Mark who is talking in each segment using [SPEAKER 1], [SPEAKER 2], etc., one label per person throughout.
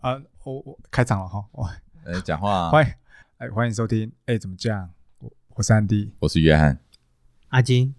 [SPEAKER 1] 啊，我我开场了哈，哇，
[SPEAKER 2] 呃，讲话、
[SPEAKER 1] 欢迎哎，欢迎收听，哎，怎么这样？我我是安迪，
[SPEAKER 2] 我是约翰，
[SPEAKER 3] 阿金，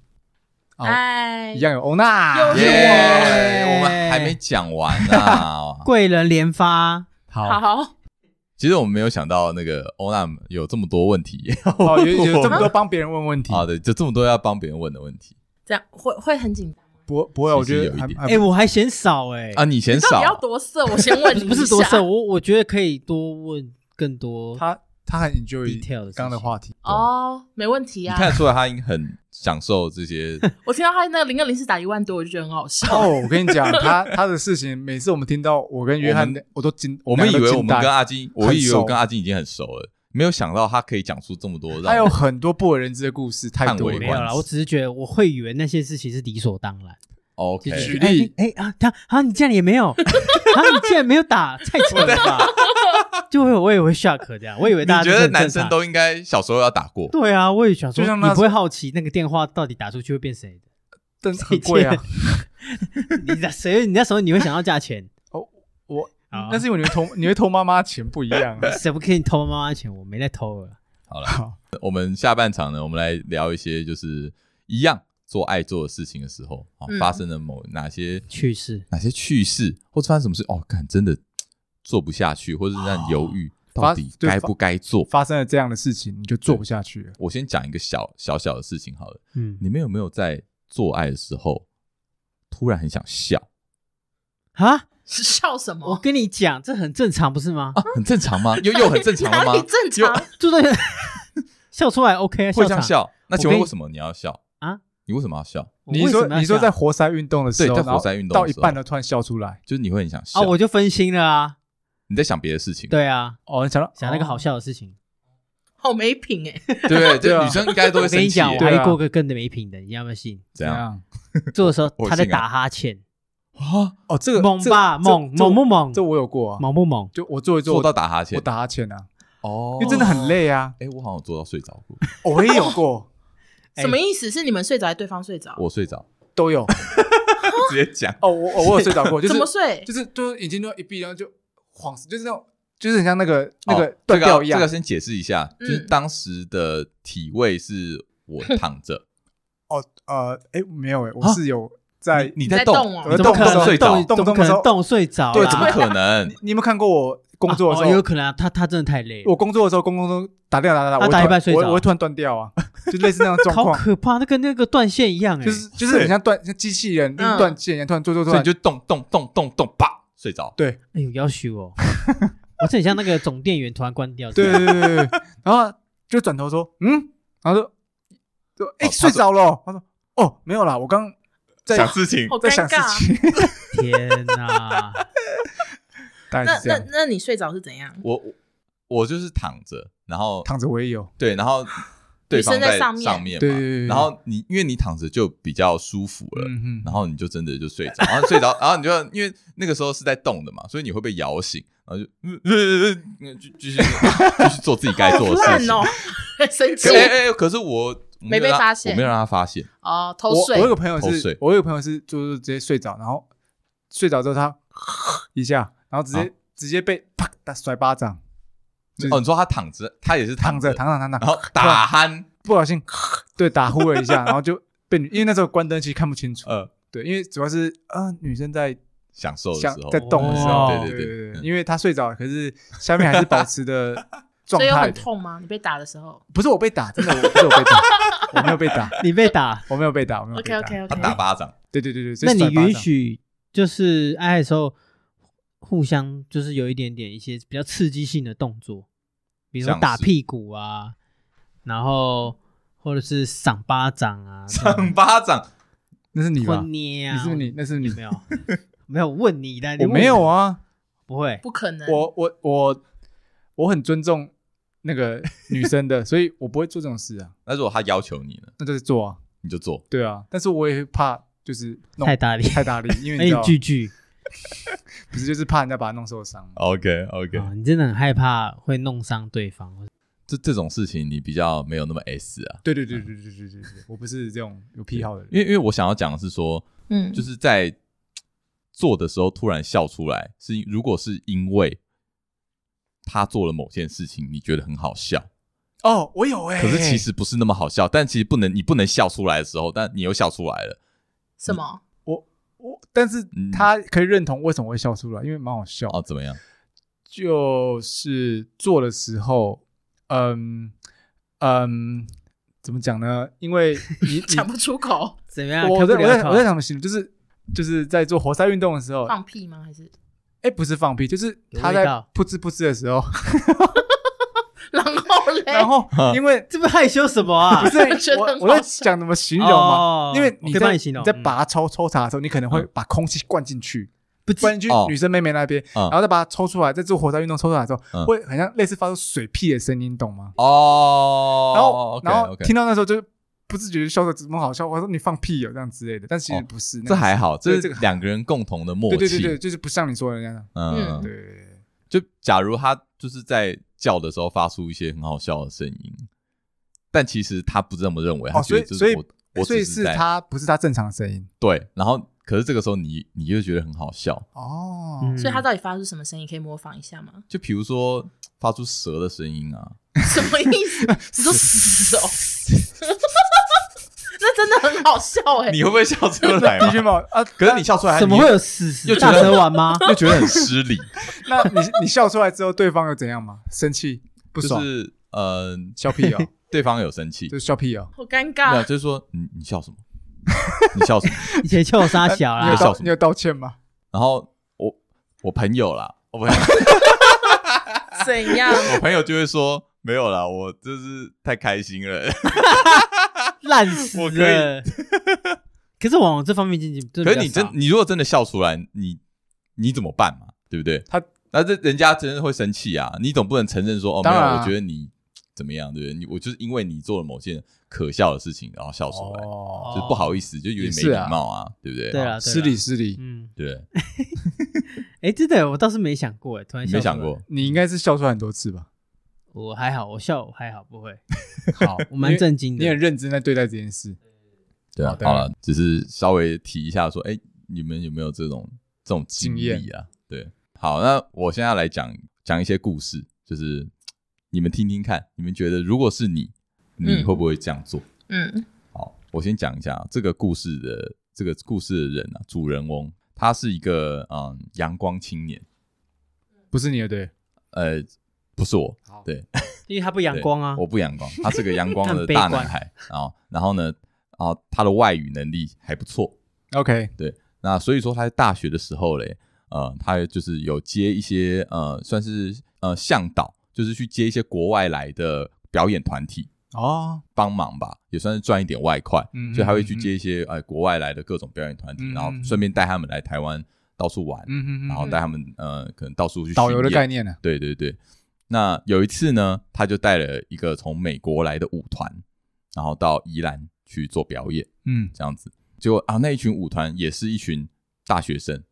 [SPEAKER 1] 啊，
[SPEAKER 4] 哎
[SPEAKER 1] 一，样有欧娜
[SPEAKER 4] 又，是我
[SPEAKER 2] 我们还没讲完呢、
[SPEAKER 3] 贵人连发，啊
[SPEAKER 1] 好，
[SPEAKER 4] 好，
[SPEAKER 2] 其实我们没有想到那个欧娜有这么多问 题，
[SPEAKER 1] 哦，有有这么多帮别人问问题，
[SPEAKER 2] 好的，就这么多要帮别人问的问题
[SPEAKER 4] 这样会会很紧张。
[SPEAKER 1] 不不会，我觉
[SPEAKER 2] 其实
[SPEAKER 1] 得
[SPEAKER 2] 有一
[SPEAKER 1] 还
[SPEAKER 2] 点
[SPEAKER 3] 哎、
[SPEAKER 1] 还
[SPEAKER 3] 我还嫌少哎、
[SPEAKER 2] 啊。你嫌
[SPEAKER 4] 你到底要
[SPEAKER 2] 少，
[SPEAKER 4] 多色？我先 问你一下，
[SPEAKER 3] 不是多色，我我觉得可以多问更多。
[SPEAKER 1] 他他很 enjoy
[SPEAKER 3] detail 的事情
[SPEAKER 1] 刚刚的话题，
[SPEAKER 4] 哦，没问题
[SPEAKER 2] 你
[SPEAKER 4] 啊。
[SPEAKER 2] 看得出来他应该很享受这些。
[SPEAKER 4] 我听到他那个零二零四打一万多，我就觉得很好笑。
[SPEAKER 1] 哦，我跟你讲，他他的事情，每次我们听到我跟约
[SPEAKER 2] 我
[SPEAKER 1] 翰
[SPEAKER 2] 们，
[SPEAKER 1] 我都惊，
[SPEAKER 2] 我们以为我
[SPEAKER 1] 两个
[SPEAKER 2] 们
[SPEAKER 1] 都惊
[SPEAKER 2] 跟
[SPEAKER 1] 呆
[SPEAKER 2] 阿金，我以为我跟阿金已经很熟了，没有想到他可以讲出这么多
[SPEAKER 1] 他
[SPEAKER 2] 让
[SPEAKER 1] 有
[SPEAKER 2] 我
[SPEAKER 1] 很多不为人知的故事，太多
[SPEAKER 2] 叹为
[SPEAKER 3] 没
[SPEAKER 1] 了
[SPEAKER 3] 有
[SPEAKER 2] 观。
[SPEAKER 3] 啦，我只是觉得我会以为那些事情是理所当然。
[SPEAKER 2] OK
[SPEAKER 3] 就
[SPEAKER 1] 举
[SPEAKER 3] 是
[SPEAKER 1] 例
[SPEAKER 3] 哎、哎啊，他啊，你竟然也没有， 啊，你竟然没有打，太扯 了吧？就会我也会 shock 这样，我以为
[SPEAKER 2] 你
[SPEAKER 3] 大家
[SPEAKER 2] 觉
[SPEAKER 3] 是
[SPEAKER 2] 得
[SPEAKER 3] 很
[SPEAKER 2] 男
[SPEAKER 3] 正
[SPEAKER 2] 生
[SPEAKER 3] 常
[SPEAKER 2] 都应该小时候要打过？
[SPEAKER 3] 对啊，我也想说，
[SPEAKER 1] 就像那
[SPEAKER 3] 你不会好奇那个电话到底打出去会变谁 的？
[SPEAKER 1] 但是很贵啊
[SPEAKER 3] 再，你那谁？你那时候你会想要价钱？
[SPEAKER 1] 我
[SPEAKER 3] 好
[SPEAKER 1] 那是因为你会偷，你会偷妈妈钱不一样啊。
[SPEAKER 3] 谁不给你偷妈妈钱？我没在偷了。
[SPEAKER 2] 我们下半场呢，我们来聊一些就是一样做爱做的事情的时候啊，
[SPEAKER 4] 嗯
[SPEAKER 2] 发生了某哪些
[SPEAKER 3] 去世，
[SPEAKER 2] 哪些趣事，或者发生什么事，哦，看真的做不下去，或者是让你犹豫、到底
[SPEAKER 1] 发对
[SPEAKER 2] 该不该做。
[SPEAKER 1] 发生了这样的事情，你就做不下去了。
[SPEAKER 2] 我先讲一个小小小的事情好了，
[SPEAKER 3] 嗯，
[SPEAKER 2] 你们有没有在做爱的时候突然很想笑
[SPEAKER 3] 啊，
[SPEAKER 4] 是笑什
[SPEAKER 3] 我
[SPEAKER 1] 哦
[SPEAKER 4] 么？
[SPEAKER 3] 跟你讲，这很正常，不是吗？
[SPEAKER 2] 啊？很正常吗？又又很正常了吗
[SPEAKER 4] 哪里？正常？
[SPEAKER 3] 就在 笑出来，OK 啊，
[SPEAKER 2] 会这样
[SPEAKER 3] 场。
[SPEAKER 2] 笑？那请问
[SPEAKER 3] 我跟
[SPEAKER 2] 为什么你要笑
[SPEAKER 3] 啊？
[SPEAKER 2] 你为什么要笑？
[SPEAKER 3] 我
[SPEAKER 1] 你
[SPEAKER 3] 为什
[SPEAKER 1] 说
[SPEAKER 3] 么要
[SPEAKER 1] 你说
[SPEAKER 3] 笑
[SPEAKER 1] 在活塞运动的时候，
[SPEAKER 2] 对在
[SPEAKER 1] 然后
[SPEAKER 2] 活塞运动的
[SPEAKER 1] 到一
[SPEAKER 2] 时候
[SPEAKER 1] 半呢，突然笑出来，
[SPEAKER 2] 就是你会很想笑
[SPEAKER 3] 啊，，我就分心了啊，
[SPEAKER 2] 你在想别的事情，
[SPEAKER 3] 对啊，
[SPEAKER 1] 哦，你想到
[SPEAKER 3] 想那个好，笑的事情。
[SPEAKER 4] 好没品哎！
[SPEAKER 2] 对不对？
[SPEAKER 1] 对
[SPEAKER 2] 这
[SPEAKER 1] 啊
[SPEAKER 2] 女生应该都会
[SPEAKER 3] 我跟
[SPEAKER 2] 生
[SPEAKER 3] 你
[SPEAKER 2] 气
[SPEAKER 3] 讲，我
[SPEAKER 2] 耶，
[SPEAKER 1] 对啊
[SPEAKER 3] 还遇过个更没品的，你要不要信？
[SPEAKER 1] 怎
[SPEAKER 2] 怎样？
[SPEAKER 3] 做的时候
[SPEAKER 2] 我
[SPEAKER 3] 他在
[SPEAKER 2] 信啊
[SPEAKER 3] 打哈欠，
[SPEAKER 2] 啊，
[SPEAKER 1] 哦，这个
[SPEAKER 3] 猛
[SPEAKER 1] 这
[SPEAKER 3] 吧，
[SPEAKER 1] 这
[SPEAKER 3] 猛
[SPEAKER 1] 这
[SPEAKER 3] 猛不猛
[SPEAKER 1] 这？我有过啊，
[SPEAKER 3] 猛不猛？
[SPEAKER 1] 就我做一做
[SPEAKER 2] 做到打哈欠
[SPEAKER 1] 我，打哈欠啊，
[SPEAKER 2] 哦
[SPEAKER 1] 因为真的很累啊，
[SPEAKER 2] 哎、我好像有做到睡着过，
[SPEAKER 3] 哦
[SPEAKER 1] 我也有过，
[SPEAKER 3] 哎
[SPEAKER 4] 什么意思？是你们睡着，还是对方睡着？
[SPEAKER 2] 我睡着，
[SPEAKER 1] 都有
[SPEAKER 2] 直接讲，
[SPEAKER 1] 哦，我我我有睡着过，就
[SPEAKER 4] 怎
[SPEAKER 1] 是
[SPEAKER 4] 么睡？
[SPEAKER 1] 就是就是眼睛都一闭，然后就晃神，就是那种就是很像那个那
[SPEAKER 2] 哦
[SPEAKER 1] 个断掉一
[SPEAKER 2] 这个
[SPEAKER 1] 样
[SPEAKER 2] 要，先解释一下，
[SPEAKER 4] 嗯
[SPEAKER 2] 就是当时的体位是我躺着，
[SPEAKER 1] 哦呃，哎没有哎，我
[SPEAKER 2] 啊
[SPEAKER 1] 是有哎在
[SPEAKER 2] 你你
[SPEAKER 4] 在
[SPEAKER 2] 在
[SPEAKER 4] 动
[SPEAKER 2] 动，
[SPEAKER 4] 啊
[SPEAKER 2] 你
[SPEAKER 1] 我
[SPEAKER 3] 怎
[SPEAKER 1] 在
[SPEAKER 3] 么
[SPEAKER 1] 动
[SPEAKER 3] 可
[SPEAKER 1] 的时
[SPEAKER 3] 能
[SPEAKER 1] 候
[SPEAKER 2] 睡着
[SPEAKER 1] 动
[SPEAKER 3] 怎么
[SPEAKER 1] 动的
[SPEAKER 3] 可
[SPEAKER 1] 时候
[SPEAKER 3] 能动睡着啦？
[SPEAKER 1] 对
[SPEAKER 2] 怎么可 能
[SPEAKER 1] 你？你有没有看过我工作的时
[SPEAKER 3] 哦
[SPEAKER 1] 候
[SPEAKER 3] 有？可能啊，他他真的太累了，
[SPEAKER 1] 我工作的时候，工作中打电话打打打，
[SPEAKER 3] 他
[SPEAKER 1] 我
[SPEAKER 3] 打
[SPEAKER 1] 会
[SPEAKER 3] 一半
[SPEAKER 1] 突
[SPEAKER 3] 睡
[SPEAKER 1] 然我
[SPEAKER 3] 着
[SPEAKER 1] 我会突然断掉啊，就类似那种状
[SPEAKER 3] 好
[SPEAKER 1] 况，
[SPEAKER 3] 可怕，那跟那个断线一样哎，
[SPEAKER 1] 就是就是很像断像机器人就是
[SPEAKER 4] 嗯
[SPEAKER 1] 断线一样，突然做做做，
[SPEAKER 2] 所以你就动动动动动，啪睡着。
[SPEAKER 1] 对
[SPEAKER 3] 哎呦要修哦，我 这很像那个总电源突然关掉，
[SPEAKER 1] 对对对对对，然后就转头说嗯，然后说说哎
[SPEAKER 2] 哦他
[SPEAKER 1] 睡着了，他说哦没有啦，我刚在
[SPEAKER 2] 想事情
[SPEAKER 4] 好
[SPEAKER 1] 在
[SPEAKER 4] 尴
[SPEAKER 1] 想事
[SPEAKER 4] 尬。啊
[SPEAKER 1] 情，
[SPEAKER 3] 天哪！
[SPEAKER 1] 大概
[SPEAKER 4] 那
[SPEAKER 1] 是这
[SPEAKER 4] 那
[SPEAKER 1] 样。
[SPEAKER 4] 那你睡着是怎样？
[SPEAKER 2] 我我我就是躺着，然后
[SPEAKER 1] 躺着我也有，
[SPEAKER 2] 对，然后对方
[SPEAKER 4] 女生在上
[SPEAKER 2] 上
[SPEAKER 4] 面
[SPEAKER 2] 面嘛，
[SPEAKER 1] 对对对对
[SPEAKER 2] 然后你因为你躺着就比较舒服了。
[SPEAKER 1] 嗯
[SPEAKER 2] 然后你就真的就睡着，然后睡着，然后你就因为那个时候是在动的嘛，所以你会被摇醒，然后就嗯嗯嗯嗯，继继续继续做自己该做的事
[SPEAKER 4] 烂
[SPEAKER 2] 情。
[SPEAKER 4] 哦，很生 气
[SPEAKER 2] 可哎哎哎，可是我
[SPEAKER 4] 没被
[SPEAKER 2] 有让
[SPEAKER 4] 发现
[SPEAKER 2] 我没有让他发现。
[SPEAKER 4] 哦，
[SPEAKER 1] 我
[SPEAKER 4] 偷
[SPEAKER 1] 我
[SPEAKER 4] 睡
[SPEAKER 1] 有个朋友
[SPEAKER 2] 偷
[SPEAKER 1] 是
[SPEAKER 2] 睡，
[SPEAKER 1] 我有个朋友是就是直接睡着，然后睡着之后他 一下，然后直
[SPEAKER 2] 啊
[SPEAKER 1] 接直接被啪打甩巴掌，就是
[SPEAKER 2] 哦，你说他躺着，他也是
[SPEAKER 1] 躺
[SPEAKER 2] 着
[SPEAKER 1] 着，躺躺啊躺躺
[SPEAKER 2] 然，后打鼾，
[SPEAKER 1] 不小心 对打呼了一下，然后就被女，因为那时候关灯其实看不清楚，
[SPEAKER 2] 呃，
[SPEAKER 1] 对，因为主要是啊、呃女生在
[SPEAKER 2] 享受的
[SPEAKER 1] 想
[SPEAKER 2] 时候
[SPEAKER 1] 在，动的时
[SPEAKER 3] 哦
[SPEAKER 1] 候，对
[SPEAKER 2] 对对
[SPEAKER 1] 对
[SPEAKER 2] 对嗯
[SPEAKER 1] 因为她睡着了，可是下面还是保持的状
[SPEAKER 4] 所以有
[SPEAKER 1] 态
[SPEAKER 4] 很
[SPEAKER 1] 的，
[SPEAKER 4] 痛吗？你被打的时候
[SPEAKER 1] 不是我被打，真的我不是我被打，我没有被打，
[SPEAKER 3] 你被打，
[SPEAKER 1] 我没有被打，我没有被
[SPEAKER 4] ？OK
[SPEAKER 1] 嗯打
[SPEAKER 4] OK
[SPEAKER 2] 他
[SPEAKER 4] OK，
[SPEAKER 2] 打巴 掌，
[SPEAKER 1] 对对对对，所以
[SPEAKER 3] 那你
[SPEAKER 1] 甩巴掌
[SPEAKER 3] 允许就是爱的时候互相就是有一点点一些比较刺激性的动作，比如说
[SPEAKER 2] 像
[SPEAKER 3] 打
[SPEAKER 2] 是
[SPEAKER 3] 屁股啊，然后或者是赏巴掌啊，这样
[SPEAKER 2] 赏巴掌，
[SPEAKER 1] 那是你
[SPEAKER 3] 或
[SPEAKER 1] 吧？
[SPEAKER 3] 捏啊，
[SPEAKER 1] 你是不是你？那是
[SPEAKER 3] 有
[SPEAKER 1] 你
[SPEAKER 3] 没有？没有我问你的，你
[SPEAKER 1] 我
[SPEAKER 3] 问
[SPEAKER 1] 没有，啊，
[SPEAKER 3] 不会。
[SPEAKER 4] 不可能。
[SPEAKER 1] 我我我我很尊重那个女生的，所以我不会做这种事啊，
[SPEAKER 2] 那如果他要求你呢，
[SPEAKER 1] 那就是做啊，
[SPEAKER 2] 你就做。
[SPEAKER 1] 对啊，但是我也会怕就是弄
[SPEAKER 3] 太大力，
[SPEAKER 1] 太大力，因为
[SPEAKER 3] 哎，
[SPEAKER 1] 你知
[SPEAKER 3] 你
[SPEAKER 1] 道
[SPEAKER 3] 句句
[SPEAKER 1] 不是就是怕人家把他弄受伤吗？
[SPEAKER 2] OK OK，
[SPEAKER 3] 啊，你真的很害怕会弄伤对方。
[SPEAKER 2] 这这种事情你比较没有那么 S 啊，
[SPEAKER 1] 对对对对对对对对，我不是这种有癖好的
[SPEAKER 2] 因
[SPEAKER 1] 人。
[SPEAKER 2] 为因为我想要讲的是说，
[SPEAKER 4] 嗯
[SPEAKER 2] 就是在做的时候突然笑出来，是因如果是因为他做了某件事情，你觉得很好笑，
[SPEAKER 1] 哦，我有哎、
[SPEAKER 2] 可是其实不是那么好笑，但其实不能你不能笑出来的时候，但你又笑出来了，
[SPEAKER 4] 什么？
[SPEAKER 1] 我，但是
[SPEAKER 2] 嗯
[SPEAKER 1] 他可以认同为什么会笑出来，因为蛮好笑。
[SPEAKER 2] 哦，怎么样？
[SPEAKER 1] 就是做的时候，嗯嗯，怎么讲呢？因为你
[SPEAKER 4] 讲
[SPEAKER 1] 你
[SPEAKER 4] 不出口，
[SPEAKER 3] 怎么样？
[SPEAKER 1] 我
[SPEAKER 3] 开
[SPEAKER 1] 我
[SPEAKER 3] 不
[SPEAKER 1] 在
[SPEAKER 3] 了
[SPEAKER 1] 我在
[SPEAKER 3] 口
[SPEAKER 1] 我在怎么形容？就是就是在做活塞运动的
[SPEAKER 2] 哦
[SPEAKER 1] 时候，
[SPEAKER 4] 放屁吗？还是
[SPEAKER 1] 哎，不是放屁，就是
[SPEAKER 3] 有
[SPEAKER 1] 他
[SPEAKER 3] 味
[SPEAKER 1] 在
[SPEAKER 3] 道
[SPEAKER 1] 噗嗤噗嗤的时候，
[SPEAKER 4] 然后嘞？
[SPEAKER 1] 然后因为
[SPEAKER 3] 这不害羞什么啊
[SPEAKER 1] 不？是
[SPEAKER 4] 觉得
[SPEAKER 1] 我
[SPEAKER 4] 很
[SPEAKER 1] 我在
[SPEAKER 4] 好笑
[SPEAKER 1] 讲怎么形容嘛？
[SPEAKER 3] 哦
[SPEAKER 1] 因为
[SPEAKER 3] 我
[SPEAKER 1] 你
[SPEAKER 3] 可以帮
[SPEAKER 1] 在
[SPEAKER 3] 你形容
[SPEAKER 1] 你在
[SPEAKER 3] 嗯
[SPEAKER 1] 拔抽抽查的时候，你可能会把空气灌进去，
[SPEAKER 3] 不
[SPEAKER 1] 灌进去
[SPEAKER 2] 嗯哦
[SPEAKER 1] 女生妹妹那边，
[SPEAKER 2] 嗯
[SPEAKER 1] 然后再把它抽出来，再做活塞运动抽出来的时候，
[SPEAKER 2] 嗯
[SPEAKER 1] 会很像类似发出水屁的声音，懂吗？
[SPEAKER 2] 哦，
[SPEAKER 1] 然后
[SPEAKER 2] OK，
[SPEAKER 1] 然后
[SPEAKER 2] OK
[SPEAKER 1] 听到那时候就不自觉就笑的怎么好笑，我说你放屁有这样之类的，但其实
[SPEAKER 2] 哦
[SPEAKER 1] 不是，那
[SPEAKER 2] 这
[SPEAKER 1] 个
[SPEAKER 2] 还好，这
[SPEAKER 1] 对
[SPEAKER 2] 是
[SPEAKER 1] 这个还
[SPEAKER 2] 两个人共同的默
[SPEAKER 1] 对
[SPEAKER 2] 契。
[SPEAKER 1] 对对对，就是不像你说的那样，
[SPEAKER 2] 嗯，
[SPEAKER 4] 嗯
[SPEAKER 1] 对对对。对
[SPEAKER 2] 就假如他就是在叫的时候发出一些很好笑的声音，但其实他不这么认为，他
[SPEAKER 1] 哦，
[SPEAKER 2] 觉
[SPEAKER 1] 所
[SPEAKER 2] 得
[SPEAKER 1] 以
[SPEAKER 2] 就是
[SPEAKER 1] 所以
[SPEAKER 2] 我我
[SPEAKER 1] 所以
[SPEAKER 2] 只
[SPEAKER 1] 是
[SPEAKER 2] 在
[SPEAKER 1] 他不是他正常的声音
[SPEAKER 2] 对，然后可是这个时候你你就觉得很好笑，
[SPEAKER 1] 哦，
[SPEAKER 3] 嗯
[SPEAKER 4] 所以他到底发出什么声音？可以模仿一下吗？
[SPEAKER 2] 就比如说发出蛇的声音啊，
[SPEAKER 4] 什么意思？你说死哦？ 那真的很好笑哎！
[SPEAKER 2] 你会不会笑出来
[SPEAKER 1] 的
[SPEAKER 2] 啊？
[SPEAKER 1] 确嘛 啊，
[SPEAKER 2] 可是你笑出来，
[SPEAKER 3] 怎么
[SPEAKER 2] 你
[SPEAKER 3] 会有死死
[SPEAKER 2] 又觉
[SPEAKER 3] 大
[SPEAKER 2] 得
[SPEAKER 3] 蛇丸吗？
[SPEAKER 2] 又觉得很失 礼？
[SPEAKER 1] 那那你你笑出来之后，对方又怎样嘛？生气不
[SPEAKER 2] 就
[SPEAKER 1] 爽，
[SPEAKER 2] 是呃，
[SPEAKER 1] 笑屁哦，
[SPEAKER 2] 对方有生气
[SPEAKER 1] 就，是笑屁哦。
[SPEAKER 4] 好尴
[SPEAKER 2] 没有，
[SPEAKER 4] 尬，
[SPEAKER 2] 就是说你你笑什么？ 你笑什么？
[SPEAKER 3] 以前叫我杀小
[SPEAKER 1] 你有
[SPEAKER 2] 在，啊
[SPEAKER 3] 啦
[SPEAKER 2] 笑
[SPEAKER 1] 道
[SPEAKER 2] 什么
[SPEAKER 1] 你有道歉吗？
[SPEAKER 2] 然后我我朋友啦，我朋友
[SPEAKER 4] 怎 样？
[SPEAKER 2] 我朋友就会说没有啦，我就是太开心了。
[SPEAKER 3] 烂死
[SPEAKER 2] 我可以
[SPEAKER 3] 了。可是往往这方面经济，可
[SPEAKER 2] 可是你真，你如果真的笑出来，你你怎么办嘛？对不对？
[SPEAKER 1] 他
[SPEAKER 2] 那这人家真的会生气啊！你总不能承认说哦，没
[SPEAKER 1] 当
[SPEAKER 2] 有，
[SPEAKER 1] 然啊
[SPEAKER 2] 我觉得你怎么样，对不对？你我就是因为你做了某件可笑的事情，然后笑出来，
[SPEAKER 1] 哦，
[SPEAKER 2] 就不好意思，就有
[SPEAKER 1] 也
[SPEAKER 2] 点没
[SPEAKER 1] 是
[SPEAKER 2] 礼
[SPEAKER 1] 啊
[SPEAKER 2] 貌啊，对不对？
[SPEAKER 3] 对啊，对啦
[SPEAKER 1] 失礼，失礼，
[SPEAKER 3] 嗯，
[SPEAKER 2] 对，
[SPEAKER 3] 哎，真的，我倒是没想过，哎，突然
[SPEAKER 2] 你
[SPEAKER 3] 笑
[SPEAKER 2] 没
[SPEAKER 3] 出来
[SPEAKER 2] 想，过
[SPEAKER 1] 你应该是笑出来很多次吧？
[SPEAKER 3] 我还好，我笑我还好，不会，
[SPEAKER 1] 好，
[SPEAKER 3] 我蛮震惊
[SPEAKER 1] 你很
[SPEAKER 3] 的。
[SPEAKER 1] 认真在对待这件事。
[SPEAKER 2] 对啊
[SPEAKER 1] 好。的
[SPEAKER 2] 好了，只是稍微提一下说，哎，你们有没有这种这种经历啊？对，好，那我现在来讲讲一些故事，就是你们听听看，你们觉得如果是你，你
[SPEAKER 4] 嗯
[SPEAKER 2] 会不会这样做？
[SPEAKER 4] 嗯，
[SPEAKER 2] 好，我先讲一下这个故事的这个故事的人啊，主人翁他是一个嗯阳光青年，
[SPEAKER 1] 不是你的对，
[SPEAKER 2] 呃，不是我，对，
[SPEAKER 3] 因为他不阳光啊
[SPEAKER 2] 对，我不阳 光，他是个阳光的
[SPEAKER 3] 很悲
[SPEAKER 2] 大
[SPEAKER 3] 观
[SPEAKER 2] 男孩，然后然后呢，然后他的外语能力还不错，
[SPEAKER 1] OK，
[SPEAKER 2] 那所以说他在大学的时候嘞，呃，他就是有接一些呃算是呃向导，就是去接一些国外来的表演团体，
[SPEAKER 1] 哦，
[SPEAKER 2] 帮忙吧，也算是赚一点外快，
[SPEAKER 1] 嗯
[SPEAKER 2] 所以他会去接一些呃国外来的各种表演团体，
[SPEAKER 1] 嗯
[SPEAKER 2] 然后顺便带他们来台湾到处玩，
[SPEAKER 1] 嗯哼哼，
[SPEAKER 2] 然后带他们呃可能到处去
[SPEAKER 1] 导游的
[SPEAKER 2] 巡演
[SPEAKER 1] 概念啊呢？
[SPEAKER 2] 对对对。那有一次呢，他就带了一个从美国来的舞团，然后到宜兰去做表演，
[SPEAKER 1] 嗯
[SPEAKER 2] 这样子。结果啊，那一群舞团也是一群大学生，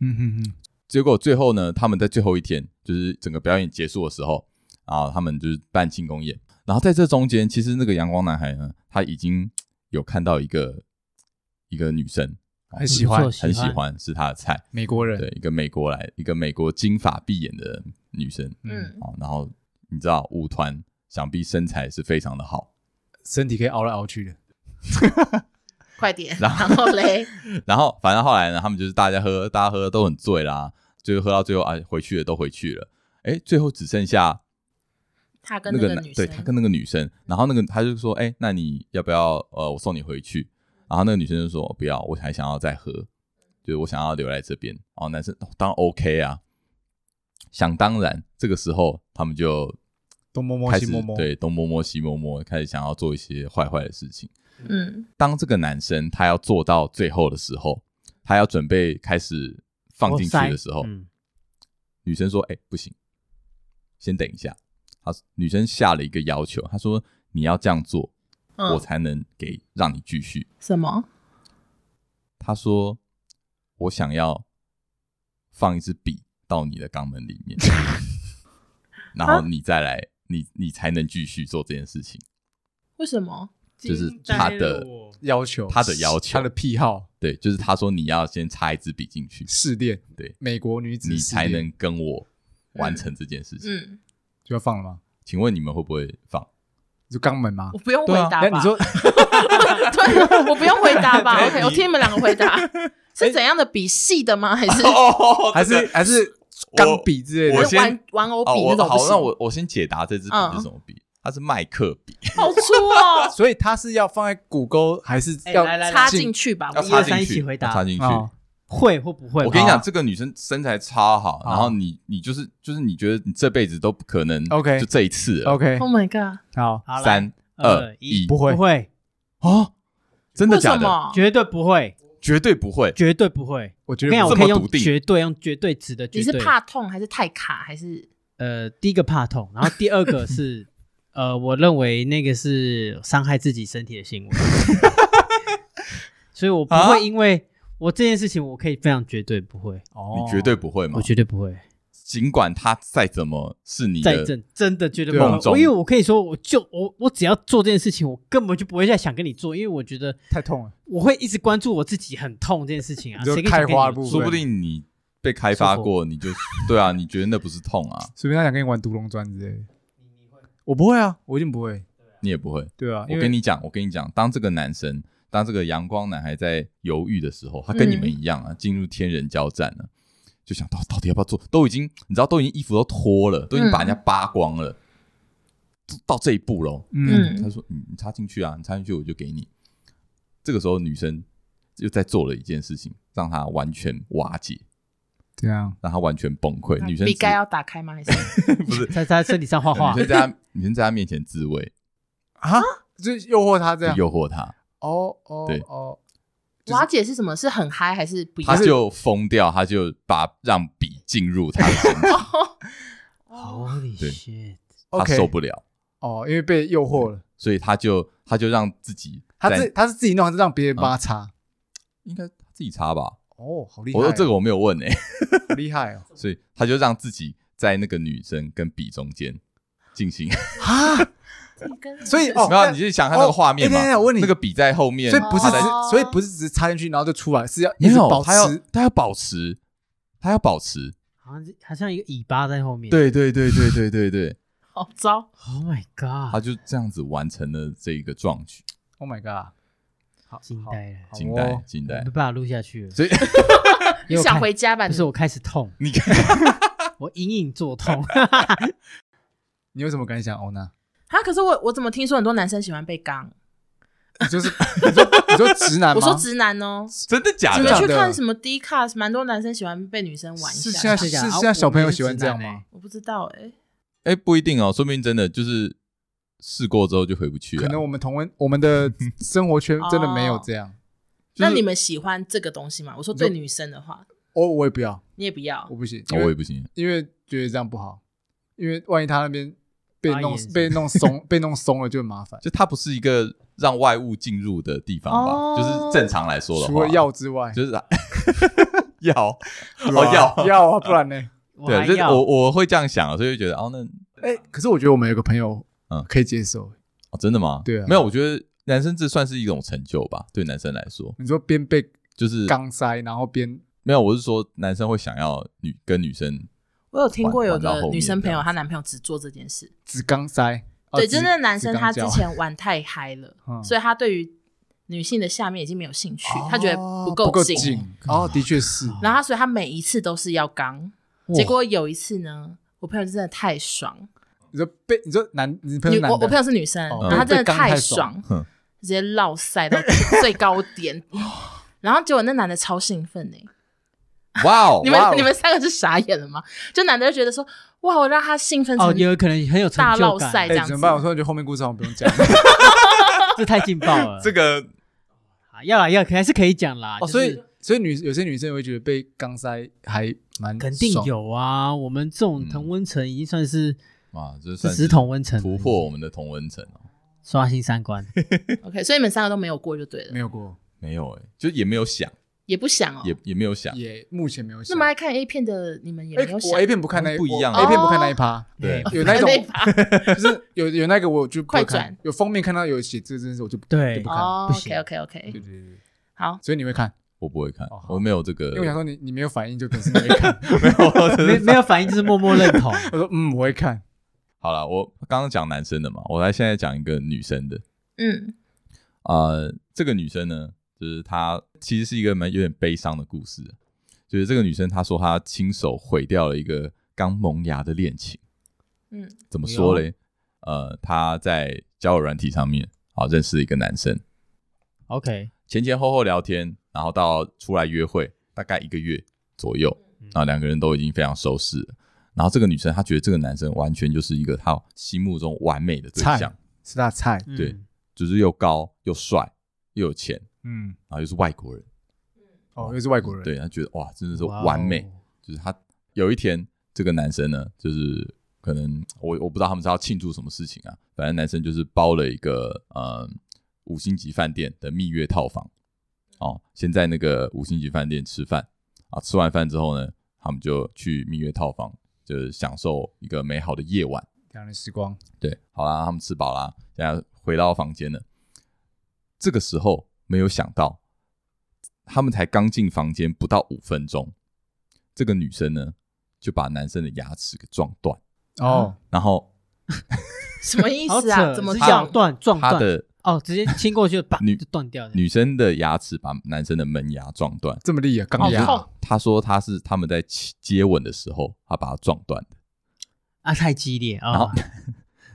[SPEAKER 1] 嗯哼哼，
[SPEAKER 2] 结果最后呢，他们在最后一天，就是整个表演结束的时候，啊，他们就是办庆功宴。然后在这中间，其实那个阳光男孩呢，他已经有看到一个一个女生，
[SPEAKER 1] 很喜欢
[SPEAKER 3] 不错
[SPEAKER 2] 很喜，欢，是他的菜。
[SPEAKER 1] 美国人，
[SPEAKER 2] 对，一个美国来，一个美国金发碧眼的女生
[SPEAKER 1] 嗯，
[SPEAKER 4] 嗯，
[SPEAKER 2] 啊。然后你知道舞团想必身材是非常的好，
[SPEAKER 1] 身体可以熬来熬去的。
[SPEAKER 4] 快点，
[SPEAKER 2] 然
[SPEAKER 4] 然后嘞，
[SPEAKER 2] 然后反正后来呢，他们就是大家喝，大家喝都很醉啦，就是喝到最后啊，回去了都回去了。哎，最后只剩下
[SPEAKER 4] 他跟
[SPEAKER 2] 那
[SPEAKER 4] 那个
[SPEAKER 2] 男
[SPEAKER 4] 女
[SPEAKER 2] 对
[SPEAKER 4] 生，
[SPEAKER 2] 他跟那个女生，然后那个他就说，哎、那你要不要呃，我送你回去？然后那个女生就说，不要，我还想要再喝，就是我想要留在这边。然后男生、哦当然 OK 啊，想当然，这个时候他们就
[SPEAKER 1] 东摸摸
[SPEAKER 2] 开
[SPEAKER 1] 西
[SPEAKER 2] 始
[SPEAKER 1] 摸摸，
[SPEAKER 2] 对东摸摸西摸摸，开始想要做一些坏坏的事情。
[SPEAKER 4] 嗯，
[SPEAKER 2] 当这个男生他要做到最后的时候，他要准备开始
[SPEAKER 4] 哦
[SPEAKER 2] 放进去的时候，
[SPEAKER 3] 嗯，
[SPEAKER 2] 女生说：“哎、不行，先等一下。”她女生下了一个要求，她说：“你要这样做，
[SPEAKER 4] 嗯
[SPEAKER 2] 我才能给让你继续。
[SPEAKER 4] 什么？”
[SPEAKER 2] 她说：“我想要放一支笔到你的肛门里面， 然
[SPEAKER 4] 啊
[SPEAKER 2] 后你再来，你你才能继续做这件事情。
[SPEAKER 4] 为什么？
[SPEAKER 2] 就是他的
[SPEAKER 1] 要求
[SPEAKER 2] 他的要求
[SPEAKER 1] 他的癖好，
[SPEAKER 2] 对，就是她说你要先插一支笔进去，
[SPEAKER 1] 试炼，
[SPEAKER 2] 对
[SPEAKER 1] 美国女子
[SPEAKER 2] 你
[SPEAKER 1] 试
[SPEAKER 2] 才
[SPEAKER 1] 炼
[SPEAKER 2] 能跟我完成这件事情。
[SPEAKER 4] 嗯，
[SPEAKER 1] 就要放了吗？
[SPEAKER 2] 请问你们会不会放？
[SPEAKER 1] 就肛门吗
[SPEAKER 4] 我？不用回
[SPEAKER 2] 对啊
[SPEAKER 4] 答
[SPEAKER 1] 那
[SPEAKER 4] 吧？
[SPEAKER 1] 你 说
[SPEAKER 4] 对，我不用回答吧
[SPEAKER 2] 哎
[SPEAKER 4] ？OK，
[SPEAKER 2] 你
[SPEAKER 4] 我听你们两个回 答，是怎样的笔细的吗？还是
[SPEAKER 2] 哦
[SPEAKER 1] 还是还是钢笔之类
[SPEAKER 2] 我
[SPEAKER 1] 的？
[SPEAKER 4] 还是
[SPEAKER 2] 先
[SPEAKER 4] 玩玩偶笔
[SPEAKER 2] 哦，
[SPEAKER 4] 那
[SPEAKER 2] 我
[SPEAKER 4] 种
[SPEAKER 2] 好
[SPEAKER 4] 不，行？
[SPEAKER 2] 那我我先解答这支笔
[SPEAKER 4] 嗯
[SPEAKER 2] 是什么笔，它是麦克笔，
[SPEAKER 4] 好粗哦，
[SPEAKER 1] 所以它是要放在骨沟，还是
[SPEAKER 3] 哎
[SPEAKER 1] 要
[SPEAKER 3] 来来来
[SPEAKER 4] 插进去吧。
[SPEAKER 2] 要
[SPEAKER 4] 我
[SPEAKER 3] 一
[SPEAKER 2] 插
[SPEAKER 3] 二三
[SPEAKER 2] 进
[SPEAKER 3] 一
[SPEAKER 2] 去，
[SPEAKER 3] 起回答
[SPEAKER 2] 要插进去。
[SPEAKER 1] 哦
[SPEAKER 3] 会或不会？哦
[SPEAKER 2] 我跟你
[SPEAKER 1] 好
[SPEAKER 2] 讲，这个女生身材超好，
[SPEAKER 1] 好
[SPEAKER 2] 然后你你就是就是你觉得你这辈子都不可能
[SPEAKER 1] OK
[SPEAKER 2] 就这一次了。
[SPEAKER 1] ？OK，
[SPEAKER 4] Oh my god！
[SPEAKER 1] 好，
[SPEAKER 3] 好来
[SPEAKER 2] 三二
[SPEAKER 3] 二
[SPEAKER 2] 一，
[SPEAKER 1] 不会
[SPEAKER 3] 不会，
[SPEAKER 2] 啊，真的
[SPEAKER 4] 为
[SPEAKER 2] 假
[SPEAKER 4] 什
[SPEAKER 2] 的？
[SPEAKER 4] 么？
[SPEAKER 3] 绝对不会，
[SPEAKER 2] 绝对不会。
[SPEAKER 3] 绝对不会。
[SPEAKER 1] 我觉
[SPEAKER 3] 我
[SPEAKER 1] 得
[SPEAKER 3] 跟你讲，
[SPEAKER 1] 不
[SPEAKER 3] 我
[SPEAKER 1] 是
[SPEAKER 2] 这
[SPEAKER 3] 可以
[SPEAKER 2] 么
[SPEAKER 3] 用
[SPEAKER 2] 笃定
[SPEAKER 3] 绝对用绝对值的绝
[SPEAKER 4] 你
[SPEAKER 3] 对。
[SPEAKER 4] 是怕痛还是太卡还是？
[SPEAKER 3] 呃，第一个怕痛，然后第二个是 呃，我认为那个是伤害自己身体的行为， 所以我不
[SPEAKER 2] 啊
[SPEAKER 3] 会因为我这件事情，我可以非常绝对不会，
[SPEAKER 1] 哦
[SPEAKER 2] 你绝对不会嘛
[SPEAKER 3] 我？绝对不会，
[SPEAKER 2] 尽管他再怎么是你
[SPEAKER 3] 再
[SPEAKER 2] 的，
[SPEAKER 3] 真真的绝对
[SPEAKER 1] 对
[SPEAKER 3] 不
[SPEAKER 1] 啊
[SPEAKER 3] 会，我因为我可以说，我就我我只要做这件事情，我根本就不会再想跟你做，因为我觉得
[SPEAKER 1] 太痛了，
[SPEAKER 3] 我会一直关注我自己很痛这件事情啊，
[SPEAKER 1] 你就
[SPEAKER 3] 谁跟你讲
[SPEAKER 1] 开花的部分
[SPEAKER 2] 说不定你被开发过，你就对啊，你觉得那不是痛啊？
[SPEAKER 1] 随便他想跟你玩独龙砖之类的。我不会啊，我一定不会。
[SPEAKER 2] 你也不会。
[SPEAKER 1] 对啊，因
[SPEAKER 2] 我
[SPEAKER 1] 为
[SPEAKER 2] 跟你讲，我跟你讲，当这个男生，当这个阳光男孩在犹豫的时候，他跟你们一样啊，进入天人交战了，就想到到底要不要做，都已经你知道，都已经衣服都脱了，都已经把人家扒光了，都到这一步喽。
[SPEAKER 1] 嗯，
[SPEAKER 2] 他说：“你你插进去啊，你插进去我就给你。”这个时候，女生又在做了一件事情，让他完全瓦解，
[SPEAKER 1] 这样
[SPEAKER 2] 让他完全崩溃。女生
[SPEAKER 4] 笔
[SPEAKER 2] 只
[SPEAKER 4] 盖要打开吗？还是
[SPEAKER 2] 不是
[SPEAKER 3] 在在身体上画画
[SPEAKER 2] 女，生在他女生在他面前自慰，
[SPEAKER 1] 啊，就诱惑他这
[SPEAKER 2] 就
[SPEAKER 1] 样。
[SPEAKER 2] 诱惑他，
[SPEAKER 1] 哦哦
[SPEAKER 2] 对
[SPEAKER 1] 哦，
[SPEAKER 4] 瓦解是什么？是很嗨还是不一
[SPEAKER 2] 他
[SPEAKER 4] 样？
[SPEAKER 2] 就疯掉，他就把让笔进入他的身 体，
[SPEAKER 3] 好
[SPEAKER 2] 对
[SPEAKER 3] shit，
[SPEAKER 2] 他
[SPEAKER 1] OK
[SPEAKER 2] 受不了，
[SPEAKER 1] 哦，因为被诱惑了，
[SPEAKER 2] 所以他就他就让自己
[SPEAKER 1] 他
[SPEAKER 2] 在
[SPEAKER 1] 自他是自己弄还是让别人帮他擦？
[SPEAKER 2] 应该他自己插吧。
[SPEAKER 1] 哦，好厉害哦！
[SPEAKER 2] 我说这个我没有问哎、
[SPEAKER 1] 好厉害哦！
[SPEAKER 2] 所以他就让自己在那个女生跟笔中间进行。
[SPEAKER 1] 啊，
[SPEAKER 4] 跟
[SPEAKER 1] 所以哦
[SPEAKER 2] 没有，你就想看那个画面
[SPEAKER 1] 哦哎等一
[SPEAKER 2] 嘛？
[SPEAKER 1] 下我问你
[SPEAKER 2] 那个笔在后面，
[SPEAKER 1] 所以不是
[SPEAKER 2] 他
[SPEAKER 1] 只
[SPEAKER 2] 在
[SPEAKER 1] 是
[SPEAKER 4] 哦
[SPEAKER 1] 所以不是只是插进去然后就出来，是要一
[SPEAKER 2] 没
[SPEAKER 1] 直
[SPEAKER 2] 有，
[SPEAKER 1] 保
[SPEAKER 2] 他要
[SPEAKER 1] 持。
[SPEAKER 2] 他要保持，他要保持。
[SPEAKER 3] 好像是好像一个尾巴在后面，
[SPEAKER 2] 对对对对对对对，
[SPEAKER 4] 好糟，
[SPEAKER 3] ，Oh my
[SPEAKER 2] 他
[SPEAKER 3] god，
[SPEAKER 2] 就这样子完成了这一个壮举。
[SPEAKER 1] Oh my god！好，
[SPEAKER 3] 惊
[SPEAKER 1] 好
[SPEAKER 3] 呆了。
[SPEAKER 1] 好
[SPEAKER 2] 近
[SPEAKER 1] 哦
[SPEAKER 2] 代近
[SPEAKER 3] 没
[SPEAKER 2] 代，
[SPEAKER 3] 办法录下去了，
[SPEAKER 2] 所以，
[SPEAKER 3] 因
[SPEAKER 4] 你
[SPEAKER 3] 为我
[SPEAKER 4] 想
[SPEAKER 3] 看
[SPEAKER 4] 回家吧？
[SPEAKER 3] 不是我开始痛
[SPEAKER 2] 你看，
[SPEAKER 3] 我隐隐 作痛。
[SPEAKER 1] 你有什么感想，欧娜？
[SPEAKER 4] 啊？可是我我怎么听说很多男生喜欢被刚？
[SPEAKER 1] 你就是你说你说直男吗？
[SPEAKER 4] 我说直男哦，
[SPEAKER 2] 真的假
[SPEAKER 4] 你
[SPEAKER 1] 真
[SPEAKER 4] 们
[SPEAKER 1] 的
[SPEAKER 4] 去
[SPEAKER 2] 的？
[SPEAKER 1] 假
[SPEAKER 4] 看什么 D card，蛮多男生喜欢被女生玩一
[SPEAKER 1] 是
[SPEAKER 4] 下。
[SPEAKER 1] 现在
[SPEAKER 3] 是
[SPEAKER 1] 是
[SPEAKER 3] 这样
[SPEAKER 1] 现在
[SPEAKER 3] 啊
[SPEAKER 1] 小
[SPEAKER 3] 我
[SPEAKER 1] 朋友
[SPEAKER 3] 们是
[SPEAKER 1] 喜欢
[SPEAKER 3] 直
[SPEAKER 1] 这样
[SPEAKER 3] 男
[SPEAKER 1] 吗？
[SPEAKER 4] 我不知道哎，
[SPEAKER 2] 哎，不一定哦，说不定真的就是试过之后就回不去了。哦
[SPEAKER 1] 可能我们同温我们的生活圈真的没有这样。
[SPEAKER 4] 那你们喜欢这个东西吗？我说对女生的话，
[SPEAKER 1] 我哦我也不要，
[SPEAKER 4] 你也不要
[SPEAKER 1] 我。不行，因
[SPEAKER 2] 哦我也
[SPEAKER 1] 为
[SPEAKER 2] 不行，
[SPEAKER 1] 因为觉得这样不好，因为万一他那边被
[SPEAKER 3] 发
[SPEAKER 1] 弄
[SPEAKER 3] 炎是不是
[SPEAKER 1] 被弄松 被弄松了就很麻烦。
[SPEAKER 2] 就它不是一个让外物进入的地方吧？
[SPEAKER 4] 哦
[SPEAKER 2] 就是正常来说的
[SPEAKER 1] 除
[SPEAKER 2] 话
[SPEAKER 1] 了，药之外，
[SPEAKER 2] 啊就是 药哦
[SPEAKER 1] 对吧
[SPEAKER 2] 药嗯
[SPEAKER 1] 药啊，不 然呢？
[SPEAKER 3] 我还
[SPEAKER 2] 对，就是
[SPEAKER 3] 要
[SPEAKER 2] 我我会这样想，所以就觉得哦，那
[SPEAKER 1] 哎，可是我觉得我们有个朋友
[SPEAKER 2] 嗯
[SPEAKER 1] 可以接受。
[SPEAKER 2] 哦，真的吗？
[SPEAKER 1] 对啊
[SPEAKER 2] 没有，我觉得男生这算是一种成就吧，对男生来说，
[SPEAKER 1] 你说边被
[SPEAKER 2] 就是
[SPEAKER 1] 钢塞，然后边
[SPEAKER 2] 没有，我是说男生会想要女跟女生，
[SPEAKER 4] 我有听过有
[SPEAKER 2] 玩玩到
[SPEAKER 4] 的
[SPEAKER 2] 后面
[SPEAKER 4] 女生朋
[SPEAKER 2] 这样
[SPEAKER 4] 友，
[SPEAKER 2] 子
[SPEAKER 4] 她男朋友只做这件事。
[SPEAKER 1] 只钢塞。啊
[SPEAKER 4] 对，
[SPEAKER 1] 只
[SPEAKER 4] 真正的男生
[SPEAKER 1] 只
[SPEAKER 4] 他
[SPEAKER 1] 钢
[SPEAKER 4] 之
[SPEAKER 1] 胶啊
[SPEAKER 4] 前玩太嗨了
[SPEAKER 1] 嗯，
[SPEAKER 4] 所以他对于女性的下面已经没有兴趣，他觉得
[SPEAKER 1] 哦不
[SPEAKER 4] 够
[SPEAKER 1] 够
[SPEAKER 4] 劲。
[SPEAKER 1] 劲哦，的确是。
[SPEAKER 4] 然后他所以他每一次都是要刚，结果有一次呢，我朋友真的太爽，
[SPEAKER 1] 你说被你说男，你朋友
[SPEAKER 4] 女
[SPEAKER 1] 是男
[SPEAKER 4] 我
[SPEAKER 1] 的
[SPEAKER 4] 我朋友是女生，
[SPEAKER 1] 哦
[SPEAKER 4] 然后她真的
[SPEAKER 1] 被刚太爽
[SPEAKER 4] 爽，
[SPEAKER 2] 哼
[SPEAKER 4] 直接落塞到最高 点，然后结果那男的超兴奋哎、
[SPEAKER 2] 哇哦，
[SPEAKER 4] 你们
[SPEAKER 2] 哇哦
[SPEAKER 4] 你们三个是傻眼了吗？就男的就觉得说，哇，我让他兴奋
[SPEAKER 3] 哦，
[SPEAKER 4] 成
[SPEAKER 3] 有可能很有成
[SPEAKER 4] 大
[SPEAKER 3] 就
[SPEAKER 4] 落
[SPEAKER 3] 感，
[SPEAKER 4] 塞这
[SPEAKER 1] 哎
[SPEAKER 4] 样
[SPEAKER 1] 怎
[SPEAKER 4] 子
[SPEAKER 1] 么，办？我突然觉得后面故事好像不用讲。
[SPEAKER 3] 这太劲爆了。
[SPEAKER 2] 这个
[SPEAKER 3] 啊要啦要，可还是可以讲啦。啊就
[SPEAKER 1] 哦，
[SPEAKER 3] 是
[SPEAKER 1] 所以所以女有些女生也会觉得被钢塞还蛮
[SPEAKER 3] 肯定
[SPEAKER 1] 爽
[SPEAKER 3] 有啊，我们这种同温层已经算是
[SPEAKER 2] 哇，这
[SPEAKER 3] 是
[SPEAKER 2] 嗯算
[SPEAKER 3] 只同温层，
[SPEAKER 2] 突破我们的同文层哦，
[SPEAKER 3] 刷新三观。
[SPEAKER 4] OK，所以你们三个都没有过就对了
[SPEAKER 1] 没，有过，
[SPEAKER 2] 没有哎、就也没有想，
[SPEAKER 4] 也不想哦。
[SPEAKER 2] 也也没有想，
[SPEAKER 1] 也目前没有想。
[SPEAKER 4] 那么爱看 A 片的你们也
[SPEAKER 1] 哎
[SPEAKER 4] 没有想
[SPEAKER 1] 我 A 片不看那
[SPEAKER 2] 不一样
[SPEAKER 1] 我 A 片不看那一趴，
[SPEAKER 3] 哎
[SPEAKER 2] 对
[SPEAKER 3] 哦
[SPEAKER 1] 有那种
[SPEAKER 4] 那 一趴
[SPEAKER 1] 就是有有那个我就不会
[SPEAKER 4] 快转
[SPEAKER 1] 看，有封面看到有写这件事我就不
[SPEAKER 3] 对
[SPEAKER 1] 就不看。
[SPEAKER 4] 哦
[SPEAKER 3] 不行
[SPEAKER 4] ，OK OK
[SPEAKER 1] 对
[SPEAKER 4] OK，
[SPEAKER 1] 对对，对
[SPEAKER 4] 好，
[SPEAKER 1] 所以你会看
[SPEAKER 2] 我不会看，
[SPEAKER 1] 哦好
[SPEAKER 2] 我没有这个
[SPEAKER 1] 因为我想说你你没有反应就表示你没看。
[SPEAKER 2] 没有，这
[SPEAKER 3] 没
[SPEAKER 2] 是
[SPEAKER 3] 没有反应就是默默认同。
[SPEAKER 1] 我说嗯，我会看。
[SPEAKER 2] 好了，我刚刚讲男生的嘛，我来现在讲一个女生的。
[SPEAKER 4] 嗯，
[SPEAKER 2] 呃，这个女生呢，就是她其实是一个蛮有点悲伤的故事，啊就是这个女生她说她亲手毁掉了一个刚萌芽的恋情。
[SPEAKER 4] 嗯，
[SPEAKER 2] 怎么
[SPEAKER 3] 哎
[SPEAKER 2] 说
[SPEAKER 3] 呦
[SPEAKER 2] 嘞？呃，她在交友软体上面啊认识了一个男生，
[SPEAKER 3] OK，
[SPEAKER 2] 前前后后聊天，然后到出来约会，大概一个月左右，
[SPEAKER 3] 嗯
[SPEAKER 2] 啊，两个人都已经非常熟识了。然后这个女生她觉得这个男生完全就是一个她心目中完美的对
[SPEAKER 1] 菜
[SPEAKER 2] 象，
[SPEAKER 1] 是他的菜，
[SPEAKER 3] 嗯
[SPEAKER 2] 对就是又高又帅又有钱，
[SPEAKER 1] 嗯，
[SPEAKER 2] 然后又是外国人，
[SPEAKER 1] 哦，又是外国人，
[SPEAKER 2] 对，她觉得哇，真的是
[SPEAKER 3] 哇哦
[SPEAKER 2] 完美。就是她有一天，这个男生呢，就是可能我我不知道他们是要庆祝什么事情啊，反正男生就是包了一个呃五星级饭店的蜜月套房，哦，先在那个五星级饭店吃饭啊，吃完饭之后呢，他们就去蜜月套房，就是享受一个美好的夜晚。
[SPEAKER 1] 两人时光。
[SPEAKER 2] 对，好啦，他们吃饱啦，现在回到房间了。这个时候没有想到，他们才刚进房间不到五分钟，这个女生呢就把男生的牙齿给撞断，
[SPEAKER 1] 哦，
[SPEAKER 2] 然后
[SPEAKER 4] 什么意
[SPEAKER 3] 好
[SPEAKER 4] 思
[SPEAKER 3] 扯，
[SPEAKER 4] 啊？怎么
[SPEAKER 3] 是
[SPEAKER 4] 撞
[SPEAKER 3] 咬？断撞
[SPEAKER 2] 她
[SPEAKER 3] 断？
[SPEAKER 2] 的
[SPEAKER 3] 哦，直接亲过去把
[SPEAKER 2] 女
[SPEAKER 3] 就断掉的。
[SPEAKER 2] 女生的牙齿把男生的门牙撞断。
[SPEAKER 1] 这么厉害，钢
[SPEAKER 4] 好
[SPEAKER 1] 牙。
[SPEAKER 4] 痛！
[SPEAKER 2] 她说她是他们在亲接吻的时候，她把它撞断的。
[SPEAKER 3] 啊，太激烈啊！
[SPEAKER 2] 然后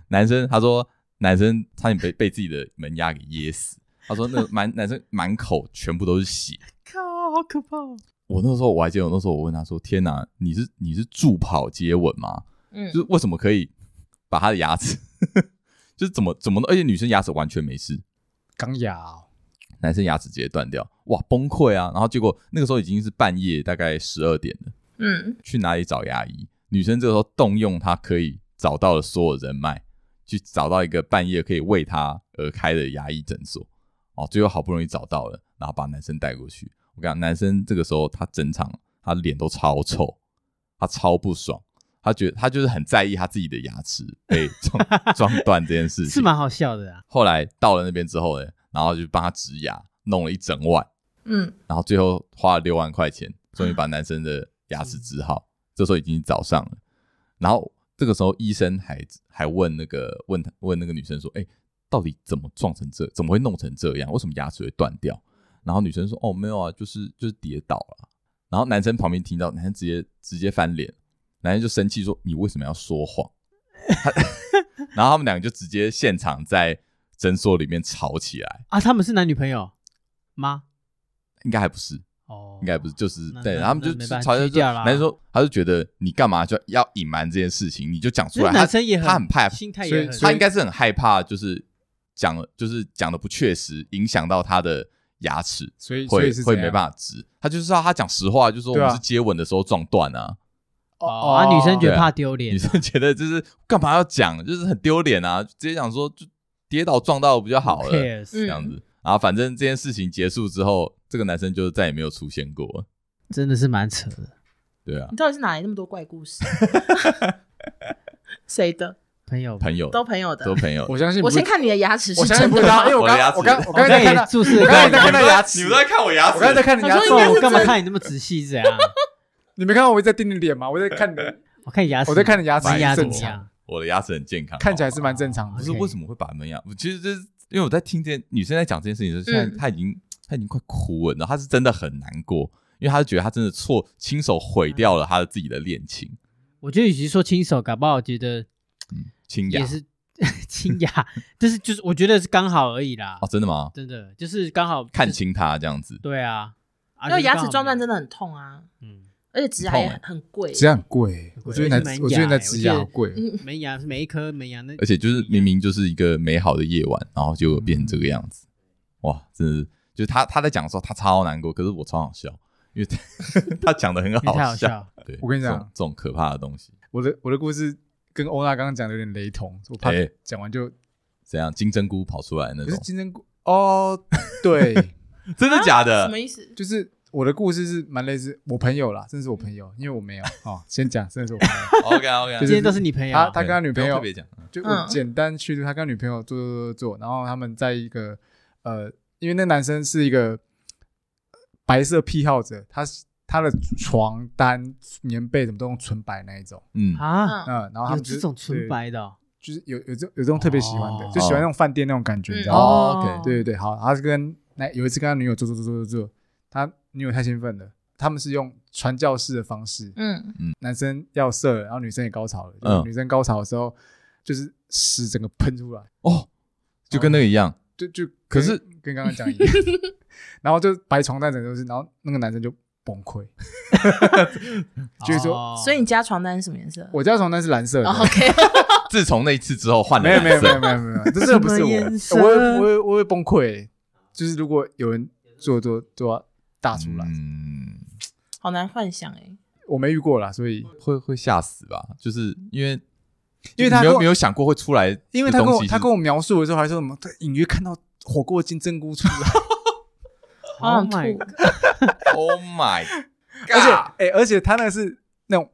[SPEAKER 2] 男生他说男生差点被被自己的门牙给噎死。他说那满男生满口全部都是血，
[SPEAKER 3] 靠，好可怕哦！
[SPEAKER 2] 我那时候我还记得，我那时候我问他说：“天哪，你是你是助跑接吻吗？
[SPEAKER 4] 嗯
[SPEAKER 2] 就是为什么可以把他的牙齿， 就是怎么怎么弄，而且女生牙齿完全没事，
[SPEAKER 1] 钢牙哦，
[SPEAKER 2] 男生牙齿直接断掉，哇崩溃啊！然后结果那个时候已经是半夜大概十二点了，
[SPEAKER 4] 嗯，
[SPEAKER 2] 去哪里找牙医？女生这个时候动用她可以找到的所有人脉，去找到一个半夜可以为她而开的牙医诊所。哦，最后好不容易找到了，然后把男生带过去。我跟你讲，男生这个时候他整场他脸都超臭，他超不爽，他觉得他就是很在意他自己的牙齿被撞撞断这件事情。
[SPEAKER 3] 是蛮好笑的啊。
[SPEAKER 2] 后来到了那边之后呢，然后就帮他植牙，弄了一整晚。
[SPEAKER 4] 嗯
[SPEAKER 2] 然后最后花了六万块钱，终于把男生的牙齿治好。这时候已经早上了，然后这个时候医生还还问那个问他问那个女生说：“哎、到底怎么撞成这？怎么会弄成这样？为什么牙齿会断掉？”然后女生说：“哦，没有啊，就是就是跌倒了。”然后男生旁边听到，男生直接直接翻脸，男生就生气说：“你为什么要说谎？”他然后他们两个就直接现场在诊所里面吵起来，
[SPEAKER 3] 啊，他们是男女朋友吗？
[SPEAKER 2] 应该还不是，
[SPEAKER 3] 哦，
[SPEAKER 2] 应该不是，就是
[SPEAKER 3] 那
[SPEAKER 2] 对，
[SPEAKER 3] 那
[SPEAKER 2] 他们
[SPEAKER 3] 那
[SPEAKER 2] 就
[SPEAKER 3] 没
[SPEAKER 2] 是
[SPEAKER 3] 办法
[SPEAKER 2] 吵架
[SPEAKER 3] 去
[SPEAKER 2] 就
[SPEAKER 3] 掉啦
[SPEAKER 2] 男生说，他就觉得你干嘛就要隐瞒这件事情，你就讲出
[SPEAKER 3] 那
[SPEAKER 2] 来。他
[SPEAKER 3] 男生也很
[SPEAKER 2] 他很怕，
[SPEAKER 3] 心态
[SPEAKER 1] 所
[SPEAKER 3] 也
[SPEAKER 1] 以
[SPEAKER 3] 很
[SPEAKER 1] 所
[SPEAKER 2] 他应该是很害怕，就是讲就是讲的不确实，影响到他的牙齿
[SPEAKER 1] 所以所
[SPEAKER 2] 会
[SPEAKER 1] 以是
[SPEAKER 2] 会没
[SPEAKER 1] 法。
[SPEAKER 2] 办法治。他就是要他讲实话，就说我
[SPEAKER 1] 对啊
[SPEAKER 2] 们是接吻的时候撞断啊。
[SPEAKER 3] 哦，啊，女生觉
[SPEAKER 2] 对
[SPEAKER 3] 得
[SPEAKER 2] 啊
[SPEAKER 3] 怕丢
[SPEAKER 2] 女
[SPEAKER 3] 脸，
[SPEAKER 2] 生觉得就是干嘛要讲，就是很丢脸啊，直接讲说就跌倒撞到不就好
[SPEAKER 3] Who
[SPEAKER 2] 了
[SPEAKER 3] cares？
[SPEAKER 2] 这样子。然后反正这件事情结束之后，这个男生就再也没有出现过了。
[SPEAKER 3] 真的是蛮扯的。
[SPEAKER 2] 对啊，
[SPEAKER 4] 嗯你到底是哪来那么多怪故事？谁的？
[SPEAKER 3] 朋友，
[SPEAKER 2] 朋友
[SPEAKER 4] 都朋友的
[SPEAKER 2] 都。朋友，
[SPEAKER 1] 哦我相信不
[SPEAKER 4] 我
[SPEAKER 1] 是，
[SPEAKER 4] 先看你的牙齿是
[SPEAKER 1] 我相信
[SPEAKER 4] 真
[SPEAKER 1] 不
[SPEAKER 4] 的
[SPEAKER 1] 是他，因为？
[SPEAKER 4] 吗
[SPEAKER 1] 我
[SPEAKER 2] 我的牙
[SPEAKER 1] 刚
[SPEAKER 2] 齿
[SPEAKER 1] 我刚我刚
[SPEAKER 3] 我
[SPEAKER 1] 才
[SPEAKER 3] 刚
[SPEAKER 1] 看
[SPEAKER 3] 也
[SPEAKER 1] 到，
[SPEAKER 3] 注视了
[SPEAKER 1] 我刚才
[SPEAKER 3] 看
[SPEAKER 1] 在看
[SPEAKER 3] 你，
[SPEAKER 1] 到牙齿，
[SPEAKER 2] 你们在看我牙齿？
[SPEAKER 1] 我刚才在看你
[SPEAKER 4] 我
[SPEAKER 1] 牙
[SPEAKER 4] 说
[SPEAKER 1] 齿
[SPEAKER 4] 应，该
[SPEAKER 3] 哦
[SPEAKER 4] 是
[SPEAKER 3] 我干嘛
[SPEAKER 4] 这
[SPEAKER 3] 看你那么仔细这样？
[SPEAKER 1] 你没看到我一直在盯你脸吗？我在看你的，
[SPEAKER 3] 我看牙齿，
[SPEAKER 1] 我在看你牙齿
[SPEAKER 3] 门牙怎
[SPEAKER 1] 正
[SPEAKER 3] 么
[SPEAKER 1] 常，
[SPEAKER 3] 样？
[SPEAKER 2] 我的牙齿很健康，
[SPEAKER 1] 看起来
[SPEAKER 2] 好
[SPEAKER 1] 是蛮正常
[SPEAKER 2] 不好
[SPEAKER 1] 的
[SPEAKER 2] 不。是
[SPEAKER 3] OK
[SPEAKER 2] 为什么会把门牙？我其实这是因为我在听见女生在讲这件事情的时候，现在
[SPEAKER 4] 嗯
[SPEAKER 2] 她已经她已经快哭了，然后她是真的很难过，因为她觉得她真的错亲手毁
[SPEAKER 4] 嗯
[SPEAKER 2] 掉了她的自己的恋情，
[SPEAKER 3] 我觉得与其说亲手，搞不好我觉得
[SPEAKER 2] 亲牙
[SPEAKER 3] 也是 亲牙，但是就是我觉得是刚好而已啦
[SPEAKER 2] 哦，。真的吗？
[SPEAKER 3] 真的就是刚好
[SPEAKER 2] 看
[SPEAKER 3] 就是
[SPEAKER 2] 清她这样子，
[SPEAKER 3] 对啊，啊
[SPEAKER 4] 因为牙齿撞断
[SPEAKER 3] 的，
[SPEAKER 4] 真的很痛啊，
[SPEAKER 3] 嗯，
[SPEAKER 4] 而且植牙
[SPEAKER 2] 很
[SPEAKER 4] 也
[SPEAKER 2] 痛欸
[SPEAKER 4] 很贵。
[SPEAKER 1] 这样贵，
[SPEAKER 3] 贵
[SPEAKER 1] 我最近才
[SPEAKER 3] 而且蛮
[SPEAKER 1] 我最
[SPEAKER 3] 假
[SPEAKER 1] 近才
[SPEAKER 3] 欸
[SPEAKER 1] 植
[SPEAKER 3] 我
[SPEAKER 1] 牙，
[SPEAKER 3] 记
[SPEAKER 1] 好
[SPEAKER 3] 得
[SPEAKER 1] 贵。哦
[SPEAKER 4] 嗯
[SPEAKER 3] 门牙是每一颗门牙那
[SPEAKER 2] 而且就是明明就是一个美好的夜晚，然后结果变成这个样子，哇，真的是，就是她她在讲的时候，她超难过，可是我超想笑，因为她她 讲的很
[SPEAKER 3] 因为太好
[SPEAKER 2] 好笑，
[SPEAKER 3] 笑，
[SPEAKER 2] 对，
[SPEAKER 1] 我跟你讲
[SPEAKER 2] 这种这种可怕的东西。
[SPEAKER 1] 我的我的故事跟欧娜刚刚讲的有点雷同，我怕
[SPEAKER 2] 哎
[SPEAKER 1] 讲完就
[SPEAKER 2] 怎样金针菇跑出来那
[SPEAKER 1] 不是
[SPEAKER 2] 种？
[SPEAKER 1] 金针菇哦，对，
[SPEAKER 2] 真的假的？
[SPEAKER 4] 啊什么意思？
[SPEAKER 1] 就是我的故事是蛮类似我朋友啦，真的是我朋友，因为我没有哦，先讲真的是我朋友，
[SPEAKER 2] OK OK，
[SPEAKER 1] 就
[SPEAKER 3] 今
[SPEAKER 1] 是
[SPEAKER 3] 天都是你朋友啊，
[SPEAKER 1] 他跟女朋友
[SPEAKER 2] 特别讲，嗯
[SPEAKER 1] 就
[SPEAKER 4] 嗯
[SPEAKER 1] 我简单叙述他跟女朋友做做做做，然后他们在一个呃，因为那男生是一个呃白色癖好者，他是他的床单、棉被什么都用纯白那一种，
[SPEAKER 2] 嗯，
[SPEAKER 3] 啊，
[SPEAKER 4] 嗯，
[SPEAKER 1] 嗯，然后他
[SPEAKER 3] 有
[SPEAKER 1] 们就
[SPEAKER 3] 这种纯，白的哦，
[SPEAKER 1] 对就是有有这有这种特别喜欢的，
[SPEAKER 3] 哦
[SPEAKER 1] 就喜欢那种饭店那种感觉，
[SPEAKER 4] 嗯
[SPEAKER 1] 你知道吗？
[SPEAKER 2] 哦，OK，
[SPEAKER 1] 对对对，好，他是跟那有一次跟他女友做做做做做做，他女友太兴奋了，他们是用传教士的方式，
[SPEAKER 4] 嗯，
[SPEAKER 1] 男生要射了，然后女生也高潮了，就是
[SPEAKER 2] 嗯
[SPEAKER 1] 女生高潮的时候就是屎整个喷出来，
[SPEAKER 2] 哦，就跟那个一样，
[SPEAKER 1] 就就
[SPEAKER 2] 可
[SPEAKER 1] 跟
[SPEAKER 2] 是
[SPEAKER 1] 跟刚刚讲 一样，然后就白床单整都是，然后那个男生就崩溃，就是说
[SPEAKER 3] 哦
[SPEAKER 4] 所以你家床单是什么颜色？
[SPEAKER 1] 我家床单是蓝色的
[SPEAKER 4] 哦。OK，
[SPEAKER 2] 自从那一次之后换了
[SPEAKER 1] 没有没有
[SPEAKER 2] 颜色
[SPEAKER 1] 没有没 有没有，这真的不是
[SPEAKER 3] 什么
[SPEAKER 1] 我，
[SPEAKER 3] 颜色
[SPEAKER 1] 我会我会我会崩溃、就是如果有人做做做到大出来，
[SPEAKER 2] 嗯，
[SPEAKER 4] 好难幻想哎。
[SPEAKER 1] 我没遇过啦，所以
[SPEAKER 2] 会会吓死吧？就是因为
[SPEAKER 1] 因为他
[SPEAKER 2] 没
[SPEAKER 1] 跟
[SPEAKER 2] 有
[SPEAKER 1] 我
[SPEAKER 2] 没有想过会出来的东西是，
[SPEAKER 1] 因为他跟我他跟我描述的时候还说什么，他隐约看到火锅的金针菇出来，
[SPEAKER 4] 好想
[SPEAKER 3] Oh my
[SPEAKER 4] 吐
[SPEAKER 2] Oh my，
[SPEAKER 1] 而且
[SPEAKER 2] God，
[SPEAKER 1] 哎、而且他那个是那种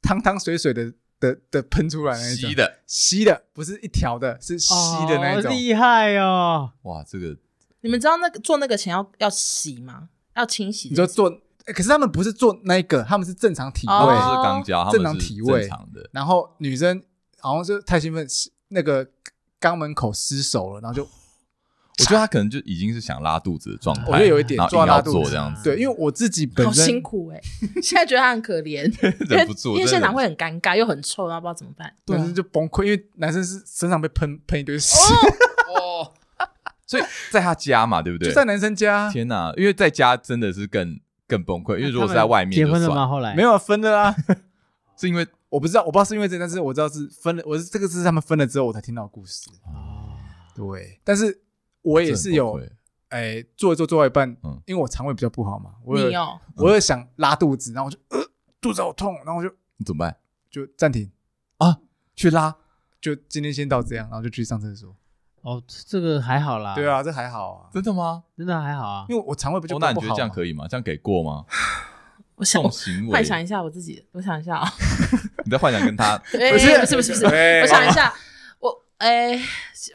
[SPEAKER 1] 汤汤水水的的的喷出来那一种
[SPEAKER 2] 吸，的，
[SPEAKER 1] 吸的不是一条的，是吸的那一
[SPEAKER 3] 哦
[SPEAKER 1] 种。
[SPEAKER 3] 厉害哦，
[SPEAKER 2] 哇，这个
[SPEAKER 4] 你们知道那个做那个前要要洗吗？要清洗
[SPEAKER 1] 你
[SPEAKER 4] 这
[SPEAKER 1] 说
[SPEAKER 4] 个？
[SPEAKER 1] 做、哎可是他们不是做那一个，他们是正常体位，
[SPEAKER 2] 他们
[SPEAKER 4] 哦
[SPEAKER 2] 不是钢胶，他
[SPEAKER 1] 正
[SPEAKER 2] 们
[SPEAKER 1] 常
[SPEAKER 2] 是
[SPEAKER 1] 体位
[SPEAKER 2] 正常的，
[SPEAKER 1] 然后女生好像是太兴奋，是那个肛门口失手了，然后就
[SPEAKER 2] 我觉得他可能就已经是想拉肚子的状态，
[SPEAKER 1] 我觉得有一
[SPEAKER 2] 哎
[SPEAKER 1] 点
[SPEAKER 2] 然后
[SPEAKER 1] 抓
[SPEAKER 2] 硬
[SPEAKER 1] 拉
[SPEAKER 2] 要
[SPEAKER 1] 肚
[SPEAKER 2] 做
[SPEAKER 1] 子
[SPEAKER 2] 这样子，
[SPEAKER 1] 对，因为我自己本
[SPEAKER 4] 好辛
[SPEAKER 1] 身
[SPEAKER 4] 苦哎，现在觉得他很可怜，因为
[SPEAKER 2] 忍不住，
[SPEAKER 4] 因为
[SPEAKER 2] 真
[SPEAKER 4] 现
[SPEAKER 2] 的
[SPEAKER 4] 场会很尴尬又很臭，然后不知道怎么办。
[SPEAKER 1] 本身就崩溃，因为男生是身上被喷喷一堆屎，
[SPEAKER 2] 哦，所以在他家嘛，对不对？
[SPEAKER 1] 就在男生 家
[SPEAKER 2] 天哪，因为在家真的是更更崩溃，因为如果是
[SPEAKER 3] 他
[SPEAKER 2] 在
[SPEAKER 3] 们
[SPEAKER 2] 外面
[SPEAKER 3] 结
[SPEAKER 2] 就
[SPEAKER 3] 婚了
[SPEAKER 2] 算，
[SPEAKER 3] 吗？后来
[SPEAKER 1] 没有啊分的啦。
[SPEAKER 2] 是因为
[SPEAKER 1] 我不知道，我不知道是因为这个，但是我知道是分了，我是这个是他们分了之后我才听到的故事。
[SPEAKER 3] 哦
[SPEAKER 1] 对，但是我也是有
[SPEAKER 2] 这很崩溃
[SPEAKER 1] 哎、做一做做到一半，
[SPEAKER 2] 嗯
[SPEAKER 1] 因为我肠胃比较不好嘛，我有
[SPEAKER 4] 你哦，
[SPEAKER 1] 我有想拉肚子，然后我就、呃、肚子好痛，然后我就
[SPEAKER 2] 你怎么办？
[SPEAKER 1] 就暂停，
[SPEAKER 2] 啊去拉，
[SPEAKER 1] 就今天先到这样，然后就去上厕所。
[SPEAKER 3] 哦，这个还好啦，
[SPEAKER 1] 对，啊，这还好啊，
[SPEAKER 2] 真的吗？
[SPEAKER 3] 真的还好啊，
[SPEAKER 1] 因为我肠胃不就
[SPEAKER 2] 哦，
[SPEAKER 1] 不好、
[SPEAKER 2] 那你觉得这样可以吗？这样给过 吗？
[SPEAKER 4] 我
[SPEAKER 2] 这
[SPEAKER 4] 想
[SPEAKER 2] 种行为
[SPEAKER 4] 幻，想一下我自己，我想一下啊，
[SPEAKER 2] 你在幻想跟 他
[SPEAKER 4] 哎不
[SPEAKER 1] 不是
[SPEAKER 4] 是不是不是，
[SPEAKER 1] 哎
[SPEAKER 4] 我想一下，我哎、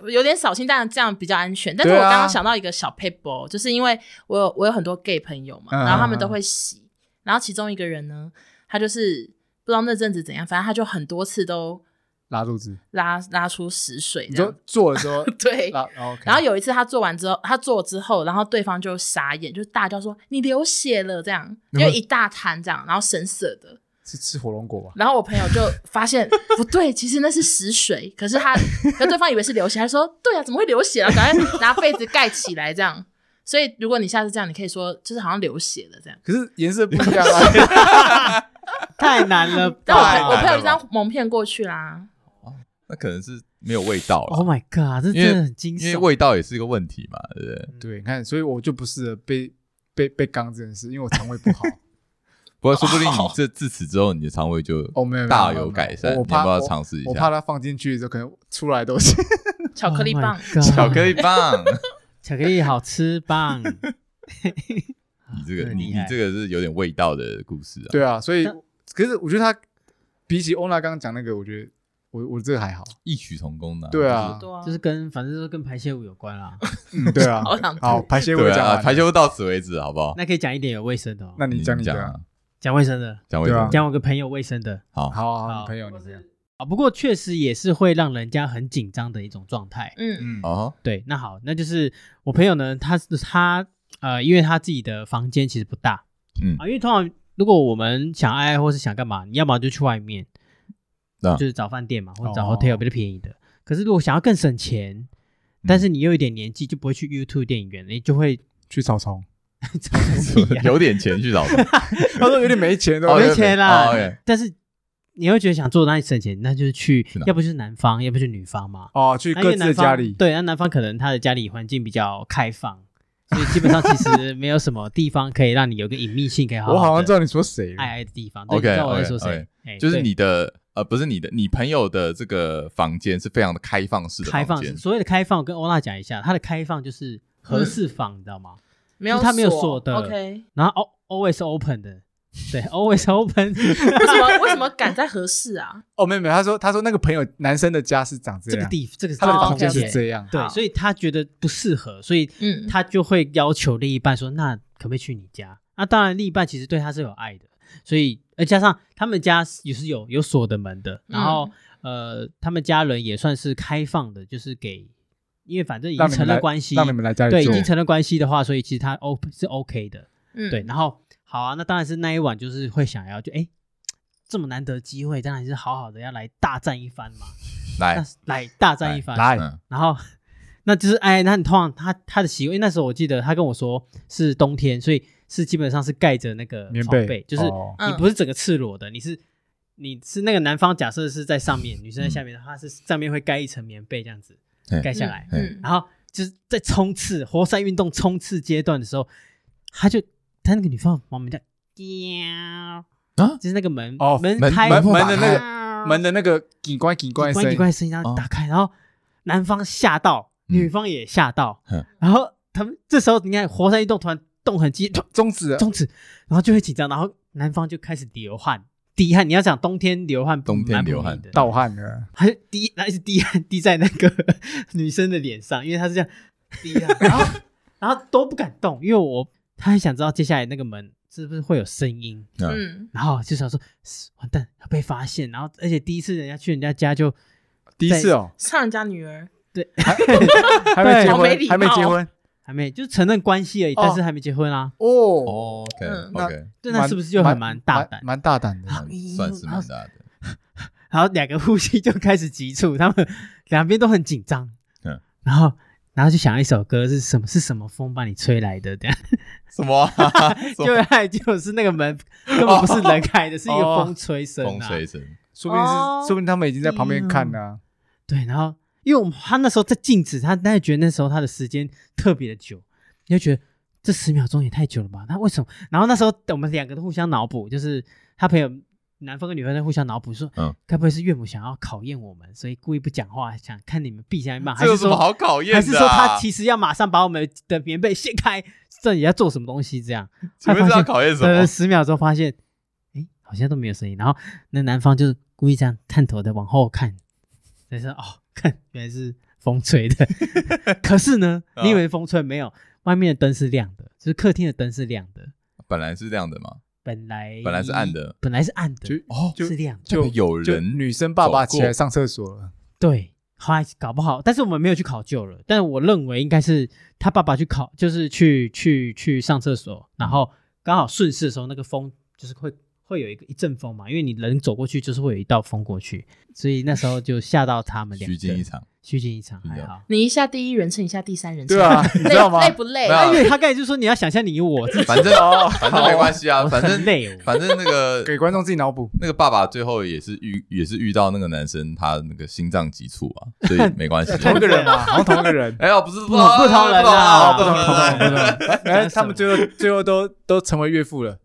[SPEAKER 4] 有点扫兴，但这样比较安全。但是我
[SPEAKER 1] 对啊
[SPEAKER 4] 刚刚想到一个小 paper，、就是因为我有我有很多 gay 朋友嘛，
[SPEAKER 1] 嗯
[SPEAKER 4] 然后他们都会洗，然后其中一个人呢，他就是不知道那阵子怎样，反正他就很多次都
[SPEAKER 1] 拉肚子？
[SPEAKER 4] 拉拉出屎水
[SPEAKER 1] 你
[SPEAKER 4] 这
[SPEAKER 1] 就
[SPEAKER 4] 样，
[SPEAKER 1] 做的时 候
[SPEAKER 4] 对。
[SPEAKER 1] 拉，哦，OK
[SPEAKER 4] 然后有一次他做完之后，他做之后，然后对方就傻眼，就大叫说：“你流血了！”这样，因为一大滩这样，然后神色的。
[SPEAKER 1] 是吃火龙 果吧？
[SPEAKER 4] 然后我朋友就发现不对，其实那是死水，可是他，可对方以为是流血，他说：“对啊，怎么会流血啊？赶快拿被子盖起来。”这样，所以如果你下次这样，你可以说就是好像流血了这样。
[SPEAKER 1] 可是颜色不一 样啊，
[SPEAKER 3] 太难 了哦吧，
[SPEAKER 4] 但我朋
[SPEAKER 2] 太难了
[SPEAKER 4] 我朋友就这样蒙骗过去啦。
[SPEAKER 2] 那可能是没有味
[SPEAKER 1] 哦
[SPEAKER 2] 道了
[SPEAKER 3] Oh，my god，这
[SPEAKER 2] 因为
[SPEAKER 3] 真的很惊
[SPEAKER 2] 因为
[SPEAKER 3] 悚。
[SPEAKER 2] 味道也是一个问题嘛，对不对？
[SPEAKER 1] 对，你看，所以我就不适合被被被刚这件事，因为我肠胃不好。
[SPEAKER 2] 不过说不定你这自此之后，你的肠胃就
[SPEAKER 1] 哦哦，没有没有
[SPEAKER 2] 大
[SPEAKER 1] 没
[SPEAKER 2] 有
[SPEAKER 1] 没
[SPEAKER 2] 改善，你要
[SPEAKER 1] 我我
[SPEAKER 2] 不
[SPEAKER 1] 怕
[SPEAKER 2] 要
[SPEAKER 1] 我
[SPEAKER 2] 尝试一
[SPEAKER 1] 我怕
[SPEAKER 2] 下？
[SPEAKER 1] 它放进去的时候，可能出来都是。
[SPEAKER 4] 巧克力棒
[SPEAKER 3] Oh my god
[SPEAKER 2] 巧克力棒，
[SPEAKER 3] 巧克力好吃 棒。
[SPEAKER 2] 你这个
[SPEAKER 3] 对
[SPEAKER 2] 你
[SPEAKER 3] 厉
[SPEAKER 2] 你
[SPEAKER 3] 害
[SPEAKER 2] 这个是有点味道的故事啊。
[SPEAKER 1] 对啊，所以
[SPEAKER 3] 那
[SPEAKER 1] 可是我觉得他比起欧娜刚刚讲那个，我觉得我我这个 还好。
[SPEAKER 2] 异曲同工的、
[SPEAKER 1] 对，啊，
[SPEAKER 4] 多、啊
[SPEAKER 3] 就是跟反正都是跟排泄物有关啦。
[SPEAKER 1] 嗯，对啊
[SPEAKER 4] 好想。吐
[SPEAKER 1] 好，排泄物
[SPEAKER 2] 对
[SPEAKER 1] 讲
[SPEAKER 2] 啊，
[SPEAKER 1] 完，
[SPEAKER 2] 排球到此为止，好不好？
[SPEAKER 3] 那可以讲一点有卫生的、哦，
[SPEAKER 1] 那你讲你
[SPEAKER 2] 讲
[SPEAKER 1] 讲
[SPEAKER 2] 啊
[SPEAKER 1] 啊，，
[SPEAKER 3] 讲卫生的，
[SPEAKER 2] 讲卫生
[SPEAKER 1] 对啊，
[SPEAKER 3] 讲我个朋友卫生的
[SPEAKER 2] 好，
[SPEAKER 1] 好好好，
[SPEAKER 3] 好
[SPEAKER 1] 你朋友你这样，
[SPEAKER 3] 啊。不过确实也是会让人家很紧张的一种状态。
[SPEAKER 4] 嗯
[SPEAKER 1] 嗯，
[SPEAKER 2] 哦，
[SPEAKER 3] 对，那好，那就是我朋友呢，他他呃，因为他自己的房间其实不大
[SPEAKER 2] 嗯
[SPEAKER 3] 啊，因为通常如果我们想爱或是想干嘛，你要么就去外面，
[SPEAKER 2] 啊、
[SPEAKER 3] 就是找饭店嘛，或者找
[SPEAKER 1] 哦
[SPEAKER 3] hotel 比较便宜的。可是如果想要更省钱，但是你又有一点年纪，就不会去 YouTube 电影院，你就会
[SPEAKER 1] 去草丛。
[SPEAKER 3] 找自己、啊
[SPEAKER 2] 有点钱 去找他，
[SPEAKER 1] 他说有点没钱，对吧
[SPEAKER 2] 哦？
[SPEAKER 3] 没钱啦。
[SPEAKER 2] 哦，OK
[SPEAKER 3] 但是你会觉得想做哪里省钱，那就是去
[SPEAKER 2] 去哪，
[SPEAKER 3] 要不就是南方，要不就是女方嘛。
[SPEAKER 1] 哦，去
[SPEAKER 3] 啊那因
[SPEAKER 1] 各
[SPEAKER 3] 为
[SPEAKER 1] 自
[SPEAKER 3] 南
[SPEAKER 1] 的
[SPEAKER 3] 方
[SPEAKER 1] 家里，
[SPEAKER 3] 对，那南方可能他的家里环境比较开放，所以基本上其 实没有什么地方可以让你有个隐秘性，可以好
[SPEAKER 1] 我好像
[SPEAKER 3] 地
[SPEAKER 1] 知道你说谁
[SPEAKER 3] 爱
[SPEAKER 1] 了，
[SPEAKER 3] 爱的地方。对，你
[SPEAKER 2] OK，
[SPEAKER 3] 知道我在
[SPEAKER 2] OK，
[SPEAKER 3] 说谁
[SPEAKER 2] OK，
[SPEAKER 3] 哎
[SPEAKER 2] 就是
[SPEAKER 3] 对
[SPEAKER 2] 你的呃，不是你的，你朋友的这个房间是非常的开放式的
[SPEAKER 3] 开放
[SPEAKER 2] 间
[SPEAKER 3] 式，，所谓的开放，我跟欧娜讲一下，它的开放就是合适房，你知道 吗？
[SPEAKER 4] 没有
[SPEAKER 3] 就是他没有
[SPEAKER 4] 锁
[SPEAKER 3] 锁的
[SPEAKER 4] OK，
[SPEAKER 3] 然后 al always open 的，对，always open，
[SPEAKER 4] 为什么为什么敢在合适啊？
[SPEAKER 1] 哦，没有没有，他说他说那个朋友男生的家是长这
[SPEAKER 3] 这个
[SPEAKER 1] 样，
[SPEAKER 3] 地哦这个
[SPEAKER 1] 啊他的
[SPEAKER 3] 这个
[SPEAKER 1] 房间
[SPEAKER 3] 空
[SPEAKER 1] 是这样，
[SPEAKER 3] 对，
[SPEAKER 4] 好
[SPEAKER 3] 所以他觉得不适合，所以
[SPEAKER 4] 嗯，
[SPEAKER 3] 他就会要求另一半说：“那可不可以去你家？那、当然，另一半其实对他是有爱的，所以呃加上他们家是也是有有锁的门的，
[SPEAKER 1] 嗯
[SPEAKER 3] 然后、呃他们家人也算是开放的，就是给，因为反正已经
[SPEAKER 1] 让你
[SPEAKER 3] 成
[SPEAKER 1] 们来
[SPEAKER 3] 了关系，
[SPEAKER 1] 让你们来家
[SPEAKER 3] 对
[SPEAKER 1] 里
[SPEAKER 3] 已
[SPEAKER 1] 做
[SPEAKER 3] 经成了关系的话，所以其实他 O 是 OK 的，
[SPEAKER 4] 嗯
[SPEAKER 3] 对，然后好啊，那当然是那一晚就是会想要就哎。这么难得的机会，当然是好好的要来大战一番嘛，
[SPEAKER 2] 来
[SPEAKER 3] 那，来大战一番，
[SPEAKER 1] 哎来，
[SPEAKER 2] 嗯，
[SPEAKER 3] 然后 那就是哎，那你通常他他的习惯，因为那时候我记得他跟我说是冬天，所以是基本上是盖着那个
[SPEAKER 1] 棉
[SPEAKER 3] 床被，
[SPEAKER 1] 被
[SPEAKER 3] 就是
[SPEAKER 1] 哦
[SPEAKER 3] 你不是整个赤裸的，你是你是那个男方假设是在上面，女生在下面的话是上面会盖一层棉被这样子
[SPEAKER 2] 对
[SPEAKER 3] 盖下来，
[SPEAKER 4] 嗯，
[SPEAKER 3] 然后就是在冲刺活塞运动冲刺阶段的时候，他就他那个女方往门这样喵
[SPEAKER 2] 啊
[SPEAKER 3] 就是那个门
[SPEAKER 1] 哦
[SPEAKER 3] 门
[SPEAKER 2] 门
[SPEAKER 3] 开
[SPEAKER 2] 门
[SPEAKER 1] 门
[SPEAKER 2] 的
[SPEAKER 1] 那个
[SPEAKER 3] 个
[SPEAKER 1] 门的那个警官警
[SPEAKER 3] 嗯关
[SPEAKER 1] 官声
[SPEAKER 3] 机
[SPEAKER 1] 音，
[SPEAKER 3] 关声音，然后打开，然后男方吓到，
[SPEAKER 2] 哦嗯
[SPEAKER 3] 女方也吓到
[SPEAKER 2] 哼，
[SPEAKER 3] 然后他们这时候你看活塞运动突然动很激，突
[SPEAKER 1] 终止了，
[SPEAKER 3] 终止，然后就会紧张，然后男方就开始流汗，滴汗。你要讲冬天流汗不，
[SPEAKER 2] 冬天
[SPEAKER 3] 蛮不
[SPEAKER 2] 流
[SPEAKER 3] 容易
[SPEAKER 2] 汗
[SPEAKER 3] 的，
[SPEAKER 1] 盗汗了，
[SPEAKER 3] 他就滴，然后一直滴汗滴在那个 女生的脸上，因为他是这样滴 汗，然后然后都不敢动，因为我他很想知道接下来那个门是不是会有声音，
[SPEAKER 2] 嗯
[SPEAKER 4] 嗯，
[SPEAKER 3] 然后就想说嘶完蛋要被发现，然后而且第一次人家去人家家就。
[SPEAKER 1] 第一次哦，
[SPEAKER 4] 上人家女儿，
[SPEAKER 1] 还没结
[SPEAKER 4] 好没礼
[SPEAKER 1] 婚，还
[SPEAKER 4] 貌
[SPEAKER 1] 没结婚
[SPEAKER 3] 还没，就是承认关系而已，
[SPEAKER 1] 哦
[SPEAKER 3] 但是还没结婚啊。
[SPEAKER 1] 哦，
[SPEAKER 2] 哦，OK
[SPEAKER 4] 嗯
[SPEAKER 2] OK，
[SPEAKER 3] 对，那是不是就很蛮大胆哦
[SPEAKER 1] 蛮？蛮大胆的，
[SPEAKER 3] 咦
[SPEAKER 2] 算是蛮 大的。
[SPEAKER 3] 然后两个呼吸就开始急促，他们两边都很紧张。
[SPEAKER 2] 嗯
[SPEAKER 3] 嗯，然后然后就想一首歌是什么？是什么风把你吹来的？这样，
[SPEAKER 2] 什么啊？什么
[SPEAKER 3] 就 来就是那个门根本不是人开的，是一个风吹声、啊。
[SPEAKER 2] 风吹声？
[SPEAKER 1] 说不定是
[SPEAKER 4] 哦，
[SPEAKER 1] 说不定他们已经在旁边看了啊，
[SPEAKER 3] 对，然后因为我们他那时候在静止，他大家觉得那时候他的时间特别的久，你就觉得这十秒钟也太久了吧？那为什么？然后那时候我们两个都互相脑补，就是他朋友男方跟女方在互相脑补说，
[SPEAKER 2] 嗯
[SPEAKER 3] 嗯，该不会是岳母想要考验我们，所以故意不讲话，想看你们闭上一骂，还
[SPEAKER 2] 这有
[SPEAKER 3] 是
[SPEAKER 2] 什么
[SPEAKER 3] 说
[SPEAKER 2] 好考验的
[SPEAKER 3] 还
[SPEAKER 2] 啊？
[SPEAKER 3] 是说他其实要马上把我们的棉被掀开，这底要做什么东西？这样，
[SPEAKER 2] 请
[SPEAKER 3] 他
[SPEAKER 2] 问
[SPEAKER 3] 发
[SPEAKER 2] 是要
[SPEAKER 3] 现
[SPEAKER 2] 考验 什
[SPEAKER 3] 等
[SPEAKER 2] 么
[SPEAKER 3] 了？ 十秒钟，发现，哎，好像都没有声音。然后那男方就是故意这样探头的往后看，但是哦，看原来是风吹的。 可是呢，
[SPEAKER 2] 啊
[SPEAKER 3] 你以为风吹没有？外面的灯是亮的，就是客厅的灯是亮的。
[SPEAKER 2] 本来是这样的嘛，
[SPEAKER 3] 本来
[SPEAKER 2] 本来是暗，的
[SPEAKER 3] 本来是暗
[SPEAKER 1] 就
[SPEAKER 3] 的，
[SPEAKER 2] 哦，
[SPEAKER 1] 就是
[SPEAKER 3] 亮的。
[SPEAKER 1] 哎就
[SPEAKER 2] 有
[SPEAKER 1] 就
[SPEAKER 2] 人
[SPEAKER 1] 女生爸爸
[SPEAKER 2] 走过
[SPEAKER 1] 起来上厕所了，
[SPEAKER 3] 对，后来搞不好，但是我们没有去考究了。但是我认为应该是他爸爸去考，就是去去去上厕所，然后刚好顺势的时候，那个风就是会会有一个一阵风嘛，因为你人走过去就是会有一道风过去，所以那时候就吓到他们两
[SPEAKER 2] 虚
[SPEAKER 3] 个。
[SPEAKER 2] 惊一，场，
[SPEAKER 3] 虚惊一场
[SPEAKER 2] 真的
[SPEAKER 3] 还好。
[SPEAKER 4] 你一下第一人称，一下第三人称，
[SPEAKER 1] 对啊，你知道吗？啊
[SPEAKER 4] 累累不累？哎
[SPEAKER 2] 没有
[SPEAKER 1] 哎
[SPEAKER 3] 因为他刚才就说你要想象你我自己，
[SPEAKER 2] 反 正反正没关系啊，
[SPEAKER 3] 我
[SPEAKER 2] 反正
[SPEAKER 3] 很累哦
[SPEAKER 2] 反正那个
[SPEAKER 1] 哦给观众自己脑补，
[SPEAKER 2] 那个爸爸最后也是遇也是遇到那个男生他那个心脏急促啊，所以没 关系。。
[SPEAKER 1] 同一个人 嘛，好像同一个人哦
[SPEAKER 2] 哎呦，不是不
[SPEAKER 3] 不不同人啊
[SPEAKER 2] 不同
[SPEAKER 1] 不同不
[SPEAKER 2] 人
[SPEAKER 1] 同
[SPEAKER 2] 啊，
[SPEAKER 1] 不同， 哎，他们最后最后都都成为岳父了，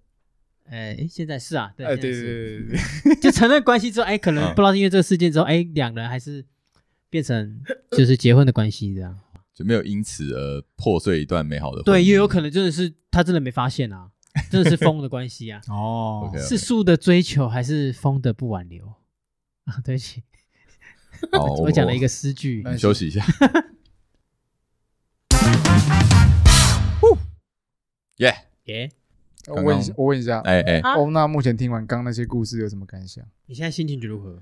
[SPEAKER 3] 哎，诶现在是啊，对，
[SPEAKER 1] 哎，
[SPEAKER 3] 现
[SPEAKER 1] 对
[SPEAKER 3] 在
[SPEAKER 1] 对
[SPEAKER 3] 是
[SPEAKER 1] 对对对，
[SPEAKER 3] 就承认关系之后，哎，可能
[SPEAKER 2] 嗯
[SPEAKER 3] 不知道因为这个事件之后，哎，两人还是变成就是结婚的关系这样。
[SPEAKER 2] 就没有因此而破碎一段美好的
[SPEAKER 3] 对，也有
[SPEAKER 2] 能
[SPEAKER 3] 可能真的是他真的没发现啊，真的是风的关系啊，
[SPEAKER 1] 哦
[SPEAKER 2] OK
[SPEAKER 3] 是树的追求还是风的不挽留啊？对不起，
[SPEAKER 2] 好，
[SPEAKER 3] 我讲了一个诗句
[SPEAKER 1] 那，
[SPEAKER 2] 休息一下。 耶，
[SPEAKER 3] 耶！
[SPEAKER 1] 我问一下，我问一下，
[SPEAKER 2] 哎哎，
[SPEAKER 4] 啊
[SPEAKER 1] 欧娜目前听完刚哦刚那些故事有什么感想？
[SPEAKER 3] 你现在心情如何？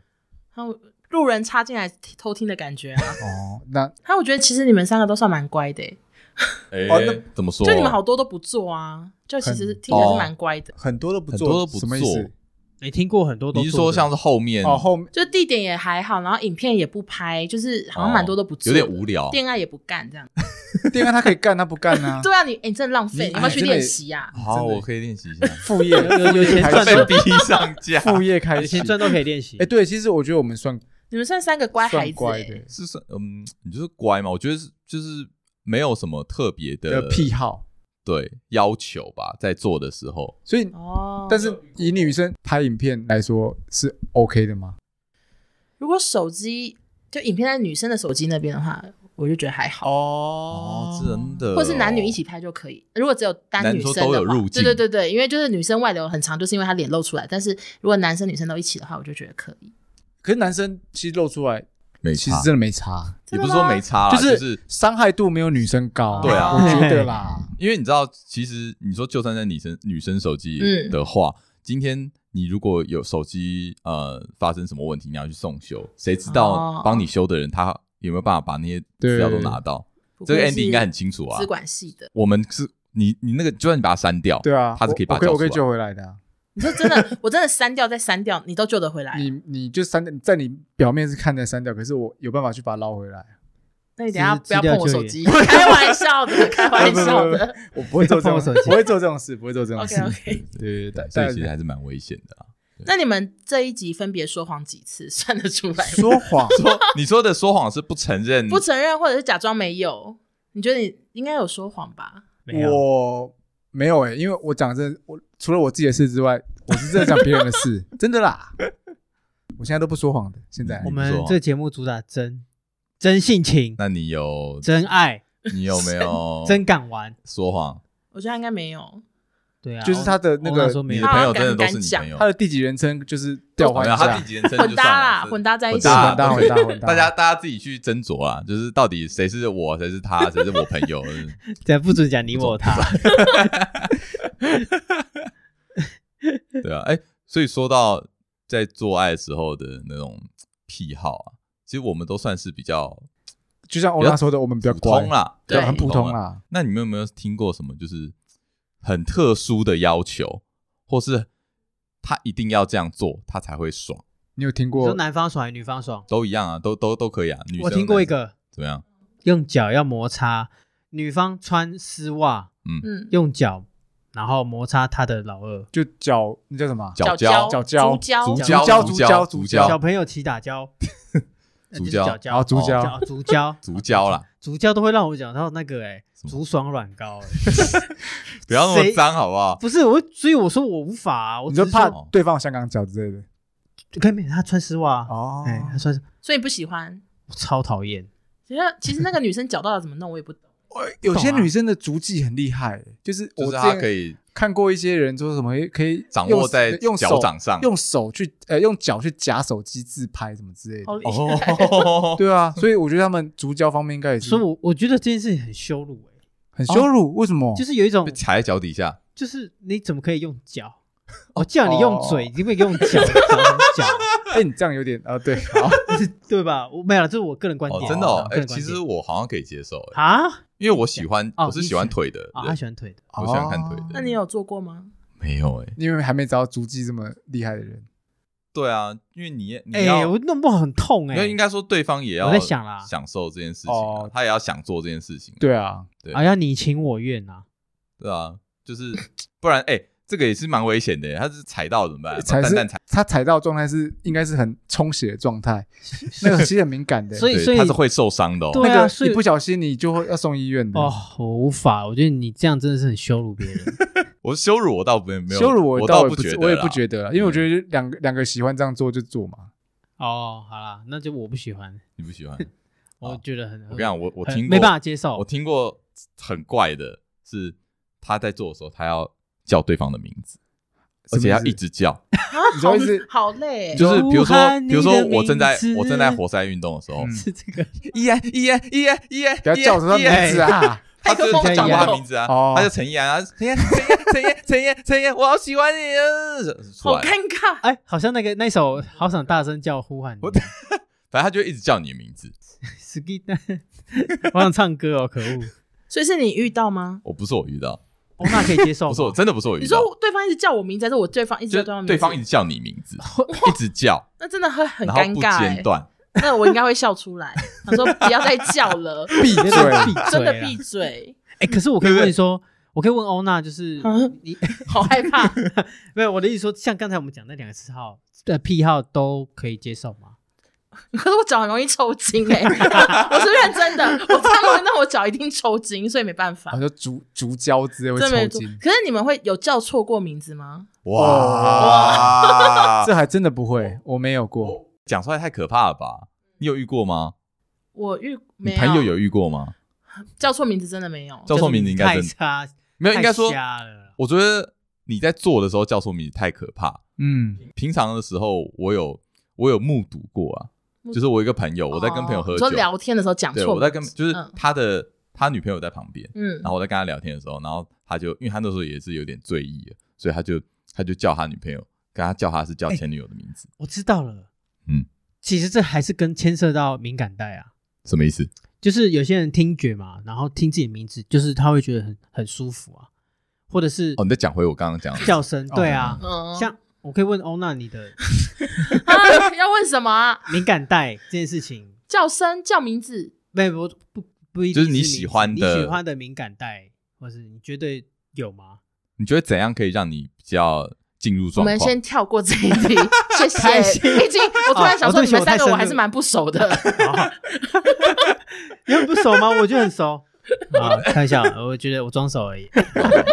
[SPEAKER 4] 还有路人插进来偷听的感觉啊。
[SPEAKER 1] 哦，那
[SPEAKER 4] 还有我觉得其实你们三个都算蛮乖的欸，
[SPEAKER 2] 哎
[SPEAKER 1] 哦那
[SPEAKER 2] 怎么说？
[SPEAKER 4] 就你们好多都不做啊，就其实
[SPEAKER 1] 很
[SPEAKER 4] 听起来是蛮乖的，
[SPEAKER 1] 很多都不
[SPEAKER 2] 很多都不
[SPEAKER 1] 什么意
[SPEAKER 2] 做嗯
[SPEAKER 1] 思？
[SPEAKER 3] 你听过很多都
[SPEAKER 2] 你是说像是后面
[SPEAKER 1] 哦，后面
[SPEAKER 4] 就地点也还好，然后影片也不拍，就是好像蛮多都不做
[SPEAKER 2] 有
[SPEAKER 1] 哦
[SPEAKER 4] 的，
[SPEAKER 2] 点无聊，
[SPEAKER 4] 恋爱也不干这样。
[SPEAKER 1] 电看他可以干，他不干啊，
[SPEAKER 4] 对啊，你哎你真的浪费，
[SPEAKER 1] 你
[SPEAKER 4] 你有没有去
[SPEAKER 1] 哎真的
[SPEAKER 4] 练习啊？
[SPEAKER 2] 好，
[SPEAKER 1] 真的
[SPEAKER 2] 我可以练习一下。
[SPEAKER 1] 副业
[SPEAKER 3] 有有有钱
[SPEAKER 1] 还
[SPEAKER 3] 赚
[SPEAKER 1] 是
[SPEAKER 2] 被
[SPEAKER 3] 的
[SPEAKER 2] 逼上 架，
[SPEAKER 1] 副业开
[SPEAKER 3] 有
[SPEAKER 1] 始
[SPEAKER 3] 钱。赚都可以练习
[SPEAKER 1] 哎，。对，其实我觉得我们算
[SPEAKER 4] 你们算三个乖孩
[SPEAKER 1] 算
[SPEAKER 4] 子
[SPEAKER 1] 乖
[SPEAKER 4] 欸
[SPEAKER 1] 的
[SPEAKER 2] 是算嗯，你就是乖嘛？我觉得是就是没有什么特别的
[SPEAKER 1] 的癖好，
[SPEAKER 2] 对要求吧，在做的时候，
[SPEAKER 1] 所以
[SPEAKER 4] 哦。
[SPEAKER 1] 但是以女生拍影片来说是 OK 的吗？
[SPEAKER 4] 如果手机就影片在女生的手机那边的话，我就觉得还好。
[SPEAKER 2] 哦
[SPEAKER 1] 哦，
[SPEAKER 2] 真的哦，
[SPEAKER 4] 或是男女一起拍就可以。如果只有单女
[SPEAKER 2] 男
[SPEAKER 4] 生
[SPEAKER 2] 女
[SPEAKER 4] 的
[SPEAKER 2] 都有
[SPEAKER 4] 话
[SPEAKER 2] 入，境
[SPEAKER 4] 对对对对，因为就是女生外流很长，就是因为她脸露出来。但是如果男生女生都一起的话，我就觉得可以。
[SPEAKER 1] 可是男生其实露出来
[SPEAKER 2] 没
[SPEAKER 1] 其
[SPEAKER 2] 差
[SPEAKER 1] 实，真的没差，
[SPEAKER 2] 也不是说没差啦，
[SPEAKER 1] 就
[SPEAKER 2] 就是是
[SPEAKER 1] 伤害度没有女生高。
[SPEAKER 2] 对啊
[SPEAKER 1] 我觉 得啦，
[SPEAKER 2] 因为你知道，其实你说就算在女生女生手机
[SPEAKER 4] 嗯
[SPEAKER 2] 的话，今天你如果有手机呃发生什么问题，你要去送修，谁知
[SPEAKER 4] 哦
[SPEAKER 2] 道帮你修的人他有没有办法把那些资料都拿到？
[SPEAKER 4] 不
[SPEAKER 2] 这
[SPEAKER 4] 愧
[SPEAKER 2] 个
[SPEAKER 4] 是
[SPEAKER 2] Andy 应该很清楚啊
[SPEAKER 4] 资。管系的，
[SPEAKER 2] 我们是你你那个，就算你把它删掉，
[SPEAKER 1] 对啊，
[SPEAKER 2] 他是可以把
[SPEAKER 1] 我
[SPEAKER 2] 它
[SPEAKER 1] 可以
[SPEAKER 2] 叫出
[SPEAKER 1] 我可以
[SPEAKER 2] 来。
[SPEAKER 1] 救回来的啊。
[SPEAKER 4] 你说真的，我真的删掉再删掉，你都救得回来。
[SPEAKER 1] 你你就删掉，在你表面是看着删掉，可是我有办法去把它捞回来。
[SPEAKER 4] 那你等一下不要
[SPEAKER 3] 资料
[SPEAKER 4] 碰我
[SPEAKER 3] 救
[SPEAKER 4] 手
[SPEAKER 3] 援
[SPEAKER 4] 机， 开玩笑的，开玩笑
[SPEAKER 1] 不不
[SPEAKER 4] 的。
[SPEAKER 1] 我不会做这 种
[SPEAKER 3] 不要碰我手，机
[SPEAKER 1] 不会做这种事，不会做这种
[SPEAKER 4] OK
[SPEAKER 1] 事。
[SPEAKER 4] OK，
[SPEAKER 1] 对对对，
[SPEAKER 2] 所以
[SPEAKER 1] 但
[SPEAKER 2] 其实还是蛮危险的啊。
[SPEAKER 4] 那你们这一集分别说谎几次，算得出来吗？
[SPEAKER 1] 说谎，
[SPEAKER 2] 说你说的说谎是不承认，
[SPEAKER 4] 不承认或者是假装没有？你觉得你应该有说谎吧？
[SPEAKER 3] 没有，
[SPEAKER 1] 我没有哎、因为我讲真的，我除了我自己的事之外，我是真的讲别人的事，真的啦。我现在都不说谎的，现在
[SPEAKER 3] 我
[SPEAKER 2] 嗯
[SPEAKER 3] 们这节目主打真真性情、
[SPEAKER 2] 那哦你有
[SPEAKER 3] 真爱、
[SPEAKER 2] 你有没有
[SPEAKER 3] 真敢玩。
[SPEAKER 2] 说谎？
[SPEAKER 4] 我觉得他应该没有，
[SPEAKER 3] 对啊，
[SPEAKER 1] 就是他的那个
[SPEAKER 3] 我我哪说没
[SPEAKER 2] 你
[SPEAKER 3] 有
[SPEAKER 2] 的，朋友真的都是你朋友哦
[SPEAKER 1] 他？的第几人称就是调换
[SPEAKER 2] 没
[SPEAKER 1] 一
[SPEAKER 2] 有他
[SPEAKER 1] 下
[SPEAKER 2] 第，几人称就
[SPEAKER 4] 混搭
[SPEAKER 2] 算了
[SPEAKER 4] 啦，
[SPEAKER 2] 是
[SPEAKER 4] 混搭在一
[SPEAKER 2] 混
[SPEAKER 4] 起。
[SPEAKER 1] 啊混
[SPEAKER 2] 搭
[SPEAKER 1] 搭混搭混搭，
[SPEAKER 2] 大家大家自己去斟酌啦，就是到底谁是我，谁是他，谁是我朋 友。嗯
[SPEAKER 3] 对，不准讲你我他。
[SPEAKER 2] 对啊，哎、所以说到在做爱的时候的那种癖好啊，其实我们都算是比较
[SPEAKER 1] 就像欧拉说的，我们比较
[SPEAKER 2] 普
[SPEAKER 1] 乖
[SPEAKER 2] 通，啦，
[SPEAKER 1] 对，
[SPEAKER 4] 对
[SPEAKER 1] 很普通
[SPEAKER 2] 啊。
[SPEAKER 1] 啦。
[SPEAKER 2] 那你们有没有听过什么就是很特殊的要求，或是他一定要这样做，他才会爽？
[SPEAKER 1] 你有听
[SPEAKER 3] 你说
[SPEAKER 1] 过？
[SPEAKER 3] 男方爽还是女方爽？
[SPEAKER 2] 都一样啊，都都都可以啊。女生
[SPEAKER 3] 我听过一
[SPEAKER 2] 男
[SPEAKER 3] 个，
[SPEAKER 2] 生怎么样？
[SPEAKER 3] 用脚要摩擦，女方穿丝袜，
[SPEAKER 4] 嗯，
[SPEAKER 3] 用脚然后摩擦她的老二。
[SPEAKER 1] 就脚，那叫什么？
[SPEAKER 2] 脚
[SPEAKER 4] 胶、
[SPEAKER 1] 脚胶
[SPEAKER 4] 足哦胶、
[SPEAKER 2] 足
[SPEAKER 1] 胶
[SPEAKER 2] 胶、
[SPEAKER 1] 足
[SPEAKER 2] 足
[SPEAKER 1] 胶
[SPEAKER 2] 足
[SPEAKER 1] 足胶
[SPEAKER 3] 小朋友起 打胶，呃
[SPEAKER 2] 足
[SPEAKER 3] 就是
[SPEAKER 2] 胶
[SPEAKER 3] 脚
[SPEAKER 1] 然
[SPEAKER 3] 胶，
[SPEAKER 1] 后足
[SPEAKER 2] 哦
[SPEAKER 1] 胶，
[SPEAKER 3] 脚足 胶，
[SPEAKER 2] 足胶啦，
[SPEAKER 3] 足胶都会让我讲到那个哎，
[SPEAKER 2] 什么
[SPEAKER 3] 足爽软膏哎，
[SPEAKER 2] 不要那么
[SPEAKER 3] 谁
[SPEAKER 2] 脏好不好？
[SPEAKER 3] 不是我，所以我说我无法啊，我
[SPEAKER 1] 你
[SPEAKER 3] 只
[SPEAKER 1] 就是怕
[SPEAKER 3] 说
[SPEAKER 2] 说
[SPEAKER 1] 对方有香港脚之类的
[SPEAKER 3] 可以没有他穿丝袜啊，
[SPEAKER 1] 哦
[SPEAKER 3] 哎，他穿丝
[SPEAKER 4] 所以你不喜欢。
[SPEAKER 3] 我超讨厌，
[SPEAKER 2] 嗯
[SPEAKER 4] 其实其实那个女生脚到底怎么弄，我也不懂。
[SPEAKER 1] 有些
[SPEAKER 3] 懂啊
[SPEAKER 1] 女生的足迹很厉害，就是我
[SPEAKER 2] 就是
[SPEAKER 1] 之
[SPEAKER 2] 他
[SPEAKER 1] 前
[SPEAKER 2] 可 以
[SPEAKER 1] 看过一些人说什么可以
[SPEAKER 2] 掌
[SPEAKER 1] 用
[SPEAKER 2] 握在
[SPEAKER 1] 用手
[SPEAKER 2] 脚掌上
[SPEAKER 1] 用手去呃用脚去夹手机自拍什么之类的。
[SPEAKER 4] 好厉害，
[SPEAKER 2] 哦，
[SPEAKER 1] 对啊，所以我觉得他们足交方面应该也是
[SPEAKER 3] 所以我我觉得这件事情很羞辱哎，
[SPEAKER 1] 很羞辱，为什么？
[SPEAKER 3] 就是有一种
[SPEAKER 2] 哦被踩在脚底下，
[SPEAKER 3] 就是你怎么可以用 脚？我叫你
[SPEAKER 2] 哦
[SPEAKER 3] 用嘴，你会用脚， 讲什么脚，
[SPEAKER 1] 哎，你这样有点啊，对，好，
[SPEAKER 3] 就是对吧？我没有了，这是我个人观
[SPEAKER 2] 哦
[SPEAKER 3] 点，，
[SPEAKER 2] 真的哦
[SPEAKER 3] 我，个
[SPEAKER 2] 哎，
[SPEAKER 3] 人观
[SPEAKER 2] 其
[SPEAKER 3] 点
[SPEAKER 2] 实我好像可以接受，哎，
[SPEAKER 3] 啊
[SPEAKER 2] 因为我喜欢，
[SPEAKER 3] 哦
[SPEAKER 2] 我是喜欢腿的
[SPEAKER 3] 啊，他
[SPEAKER 2] 人，
[SPEAKER 3] 喜欢腿的，
[SPEAKER 2] 我喜欢看腿的
[SPEAKER 1] 哦
[SPEAKER 4] 那你有做过吗？
[SPEAKER 2] 没有哎，
[SPEAKER 1] 因为还没找到足迹这么厉害的人，
[SPEAKER 2] 对啊，因为你你
[SPEAKER 3] 哎，
[SPEAKER 2] 要，
[SPEAKER 3] 我弄不好很痛
[SPEAKER 2] 因为
[SPEAKER 3] 哎
[SPEAKER 2] 应，该说对方也要
[SPEAKER 3] 我在想啦
[SPEAKER 2] 享受这件事情啊
[SPEAKER 1] 哦，
[SPEAKER 2] 他也要想做这件事情，
[SPEAKER 1] 对啊，
[SPEAKER 2] 对
[SPEAKER 3] 啊，要你情我愿 啊，
[SPEAKER 2] 对啊，就是不然哎，这个也是蛮危险的，哎他是踩到怎么办？
[SPEAKER 1] 才
[SPEAKER 2] 把
[SPEAKER 1] 是
[SPEAKER 2] 蛋蛋踩，
[SPEAKER 1] 他呃踩到的状态是应该是很充血的状态，那个其实很敏感的，
[SPEAKER 3] 所以
[SPEAKER 2] 对
[SPEAKER 3] 所以
[SPEAKER 2] 他是会受伤的哦，
[SPEAKER 3] 对
[SPEAKER 1] 那
[SPEAKER 3] 啊，
[SPEAKER 1] 个
[SPEAKER 3] 所以
[SPEAKER 1] 一不小心你就会要送医院的
[SPEAKER 3] 哦，，我无法，我觉得你这样真的是很羞辱别 人。
[SPEAKER 2] 我羞辱我倒没有没有，
[SPEAKER 1] 羞辱
[SPEAKER 2] 我
[SPEAKER 1] 倒也
[SPEAKER 2] 不觉得啦，嗯
[SPEAKER 1] 我也不觉
[SPEAKER 2] 得
[SPEAKER 1] 得啦，因为我觉得两个两个喜欢这样做就做嘛，
[SPEAKER 3] 哦，好啦，那就我不喜欢，
[SPEAKER 2] 你不喜 欢，
[SPEAKER 3] 我觉得很，
[SPEAKER 2] 哦我跟你讲，我我
[SPEAKER 3] 很
[SPEAKER 2] 听过
[SPEAKER 3] 呃没办法接受
[SPEAKER 2] 我。听过很怪的是，他在做的时候，他要叫对方的名字，而且要一直叫，
[SPEAKER 1] 你啊知道意思
[SPEAKER 4] 好累欸，
[SPEAKER 2] 就是比如
[SPEAKER 3] 哎呼
[SPEAKER 2] 说，
[SPEAKER 3] 喊你
[SPEAKER 2] 比
[SPEAKER 3] 的
[SPEAKER 2] 如说我正在
[SPEAKER 3] 名字
[SPEAKER 2] 我正在活塞运动的时候，
[SPEAKER 1] 嗯
[SPEAKER 3] 是这个，
[SPEAKER 2] 依然依然依然依然，
[SPEAKER 1] 不要叫出他名字啊，
[SPEAKER 2] 他就
[SPEAKER 4] 麦克风
[SPEAKER 2] 讲
[SPEAKER 3] 掌
[SPEAKER 2] 他
[SPEAKER 4] 控
[SPEAKER 2] 名字啊
[SPEAKER 1] 哦，
[SPEAKER 2] 他就陈依然啊，陈依然陈依然陈依然陈依然，我好喜欢你啊，出
[SPEAKER 4] 好
[SPEAKER 2] 来，
[SPEAKER 4] 尴尬。
[SPEAKER 3] 哎，好像那个那首《好想大声叫呼喊你
[SPEAKER 2] 我》 反正他就一直叫你的名字。
[SPEAKER 3] s k i 我想唱歌哦，可恶！
[SPEAKER 4] 所以是你遇到吗？
[SPEAKER 2] 我不是我遇到，
[SPEAKER 3] 哦，那可以接受
[SPEAKER 2] 不
[SPEAKER 3] 吗，
[SPEAKER 2] 是我真的不是我
[SPEAKER 4] 你
[SPEAKER 2] 遇到，
[SPEAKER 4] 说对方一直叫我名字，还是我对方一直
[SPEAKER 2] 就
[SPEAKER 4] 叫
[SPEAKER 2] 是
[SPEAKER 4] 对方名字？
[SPEAKER 2] 对方一直叫你名 字，一直叫，
[SPEAKER 4] 那真的会很
[SPEAKER 2] 然后
[SPEAKER 4] 尴
[SPEAKER 2] 不
[SPEAKER 4] 尬
[SPEAKER 2] 间
[SPEAKER 4] 欸。
[SPEAKER 2] 断。
[SPEAKER 4] 那我应该会笑出来。他说不要再叫 了，
[SPEAKER 1] 闭
[SPEAKER 3] 你
[SPEAKER 1] 嘴
[SPEAKER 3] 真，的闭
[SPEAKER 4] 真的
[SPEAKER 3] 嘴啦
[SPEAKER 4] 闭嘴，
[SPEAKER 3] 哎，可是我可以问你说，我可以问欧娜，就是
[SPEAKER 4] 嗯
[SPEAKER 3] 你
[SPEAKER 4] 好害怕。
[SPEAKER 3] 没有我的意思说，像刚才我们讲那两个嗜好的癖好都可以接受吗？
[SPEAKER 4] 可是我脚很容易抽筋 哎、我是认真的，我这样会让我脚一定抽筋，所以没 办法
[SPEAKER 1] 好。像竹竹胶之类会
[SPEAKER 4] 真没
[SPEAKER 1] 抽
[SPEAKER 4] 做
[SPEAKER 1] 筋，
[SPEAKER 4] 可是你们会有叫错过名字吗？
[SPEAKER 2] 哇，
[SPEAKER 1] 这还真的不
[SPEAKER 2] 哦
[SPEAKER 1] 会，我没有过，
[SPEAKER 2] 讲出来太可怕了吧？你有遇过吗？
[SPEAKER 4] 我遇没
[SPEAKER 2] 你
[SPEAKER 4] 有
[SPEAKER 2] 朋友有遇过吗？
[SPEAKER 4] 叫错名字，真的没有。
[SPEAKER 2] 叫错名字应该
[SPEAKER 3] 太
[SPEAKER 2] 真
[SPEAKER 3] 差，
[SPEAKER 2] 没有，应该说
[SPEAKER 3] 太，瞎了啦
[SPEAKER 2] 我觉得你在做的时候叫错名字太可怕。
[SPEAKER 1] 嗯，
[SPEAKER 2] 平常的时候，我有我有目睹过啊，就是我一个朋友，我在跟朋友喝酒，
[SPEAKER 4] 哦说聊天的时候讲
[SPEAKER 2] 对，
[SPEAKER 4] 错名字，
[SPEAKER 2] 我在跟就是
[SPEAKER 4] 嗯
[SPEAKER 2] 他的、他女朋友在旁边，
[SPEAKER 4] 嗯
[SPEAKER 2] 然后我在跟他聊天的时候，然后他就因为他那时候也是有点醉意了，所以他就他就叫他女朋友，跟他叫他是叫
[SPEAKER 3] 哎
[SPEAKER 2] 前女友的名字，
[SPEAKER 3] 我知道了，
[SPEAKER 2] 嗯，
[SPEAKER 3] 其实这还是跟牵涉到敏感带啊，
[SPEAKER 2] 什么意思？
[SPEAKER 3] 就是有些人听觉嘛，然后听自己名字，就是他会觉得很很舒服啊，或者是
[SPEAKER 2] 哦，你再哦讲回我刚刚讲的，
[SPEAKER 3] 叫声，对啊，
[SPEAKER 4] 嗯，
[SPEAKER 3] 像我可以问欧娜你的
[SPEAKER 4] 啊要问什么啊？
[SPEAKER 3] 敏感带这件事情，
[SPEAKER 4] 叫声叫名字，
[SPEAKER 3] 没有不不不一
[SPEAKER 2] 就
[SPEAKER 3] 定
[SPEAKER 2] 是你
[SPEAKER 3] 你
[SPEAKER 2] 喜欢的
[SPEAKER 3] 你喜欢的敏感带，或是你觉得有吗？
[SPEAKER 2] 你觉得怎样可以让你比较进入
[SPEAKER 4] 我
[SPEAKER 2] 状
[SPEAKER 4] 们
[SPEAKER 2] 况
[SPEAKER 4] 先？跳过这一 题，谢谢。
[SPEAKER 3] 开心
[SPEAKER 4] 毕竟我突然想
[SPEAKER 3] 哦哦对
[SPEAKER 4] 说，
[SPEAKER 3] 不
[SPEAKER 4] 你
[SPEAKER 3] 起
[SPEAKER 4] 们三个
[SPEAKER 3] 我太深入
[SPEAKER 4] 我还是蛮不熟的。
[SPEAKER 3] 好你很不熟吗？我觉得很熟。啊，开玩笑，我觉得我装熟而已。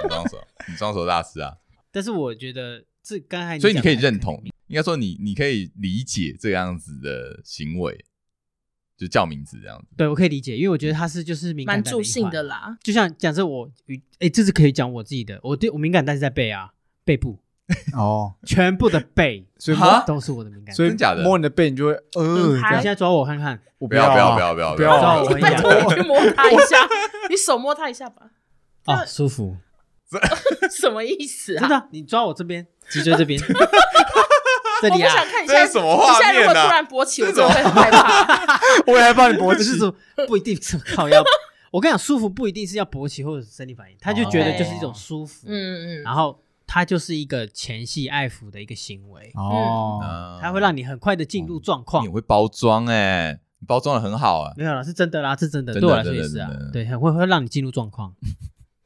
[SPEAKER 2] 你装手，你装手大师啊！
[SPEAKER 3] 但是我觉得这刚才，
[SPEAKER 2] 所以你可以认同，应该说你你可以理解这样子的行为，就叫名字这样子。
[SPEAKER 3] 对我可以理解，因为我觉得他是就是敏感
[SPEAKER 4] 蛮
[SPEAKER 3] 带
[SPEAKER 4] 助
[SPEAKER 3] 一
[SPEAKER 4] 兴
[SPEAKER 3] 环
[SPEAKER 4] 的。啦。
[SPEAKER 3] 就像假设我与哎，这是可以讲我自己的，我对我敏感带是在背啊，背部
[SPEAKER 1] 哦，
[SPEAKER 3] 全部的 背
[SPEAKER 1] 所以
[SPEAKER 2] 哈啊
[SPEAKER 3] 都是我的敏感带。
[SPEAKER 1] 所以
[SPEAKER 2] 真假的
[SPEAKER 1] 摸你的背，你就会呃，
[SPEAKER 4] 嗯
[SPEAKER 1] 这
[SPEAKER 3] 你
[SPEAKER 1] 样
[SPEAKER 3] 现在抓我看看，
[SPEAKER 1] 我
[SPEAKER 2] 不要不要
[SPEAKER 1] 啊
[SPEAKER 2] 不要不要
[SPEAKER 1] 不要啊，
[SPEAKER 3] 不要
[SPEAKER 4] 拜托你去摸 它一下，你手摸它一下吧，
[SPEAKER 2] 啊
[SPEAKER 3] 哦，舒服，
[SPEAKER 4] 什么意思
[SPEAKER 3] 真
[SPEAKER 4] 啊？
[SPEAKER 3] 的啊，你抓我这边，脊椎这 边，这
[SPEAKER 4] 我
[SPEAKER 3] 里
[SPEAKER 4] 不想
[SPEAKER 3] 啊，
[SPEAKER 4] 看你
[SPEAKER 2] 这
[SPEAKER 4] 现在
[SPEAKER 2] 是什么画
[SPEAKER 4] 你现在如果
[SPEAKER 2] 面啊
[SPEAKER 4] 突然勃起，我真的会很害怕。
[SPEAKER 1] 我也害怕你脖
[SPEAKER 3] 这
[SPEAKER 1] 子
[SPEAKER 3] 是什么 不一定是靠腰。我跟你讲，舒服不一定是要勃起或者是生理反应，他就
[SPEAKER 2] 哦
[SPEAKER 3] 觉得就是一种舒服，
[SPEAKER 4] 嗯嗯嗯，
[SPEAKER 3] 然后它就是一个前戏爱抚的一个行为，
[SPEAKER 1] 哦，
[SPEAKER 2] 啊
[SPEAKER 3] 它会让你很快的进入状况
[SPEAKER 2] 哦你。会包装哎、你包装的很好啊。
[SPEAKER 3] 没有啦，是真的啦，是真的，
[SPEAKER 2] 真的
[SPEAKER 3] 对我来说也是啊
[SPEAKER 2] 真的真的，
[SPEAKER 3] 对，很会会让你进入状 况。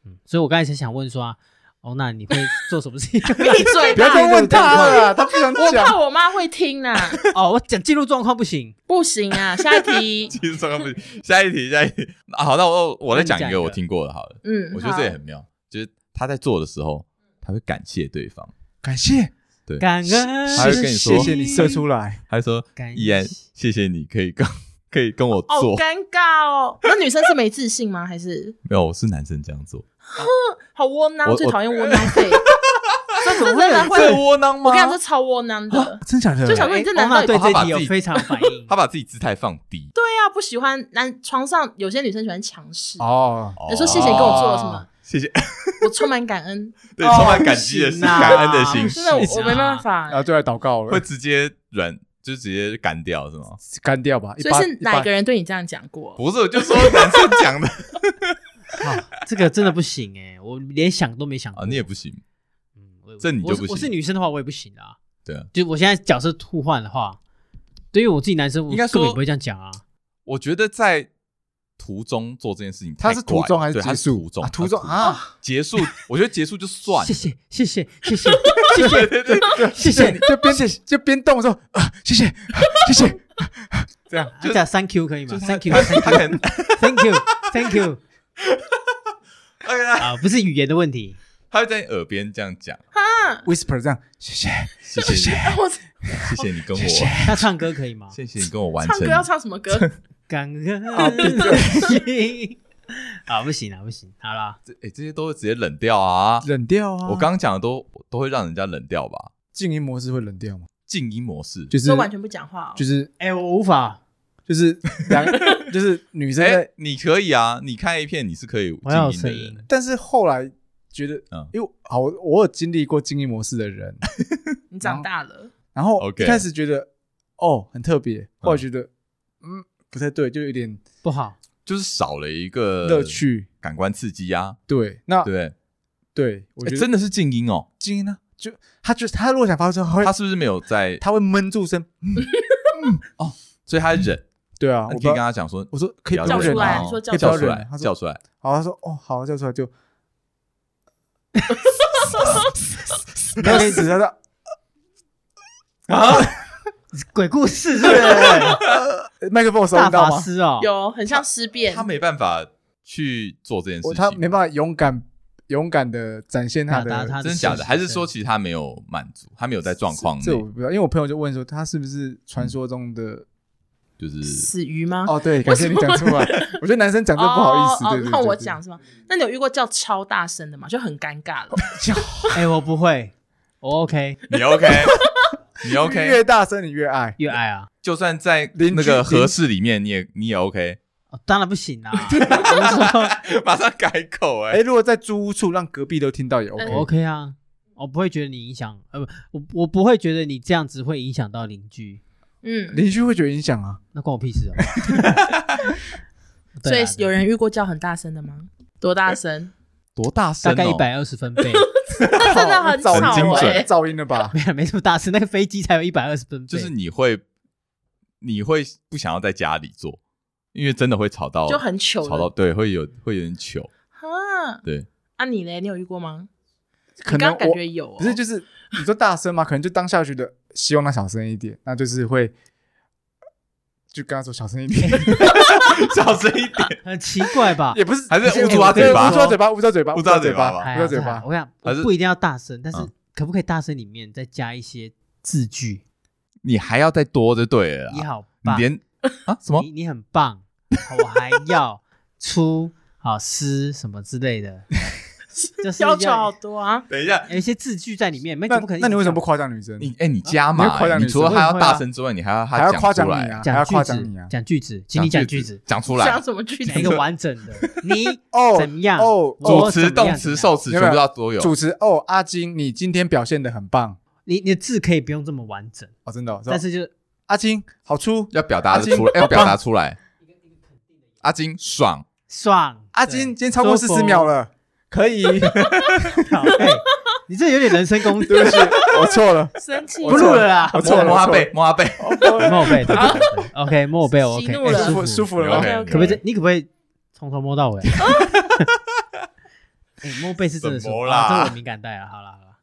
[SPEAKER 3] 嗯，所以我刚才才想问说啊，哦，那你会做什么 事情？
[SPEAKER 4] 闭嘴
[SPEAKER 1] 不要
[SPEAKER 4] 吧！
[SPEAKER 1] 再问他了，他不想
[SPEAKER 4] 我怕
[SPEAKER 1] 讲。
[SPEAKER 4] 我妈会听啊呐，
[SPEAKER 3] 哦，我讲进入状况不行，
[SPEAKER 4] 不行 啊，下一题。
[SPEAKER 2] 其实刚刚不行，下一题，下一题。啊、好，那我我再
[SPEAKER 3] 那你
[SPEAKER 2] 讲
[SPEAKER 3] 讲
[SPEAKER 2] 一
[SPEAKER 3] 一个
[SPEAKER 2] 个我听过的，好了。
[SPEAKER 4] 嗯，
[SPEAKER 2] 我觉得这也很妙，就是他在做的时候，他会感谢对方，
[SPEAKER 1] 感谢，
[SPEAKER 2] 对，
[SPEAKER 3] 感恩
[SPEAKER 2] 还会跟你说
[SPEAKER 1] 谢谢你射出来，
[SPEAKER 2] 他说
[SPEAKER 3] 感
[SPEAKER 2] 依然谢
[SPEAKER 3] 谢
[SPEAKER 2] 谢你可以跟 可以跟我
[SPEAKER 4] 好
[SPEAKER 2] 做，
[SPEAKER 4] 尴尬哦。那女生是没自信吗？还是
[SPEAKER 2] 没有，我是男生这样做，
[SPEAKER 4] 好窝囊？
[SPEAKER 2] 我
[SPEAKER 4] 最
[SPEAKER 2] 我
[SPEAKER 4] 讨厌窝囊废，真的真的会。
[SPEAKER 2] 这窝囊吗？
[SPEAKER 4] 我跟你讲，这超窝囊 的。
[SPEAKER 1] 真假的？
[SPEAKER 4] 就想说你这男
[SPEAKER 3] 欧娜
[SPEAKER 4] 的
[SPEAKER 3] 对
[SPEAKER 2] 哦他
[SPEAKER 3] 这
[SPEAKER 2] 把
[SPEAKER 3] 题有
[SPEAKER 2] 自己
[SPEAKER 3] 非常反 应
[SPEAKER 2] 他，把自己姿态放低，
[SPEAKER 4] 对啊，不喜欢男床上有些女生喜欢强势。
[SPEAKER 1] 哦，
[SPEAKER 4] 你说谢谢你跟我做了什
[SPEAKER 1] 哦
[SPEAKER 4] 么？
[SPEAKER 2] 谢谢，
[SPEAKER 4] 我充满感恩，
[SPEAKER 2] 对，
[SPEAKER 3] 哦
[SPEAKER 2] 充满感激的心，
[SPEAKER 3] 不行啊
[SPEAKER 2] 感恩的心，
[SPEAKER 4] 真的我
[SPEAKER 3] 是啊
[SPEAKER 4] 我没办法
[SPEAKER 1] 然。后就来祷告
[SPEAKER 2] 会
[SPEAKER 1] 了，
[SPEAKER 2] 直接软，就直接干掉是吗？
[SPEAKER 1] 干掉吧。
[SPEAKER 4] 所以是哪个
[SPEAKER 1] 人？
[SPEAKER 4] 人对你这样讲过？
[SPEAKER 2] 不是，我就说男生讲的
[SPEAKER 3] 啊这个真的不行哎，我连想都没想
[SPEAKER 2] 啊
[SPEAKER 3] 过，。
[SPEAKER 2] 你也不行，
[SPEAKER 3] 嗯，我
[SPEAKER 2] 这你就不
[SPEAKER 3] 我是我是
[SPEAKER 2] 行
[SPEAKER 3] 女生的话，我也不行啊。
[SPEAKER 2] 对啊，
[SPEAKER 3] 就我现在角色互换的话，对于我自己男生，我
[SPEAKER 2] 应该
[SPEAKER 3] 根本
[SPEAKER 2] 说
[SPEAKER 3] 不会这样讲啊。
[SPEAKER 2] 我觉得在途中做这件事情太怪
[SPEAKER 1] 他
[SPEAKER 2] 了，
[SPEAKER 1] 是途中还是
[SPEAKER 2] 对他
[SPEAKER 1] 结
[SPEAKER 2] 是
[SPEAKER 1] 束？
[SPEAKER 2] 途中
[SPEAKER 1] 啊，途中啊，
[SPEAKER 2] 结束，我觉得结束就算了，
[SPEAKER 3] 谢谢谢谢谢谢谢 谢
[SPEAKER 2] 对对对，
[SPEAKER 3] 谢谢，
[SPEAKER 1] 就边写就边动的时候啊，谢 谢啊谢谢，这样
[SPEAKER 3] 就讲 Thank you 可以
[SPEAKER 2] 就
[SPEAKER 3] 吗
[SPEAKER 2] 是他
[SPEAKER 3] 啊？Thank you
[SPEAKER 2] 他他可能
[SPEAKER 3] Thank you Thank you
[SPEAKER 2] OK 啊，
[SPEAKER 3] 啊，不是语言的问题，
[SPEAKER 2] 他会在你耳边这样讲，
[SPEAKER 1] whisper 这样，谢谢
[SPEAKER 2] 谢谢你，
[SPEAKER 4] 哎我
[SPEAKER 2] 谢谢你跟我，
[SPEAKER 1] 谢谢
[SPEAKER 3] 那唱歌可以吗？
[SPEAKER 2] 谢谢你跟我完
[SPEAKER 4] 唱
[SPEAKER 2] 成
[SPEAKER 4] 歌，要唱什么歌？
[SPEAKER 3] 感恩的心啊，不行啊不行，好啦，
[SPEAKER 2] 这哎这些都会直接冷掉啊。
[SPEAKER 1] 冷掉啊。
[SPEAKER 2] 我刚刚讲的都都会让人家冷掉吧？
[SPEAKER 1] 静音模式会冷掉吗？
[SPEAKER 2] 静音模式哎
[SPEAKER 1] 就是
[SPEAKER 4] 说完全不讲话哦。
[SPEAKER 1] 就是
[SPEAKER 3] 哎，我无法，
[SPEAKER 1] 就是 两就是女生
[SPEAKER 2] 哎
[SPEAKER 1] 在，，
[SPEAKER 2] 你可以啊，你看 A 片你是可以
[SPEAKER 3] 我要有
[SPEAKER 2] 静音的
[SPEAKER 3] 声音
[SPEAKER 2] 人，，
[SPEAKER 1] 但是后来觉得
[SPEAKER 2] 嗯，
[SPEAKER 1] 因为好，我我有经历过静音模式 的人，
[SPEAKER 4] 你长大了，
[SPEAKER 1] 然后
[SPEAKER 2] OK
[SPEAKER 1] 一开始觉得哦很特别，后来觉得嗯不太对，就有点
[SPEAKER 3] 不好，
[SPEAKER 2] 就是少了一个
[SPEAKER 1] 乐趣。
[SPEAKER 2] 感官刺激啊，
[SPEAKER 1] 对，那
[SPEAKER 2] 呃对不对？
[SPEAKER 1] 对我
[SPEAKER 2] 哎
[SPEAKER 1] 觉得
[SPEAKER 2] 真的是静音哦，
[SPEAKER 1] 静音呢，就他就他如果想发出声，他会
[SPEAKER 2] 他是不是没有在？
[SPEAKER 1] 他会闷住声。
[SPEAKER 2] 所以他忍，
[SPEAKER 1] 对
[SPEAKER 2] 那
[SPEAKER 1] 啊，我
[SPEAKER 2] 你可
[SPEAKER 1] 不知
[SPEAKER 2] 以
[SPEAKER 1] 道
[SPEAKER 2] 跟他讲说，
[SPEAKER 1] 我说可以
[SPEAKER 2] 不
[SPEAKER 1] 不
[SPEAKER 2] 要
[SPEAKER 1] 要
[SPEAKER 2] 忍
[SPEAKER 1] 忍
[SPEAKER 4] 出来
[SPEAKER 1] 啊
[SPEAKER 2] 哦
[SPEAKER 4] 说叫
[SPEAKER 1] 可以不
[SPEAKER 2] 叫
[SPEAKER 1] 要
[SPEAKER 2] 出
[SPEAKER 1] 忍
[SPEAKER 2] 来
[SPEAKER 1] 啊。，他
[SPEAKER 2] 叫
[SPEAKER 1] 说
[SPEAKER 2] 出来，
[SPEAKER 1] 好，他说哦好，叫出来 就，
[SPEAKER 3] 没
[SPEAKER 1] 然后
[SPEAKER 3] 有
[SPEAKER 1] 死他说
[SPEAKER 3] 鬼故事是不是？
[SPEAKER 1] 呃麦克风有收
[SPEAKER 3] 大
[SPEAKER 1] 音到
[SPEAKER 3] 法
[SPEAKER 1] 吗？
[SPEAKER 3] 师哦，
[SPEAKER 4] 有很像尸变
[SPEAKER 2] 他。没办法去做这件事
[SPEAKER 1] 我
[SPEAKER 2] 情，
[SPEAKER 1] 他没办法勇敢勇敢的展现他
[SPEAKER 3] 表达
[SPEAKER 1] 的
[SPEAKER 3] 他法
[SPEAKER 2] 真的假的？
[SPEAKER 3] 是
[SPEAKER 2] 还是说其实他没有满足，他没有在状况内
[SPEAKER 1] 这，我不知道，因为我朋友就问说他是不是传说中的
[SPEAKER 2] 就是
[SPEAKER 4] 死鱼吗？
[SPEAKER 1] 哦，对，感谢你讲出来。我觉得男生讲
[SPEAKER 4] 哦
[SPEAKER 1] 这不好意思，
[SPEAKER 4] 哦
[SPEAKER 1] 对对对，
[SPEAKER 4] 那我
[SPEAKER 1] 对
[SPEAKER 4] 讲是吗？那你有遇过叫超大声的吗？就很尴尬了。
[SPEAKER 3] 哎，我不会，我 OK，
[SPEAKER 2] 你 OK？你 OK，
[SPEAKER 1] 越大声你越爱。
[SPEAKER 3] 越爱啊。
[SPEAKER 2] 就算在
[SPEAKER 1] 邻居
[SPEAKER 2] 那个合适里面，你也你也 OK，
[SPEAKER 3] 哦当然不行啦，我是说
[SPEAKER 2] 马上改口哎、
[SPEAKER 1] 哎，如果在租屋处让隔壁都听到也 OK，
[SPEAKER 4] 嗯
[SPEAKER 3] 我 OK 啊，我不会觉得你影响，呃，不，我我不会觉得你这样子会影响到邻居，
[SPEAKER 4] 嗯，
[SPEAKER 1] 邻居会觉得影响啊。
[SPEAKER 3] 那关我屁事哦。
[SPEAKER 4] 所
[SPEAKER 3] 对
[SPEAKER 4] 以
[SPEAKER 3] 啊哎
[SPEAKER 4] 有人遇过叫很大声的吗？多大声？
[SPEAKER 2] 多大声、
[SPEAKER 3] 大
[SPEAKER 2] 哦？
[SPEAKER 3] 概一百二十分贝，
[SPEAKER 4] 那真的很
[SPEAKER 1] 噪
[SPEAKER 2] 很
[SPEAKER 4] 吵
[SPEAKER 2] 精
[SPEAKER 4] 哎、
[SPEAKER 2] 准
[SPEAKER 1] 音噪音了吧？
[SPEAKER 3] 没有没这么大事，那个飞机才有一百二十分贝，
[SPEAKER 2] 就是你会你会不想要在家里做，因为真的会吵到，
[SPEAKER 4] 就很糗的。
[SPEAKER 2] 吵到对，会有会有点糗，
[SPEAKER 4] 哈，
[SPEAKER 2] 对，
[SPEAKER 4] 啊你嘞？你有遇过吗？
[SPEAKER 1] 可能
[SPEAKER 4] 你刚刚感
[SPEAKER 1] 我
[SPEAKER 4] 觉有、哦，
[SPEAKER 1] 不是就是你说大声嘛，可能就当下觉得希望他小声一点，那就是会就跟他说小声一点，
[SPEAKER 2] 小声一点，
[SPEAKER 3] 很奇怪吧？
[SPEAKER 1] 也不是
[SPEAKER 2] 还是捂
[SPEAKER 1] 不
[SPEAKER 2] 住他
[SPEAKER 1] 对
[SPEAKER 2] 嘴巴
[SPEAKER 1] 捂住他嘴巴，捂住他嘴巴，
[SPEAKER 2] 捂
[SPEAKER 1] 捂
[SPEAKER 2] 住
[SPEAKER 1] 住
[SPEAKER 2] 他
[SPEAKER 1] 他
[SPEAKER 2] 嘴
[SPEAKER 1] 嘴
[SPEAKER 2] 巴
[SPEAKER 1] 巴，
[SPEAKER 2] 吧
[SPEAKER 3] 哎呀
[SPEAKER 1] 捂住他嘴
[SPEAKER 3] 对啊
[SPEAKER 1] 巴。
[SPEAKER 3] 我想
[SPEAKER 2] 还是
[SPEAKER 3] 我不一定要大声，但是
[SPEAKER 2] 嗯
[SPEAKER 3] 可不可以大声里面再加一些字句？
[SPEAKER 2] 你还要再多就对了啦，
[SPEAKER 3] 你好
[SPEAKER 2] 你
[SPEAKER 3] 棒，
[SPEAKER 2] 连啊什么
[SPEAKER 3] 你你很棒，我还要出好诗什么之类的，就是
[SPEAKER 4] 要求好
[SPEAKER 3] 要
[SPEAKER 4] 多啊。
[SPEAKER 2] 等一下，
[SPEAKER 3] 有一些字句在里面，没
[SPEAKER 1] 那
[SPEAKER 3] 怎么可能？
[SPEAKER 1] 哎那你为什么不？夸奖女生？
[SPEAKER 2] 你哎、你加嘛、
[SPEAKER 1] 你会夸奖
[SPEAKER 2] 你
[SPEAKER 1] 女
[SPEAKER 2] 除了
[SPEAKER 1] 生
[SPEAKER 2] 他要
[SPEAKER 3] 会啊
[SPEAKER 2] 大声之外，你还要
[SPEAKER 1] 还
[SPEAKER 2] 他
[SPEAKER 1] 要
[SPEAKER 2] 讲
[SPEAKER 1] 夸
[SPEAKER 2] 出
[SPEAKER 1] 奖
[SPEAKER 2] 来
[SPEAKER 1] 你啊，还
[SPEAKER 3] 讲
[SPEAKER 1] 要
[SPEAKER 3] 句
[SPEAKER 1] 夸奖你
[SPEAKER 3] 子
[SPEAKER 1] 啊，！
[SPEAKER 3] 讲句子，请你讲句子，
[SPEAKER 2] 讲出来
[SPEAKER 4] 讲，什么句
[SPEAKER 3] 讲一
[SPEAKER 4] 子？
[SPEAKER 3] 个完整的。你
[SPEAKER 1] 哦
[SPEAKER 3] 怎样？
[SPEAKER 1] 哦
[SPEAKER 3] 我
[SPEAKER 2] 主
[SPEAKER 1] 哦，
[SPEAKER 2] 词、
[SPEAKER 3] 怎么样
[SPEAKER 2] 动词、受词全部都要都有。
[SPEAKER 1] 主持哦，阿金，你今天表现的很棒
[SPEAKER 3] 你你的字可以不用这么完整，
[SPEAKER 1] 哦，真的哦。
[SPEAKER 3] 但
[SPEAKER 1] 说
[SPEAKER 3] 是就
[SPEAKER 1] 阿金好粗，
[SPEAKER 2] 要表达
[SPEAKER 1] 阿
[SPEAKER 2] 的
[SPEAKER 1] 金
[SPEAKER 2] 出来，要
[SPEAKER 1] 好
[SPEAKER 2] 表达
[SPEAKER 1] 棒
[SPEAKER 2] 出来。阿金爽，
[SPEAKER 3] 爽。
[SPEAKER 1] 阿
[SPEAKER 3] 对
[SPEAKER 1] 金今天超过四十秒，了，可以。
[SPEAKER 3] 舒服好嘿 你这有点人身攻击，
[SPEAKER 1] 对不起， 我错了，
[SPEAKER 4] 生气
[SPEAKER 1] 我
[SPEAKER 3] 不
[SPEAKER 1] 错
[SPEAKER 3] 录了啦啊
[SPEAKER 1] 我错
[SPEAKER 2] 摸
[SPEAKER 1] 了，
[SPEAKER 2] 摸他
[SPEAKER 1] 我错了哦
[SPEAKER 2] 背，摸他背。
[SPEAKER 3] 莫背对对对对，OK，莫背我
[SPEAKER 4] 息
[SPEAKER 3] OK，
[SPEAKER 4] 怒
[SPEAKER 3] 哎
[SPEAKER 4] 了
[SPEAKER 1] 舒服舒服了
[SPEAKER 2] OK，
[SPEAKER 1] 吗？
[SPEAKER 4] OK，OK
[SPEAKER 3] 可不可以再？你可不可以从头摸到尾？ 哎，摸背是真的是，
[SPEAKER 2] 怎么
[SPEAKER 3] 啊
[SPEAKER 2] 啦
[SPEAKER 3] 这我敏感带了。好了好了，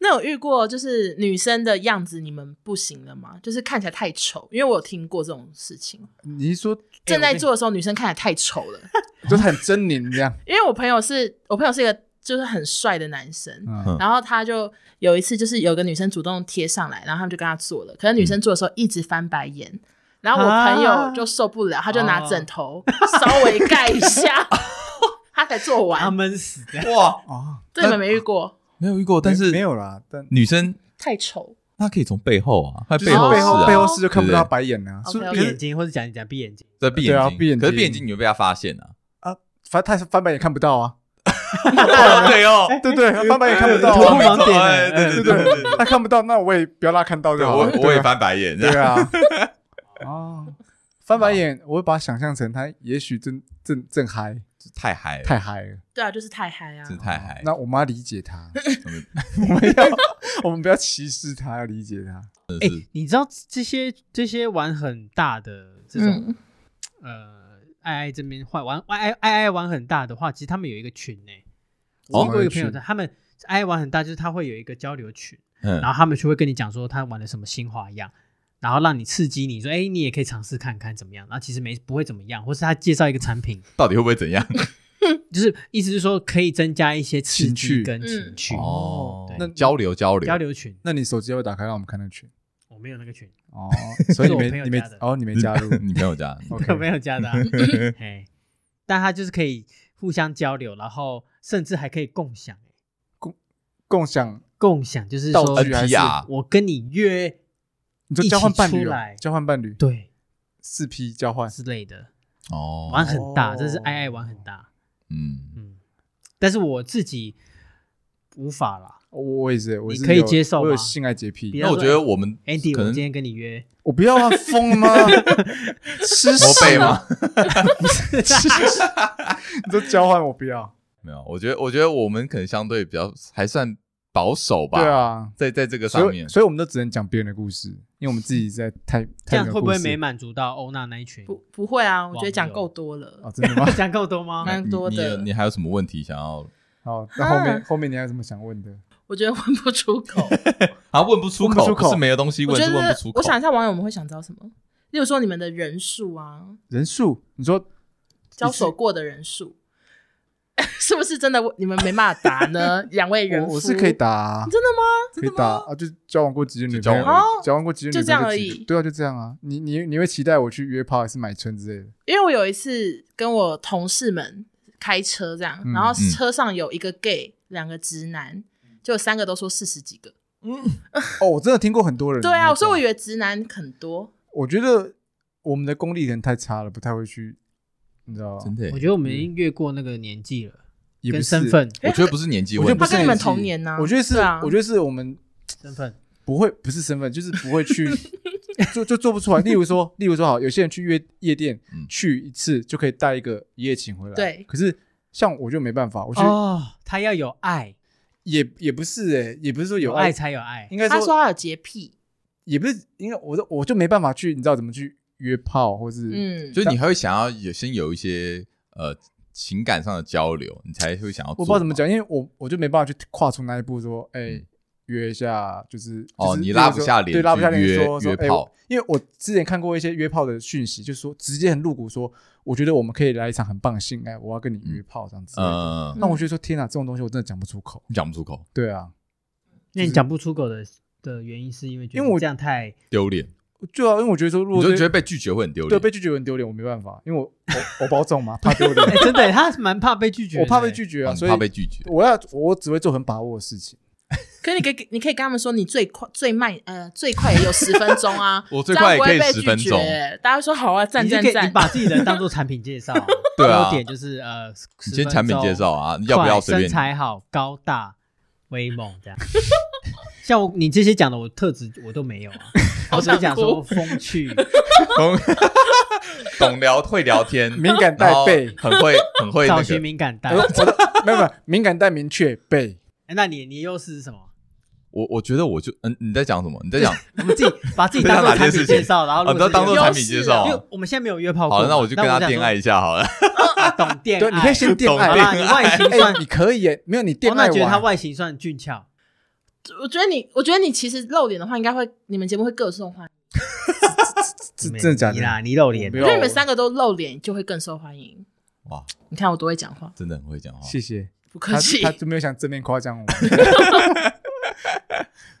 [SPEAKER 4] 那有遇过就是女生的样子你们不行了吗？就是看起来太丑，因为我有听过这种事情。
[SPEAKER 1] 哎你是说
[SPEAKER 4] 正在做的时候，女生看起来太丑了。
[SPEAKER 1] 就是很狰狞这样？
[SPEAKER 4] 因为我朋友是我朋友是一个就是很帅的男生，
[SPEAKER 1] 嗯
[SPEAKER 4] 然后他就有一次就是有个女生主动贴上来，然后他们就跟他做了，可是女生做的时候一直翻白眼。然后我朋友就受不了，他就拿枕头
[SPEAKER 2] 啊
[SPEAKER 4] 稍微盖 一下，他才做
[SPEAKER 3] 把他
[SPEAKER 4] 完。
[SPEAKER 3] 闷死的。
[SPEAKER 2] 哇，
[SPEAKER 1] 哦，
[SPEAKER 4] 对，你们没遇过，
[SPEAKER 2] 没有遇过，但
[SPEAKER 1] 没
[SPEAKER 2] 是
[SPEAKER 1] 没有啦，但
[SPEAKER 2] 女生
[SPEAKER 4] 太丑。
[SPEAKER 2] 她可以从背后啊，她
[SPEAKER 1] 就是
[SPEAKER 2] 后
[SPEAKER 1] 背
[SPEAKER 2] 背
[SPEAKER 1] 后
[SPEAKER 4] 啊
[SPEAKER 1] 背后是就看不到
[SPEAKER 2] 对对
[SPEAKER 1] 白眼
[SPEAKER 2] 啊
[SPEAKER 1] 呢，
[SPEAKER 4] OK，OK
[SPEAKER 3] 闭眼睛，或者讲一讲闭眼睛，
[SPEAKER 2] 在闭
[SPEAKER 1] 对啊
[SPEAKER 2] 眼
[SPEAKER 1] 闭
[SPEAKER 2] 睛，
[SPEAKER 1] 眼
[SPEAKER 2] 可是闭
[SPEAKER 1] 睛
[SPEAKER 2] 眼睛你会被她发现啊。
[SPEAKER 1] 反正他翻白眼看不到啊，
[SPEAKER 2] 对 哦，
[SPEAKER 1] 对不对？他翻白眼看不到
[SPEAKER 3] 哎突破
[SPEAKER 1] 啊，
[SPEAKER 3] 盲点
[SPEAKER 2] 哎对
[SPEAKER 3] 了。
[SPEAKER 1] 对
[SPEAKER 3] 哎
[SPEAKER 1] 不
[SPEAKER 2] 对对对
[SPEAKER 1] 对？他看不到，那我也不要让他看到
[SPEAKER 2] 对
[SPEAKER 1] 就
[SPEAKER 2] 我
[SPEAKER 1] 好了。
[SPEAKER 2] 我也
[SPEAKER 1] 对啊，
[SPEAKER 2] 翻白眼，
[SPEAKER 1] 对啊，哦，翻白眼，我会把它想象成他也许正正正嗨，
[SPEAKER 2] 太嗨了，
[SPEAKER 1] 太嗨了。
[SPEAKER 4] 对啊，就是太嗨啊！
[SPEAKER 2] 真的太嗨。
[SPEAKER 1] 那我们要理解他，
[SPEAKER 2] 嗯
[SPEAKER 1] 我们要我们不要歧视他，要理解他。
[SPEAKER 3] 你知道这些这些玩很大的这种
[SPEAKER 4] 嗯，
[SPEAKER 3] 呃，爱爱这边坏玩爱爱爱爱玩很大的话，其实他们有一个群呢。我
[SPEAKER 1] 哦
[SPEAKER 3] 问过一个朋友，
[SPEAKER 1] 群
[SPEAKER 3] 他他们爱爱玩很大，就是他会有一个交流群。
[SPEAKER 2] 嗯
[SPEAKER 3] 然后他们就会跟你讲说他玩了什么新花样，然后让你刺激你说，哎，你也可以尝试看看怎么样。然后其实没不会怎么样，或是他介绍一个产品，
[SPEAKER 2] 到底会不会怎样？
[SPEAKER 3] 就是意思是说可以增加一些刺
[SPEAKER 1] 情
[SPEAKER 3] 激
[SPEAKER 1] 趣哦
[SPEAKER 3] 跟情
[SPEAKER 4] 嗯
[SPEAKER 3] 趣。对
[SPEAKER 2] 那哦交流交流
[SPEAKER 3] 哦交流群
[SPEAKER 1] 那你手机要不要打开让我们看那群？
[SPEAKER 3] 我没有那个群，
[SPEAKER 1] 哦，所以
[SPEAKER 3] 这是
[SPEAKER 1] 你
[SPEAKER 3] 我朋
[SPEAKER 1] 没
[SPEAKER 3] 友
[SPEAKER 1] 你没
[SPEAKER 3] 加的
[SPEAKER 1] 哦，你没加入
[SPEAKER 2] 你朋友家
[SPEAKER 1] OK
[SPEAKER 3] 我没有加的啊、嘿，但他就是可以互相交流，然后甚至还可以共享。欸
[SPEAKER 1] 共享
[SPEAKER 3] 共享就是
[SPEAKER 1] 道
[SPEAKER 3] 说，
[SPEAKER 1] 具还是
[SPEAKER 2] NTR
[SPEAKER 3] 我跟你约，
[SPEAKER 1] 你说交换伴
[SPEAKER 3] 一起
[SPEAKER 1] 侣
[SPEAKER 3] 出
[SPEAKER 1] 哦
[SPEAKER 3] 来，
[SPEAKER 1] 交换伴侣，
[SPEAKER 3] 对
[SPEAKER 1] 四 P 交换，
[SPEAKER 3] 之类的，
[SPEAKER 2] 哦
[SPEAKER 3] 玩很大，这是
[SPEAKER 1] 哦
[SPEAKER 3] 爱爱玩很大。
[SPEAKER 2] 嗯，
[SPEAKER 3] 嗯，但是我自己无法啦。
[SPEAKER 1] 哦我也是，我
[SPEAKER 3] 你
[SPEAKER 1] 是
[SPEAKER 3] 可以
[SPEAKER 1] 有
[SPEAKER 3] 接受
[SPEAKER 1] 我有
[SPEAKER 3] 吗
[SPEAKER 1] 性爱洁癖
[SPEAKER 3] 别，
[SPEAKER 2] 那我觉得我们
[SPEAKER 3] Andy，
[SPEAKER 2] 可
[SPEAKER 3] 我
[SPEAKER 2] 能
[SPEAKER 3] 今天跟你约，
[SPEAKER 1] 我不要啊，疯了吗？ 吃
[SPEAKER 2] 摸背
[SPEAKER 1] 屎啊！
[SPEAKER 2] 吗？
[SPEAKER 1] 吃屎！你说交换我不要，
[SPEAKER 2] 没有，我觉得我觉得我们可能相对比较还算保守吧。
[SPEAKER 1] 对，啊，
[SPEAKER 2] 在在这个上
[SPEAKER 1] 所以
[SPEAKER 2] 面，
[SPEAKER 1] 所以我们都只能讲别人的故事，因为我们自己在太
[SPEAKER 3] 这
[SPEAKER 1] 太
[SPEAKER 3] 样
[SPEAKER 1] 没有
[SPEAKER 3] 会不会
[SPEAKER 1] 故事
[SPEAKER 3] 没满足到欧娜那一群？
[SPEAKER 4] 不不会啊，我觉得讲
[SPEAKER 3] 网友
[SPEAKER 4] 够多了
[SPEAKER 2] 啊
[SPEAKER 1] 哦，。真 的吗
[SPEAKER 3] ？讲够多
[SPEAKER 1] 哎
[SPEAKER 3] 吗？
[SPEAKER 4] 蛮多
[SPEAKER 2] 哎你
[SPEAKER 4] 的
[SPEAKER 2] 你你还有什么问题想要？
[SPEAKER 1] 好，那后
[SPEAKER 4] 啊
[SPEAKER 1] 面后面你还有什么想问的？
[SPEAKER 4] 我觉得问不出 口。
[SPEAKER 2] 啊，问不出
[SPEAKER 1] 问不
[SPEAKER 2] 口，
[SPEAKER 1] 出口
[SPEAKER 2] 不是没有东西
[SPEAKER 4] 我
[SPEAKER 2] 问，
[SPEAKER 4] 觉
[SPEAKER 2] 是问
[SPEAKER 4] 得
[SPEAKER 2] 不出口。
[SPEAKER 4] 我想一下，网友们会想知道什么？例如说你们的人数啊，
[SPEAKER 1] 人数？你说
[SPEAKER 4] 交手过的人数， 是不是真的？你们没办法答呢？两位人
[SPEAKER 1] 我
[SPEAKER 4] 夫
[SPEAKER 1] 我是可以，打啊，
[SPEAKER 4] 真的吗？
[SPEAKER 1] 可以打啊，就交往过几任女
[SPEAKER 2] 就交
[SPEAKER 1] 朋友
[SPEAKER 2] 往
[SPEAKER 4] 而，已
[SPEAKER 1] 交往过几任女朋友
[SPEAKER 4] 就这样而
[SPEAKER 1] 几
[SPEAKER 4] 已
[SPEAKER 1] 对啊，就这样啊。你你你会期待我去约炮还是买春之类的？
[SPEAKER 4] 因为我有一次跟我同事们开车这样，
[SPEAKER 1] 嗯
[SPEAKER 4] 然后车上有一个 gay，两个直男，就三个都说四十几个，
[SPEAKER 2] 嗯
[SPEAKER 1] 哦，我真的听过很多人。
[SPEAKER 4] 对啊，所以我以为直男很多，
[SPEAKER 1] 我觉得我们的功力可能太差了，不太会去，你知道吗
[SPEAKER 2] 真？的欸。
[SPEAKER 3] 我觉得我们已经越过那个年纪了，
[SPEAKER 1] 嗯也不
[SPEAKER 3] 跟
[SPEAKER 1] 是
[SPEAKER 3] 身，份
[SPEAKER 2] 我觉得不是年纪
[SPEAKER 1] 我
[SPEAKER 2] 问
[SPEAKER 1] 觉
[SPEAKER 2] 题，
[SPEAKER 1] 得不
[SPEAKER 4] 他
[SPEAKER 1] 是
[SPEAKER 4] 跟你们
[SPEAKER 1] 年纪
[SPEAKER 4] 同年呐，
[SPEAKER 1] 我觉得是
[SPEAKER 4] 对啊，，
[SPEAKER 1] 我觉得是我们
[SPEAKER 3] 身份
[SPEAKER 1] 不会，不是身份，就是不会 去，就就做不出来。例如说，例如说，好，有些人去夜夜店
[SPEAKER 2] 嗯
[SPEAKER 1] 去一次就可以带一个一夜情回来，
[SPEAKER 4] 对
[SPEAKER 1] 可是像我就没办法，我觉得
[SPEAKER 3] 哦，他要有爱，
[SPEAKER 1] 也也不是哎，也不是说
[SPEAKER 3] 有
[SPEAKER 1] 爱
[SPEAKER 3] 爱，才有爱。
[SPEAKER 1] 应该
[SPEAKER 4] 他
[SPEAKER 1] 说
[SPEAKER 4] 说他有洁癖，
[SPEAKER 1] 也不是，应该我就我就没办法去，你知道怎么去约炮，或是
[SPEAKER 4] 嗯，
[SPEAKER 2] 就是你还会想要有先有一些呃情感上的交流，你才会想要。
[SPEAKER 1] 我不知道怎么。讲，因为我我就没办法去跨出那一步说，哎、
[SPEAKER 2] 嗯
[SPEAKER 1] 约一下，就是
[SPEAKER 2] 哦
[SPEAKER 1] 就是
[SPEAKER 2] 你
[SPEAKER 1] 例如
[SPEAKER 2] 拉不
[SPEAKER 1] 说
[SPEAKER 2] 下脸
[SPEAKER 1] 对，拉不
[SPEAKER 2] 去
[SPEAKER 1] 下脸
[SPEAKER 2] 约
[SPEAKER 1] 说说
[SPEAKER 2] 约
[SPEAKER 1] 哎
[SPEAKER 2] 炮
[SPEAKER 1] 我因为我之前看过一些约炮的讯息，就说直接很露骨说，我觉得我们可以来一场很棒的性爱，我要跟你约炮这样子。
[SPEAKER 2] 嗯，
[SPEAKER 1] 那我觉得说，天哪，这种东西我真的讲不出口。
[SPEAKER 2] 讲不出口，
[SPEAKER 1] 对啊，
[SPEAKER 3] 那你讲不出口的的原因是因为觉得
[SPEAKER 1] 因为我
[SPEAKER 3] 这样太
[SPEAKER 2] 丢脸，
[SPEAKER 1] 对啊，因为我觉得说，如
[SPEAKER 2] 你
[SPEAKER 1] 果
[SPEAKER 2] 就觉得被
[SPEAKER 1] 对
[SPEAKER 2] 拒绝会很丢
[SPEAKER 1] 对
[SPEAKER 2] 脸。
[SPEAKER 1] 被拒绝很丢脸，我没办法，因为我我我保重嘛，怕丢
[SPEAKER 3] 哎、
[SPEAKER 1] 脸，
[SPEAKER 3] 真的，他蛮怕被拒绝，欸
[SPEAKER 1] 我怕被。拒绝
[SPEAKER 2] 啊
[SPEAKER 1] 啊，
[SPEAKER 2] 你
[SPEAKER 1] 所以
[SPEAKER 2] 怕被拒绝。，
[SPEAKER 1] 我要我只会做很把握的 事情。
[SPEAKER 4] 可是你可以你可以跟他们说，你最快最慢呃最快也有十分钟啊
[SPEAKER 2] 我最快也可以
[SPEAKER 4] 这样不会被
[SPEAKER 2] 10分钟
[SPEAKER 4] 拒绝大家说好啊，赞
[SPEAKER 3] 你就
[SPEAKER 4] 赞
[SPEAKER 3] 可以你
[SPEAKER 4] 赞，
[SPEAKER 3] 把自己人当做产品介 绍，
[SPEAKER 2] 对啊
[SPEAKER 3] 优点就是呃，
[SPEAKER 2] 你
[SPEAKER 3] 10
[SPEAKER 2] 先产品
[SPEAKER 3] 分钟
[SPEAKER 2] 介绍啊，要不要随
[SPEAKER 3] 快
[SPEAKER 2] 便你？
[SPEAKER 3] 身材好、高大、威猛 这样。像我你这些讲的，我特质我都 没有啊，我只是讲说风趣，
[SPEAKER 2] 懂 懂聊会聊天，
[SPEAKER 1] 敏感带背
[SPEAKER 2] 然后很会很会那
[SPEAKER 3] 找寻
[SPEAKER 2] 个。
[SPEAKER 3] 敏感带
[SPEAKER 1] 我。我的没有没有敏感但明确背。
[SPEAKER 3] 哎那你你优势是什么？
[SPEAKER 2] 我我觉得我就嗯，你在讲什么？你在讲
[SPEAKER 3] 我 们自己把自己当做产品介绍，然后
[SPEAKER 2] 啊，
[SPEAKER 3] 如
[SPEAKER 2] 你
[SPEAKER 3] 果
[SPEAKER 2] 要
[SPEAKER 3] 是
[SPEAKER 2] 当做
[SPEAKER 4] 优
[SPEAKER 2] 产品
[SPEAKER 4] 势
[SPEAKER 2] 介绍
[SPEAKER 4] 啊
[SPEAKER 3] 因
[SPEAKER 2] 啊
[SPEAKER 3] 为。我们现在没有约炮过
[SPEAKER 2] 好
[SPEAKER 3] 嘛，
[SPEAKER 2] 了，那我就跟他
[SPEAKER 3] 想说
[SPEAKER 2] 恋爱一下好了。
[SPEAKER 3] 啊，懂恋爱，
[SPEAKER 1] 对，你可以先恋
[SPEAKER 2] 懂
[SPEAKER 1] 爱
[SPEAKER 3] 好
[SPEAKER 2] 恋
[SPEAKER 1] 吧。
[SPEAKER 3] 啦，你外形
[SPEAKER 1] 哎、
[SPEAKER 3] 算，
[SPEAKER 1] 你可以耶，没有你恋
[SPEAKER 3] 哦
[SPEAKER 1] 爱
[SPEAKER 3] 那觉得他
[SPEAKER 1] 完，
[SPEAKER 3] 外形算俊俏，
[SPEAKER 4] 我觉得你我觉得你其实露脸的话，应该会你们节目会更受欢迎，
[SPEAKER 1] 真
[SPEAKER 3] 没
[SPEAKER 1] 真的假
[SPEAKER 3] 你
[SPEAKER 1] 的？
[SPEAKER 3] 啦，你露脸
[SPEAKER 1] 不
[SPEAKER 4] 因
[SPEAKER 1] 要
[SPEAKER 4] 为你们三个都露脸就会更受欢迎。
[SPEAKER 2] 哇，
[SPEAKER 4] 你看我多会讲话，
[SPEAKER 2] 真的很会讲话。
[SPEAKER 1] 谢谢，
[SPEAKER 4] 不
[SPEAKER 1] 他
[SPEAKER 4] 客气
[SPEAKER 1] 他。就没有想正面夸奖我。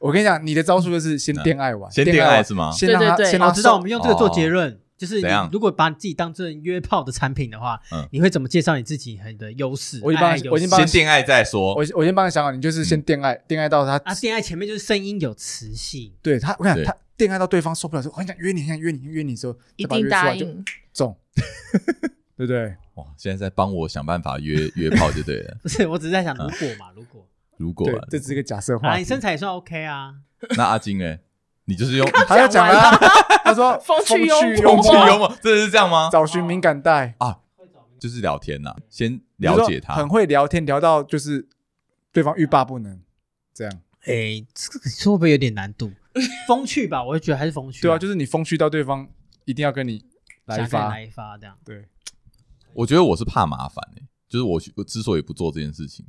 [SPEAKER 1] 我跟你讲，你的招数就是先恋爱完，
[SPEAKER 2] 先
[SPEAKER 1] 恋
[SPEAKER 2] 恋爱
[SPEAKER 1] 完
[SPEAKER 2] 是吗
[SPEAKER 1] 先让他，
[SPEAKER 4] 对对对
[SPEAKER 1] 先让
[SPEAKER 3] 我
[SPEAKER 1] 他
[SPEAKER 3] 哦知道，
[SPEAKER 1] 受
[SPEAKER 3] 我们用这个做结论，就是你
[SPEAKER 2] 哦怎样
[SPEAKER 3] 如果把你自己当成约炮的产品的话，
[SPEAKER 2] 嗯
[SPEAKER 3] 你会怎么介绍你自己和你的优势？
[SPEAKER 1] 我已经帮
[SPEAKER 3] 爱爱优势
[SPEAKER 1] 我已经帮
[SPEAKER 2] 先恋爱再说。
[SPEAKER 1] 我我先帮你想好，你就是
[SPEAKER 2] 嗯
[SPEAKER 1] 先恋爱，恋爱到他，
[SPEAKER 3] 啊，恋爱前面就是声音有磁性，
[SPEAKER 1] 对他，我跟你
[SPEAKER 2] 对
[SPEAKER 1] 讲，他恋爱到对方受不了，说我很想约你，很想约你，约你的时候，
[SPEAKER 4] 一
[SPEAKER 1] 再把他
[SPEAKER 4] 定
[SPEAKER 1] 约出
[SPEAKER 4] 答
[SPEAKER 1] 来就
[SPEAKER 4] 应，
[SPEAKER 1] 中，对不对？
[SPEAKER 2] 哇，现在在帮我想办法约约炮就对了。
[SPEAKER 3] 不是，我只是在想如果嘛，如果
[SPEAKER 2] 如果
[SPEAKER 1] 对
[SPEAKER 2] 啊，
[SPEAKER 1] 这只是一个假设
[SPEAKER 3] 啊，
[SPEAKER 1] 话
[SPEAKER 3] 你。身材也算 OK 啊，
[SPEAKER 2] 那阿金哎，你就是用
[SPEAKER 1] 他在讲啊，他说
[SPEAKER 4] 风趣幽默
[SPEAKER 2] 风
[SPEAKER 1] 幽
[SPEAKER 2] 趣幽默，真的是这样吗？
[SPEAKER 1] 找寻敏感带。
[SPEAKER 2] 就是聊天呐，先了解他
[SPEAKER 1] 很。会聊天，聊到就是对方欲罢不能，这样
[SPEAKER 3] 诶，这个会不会有点难 度？风趣吧，我会觉得还是风趣，
[SPEAKER 1] 对啊，
[SPEAKER 3] 是
[SPEAKER 1] 就是你风趣到对方一定要跟你来一发
[SPEAKER 3] 来，一发这样。
[SPEAKER 1] 对，
[SPEAKER 2] 我觉得我是怕麻烦哎，就是我去我之所以不做这件事情，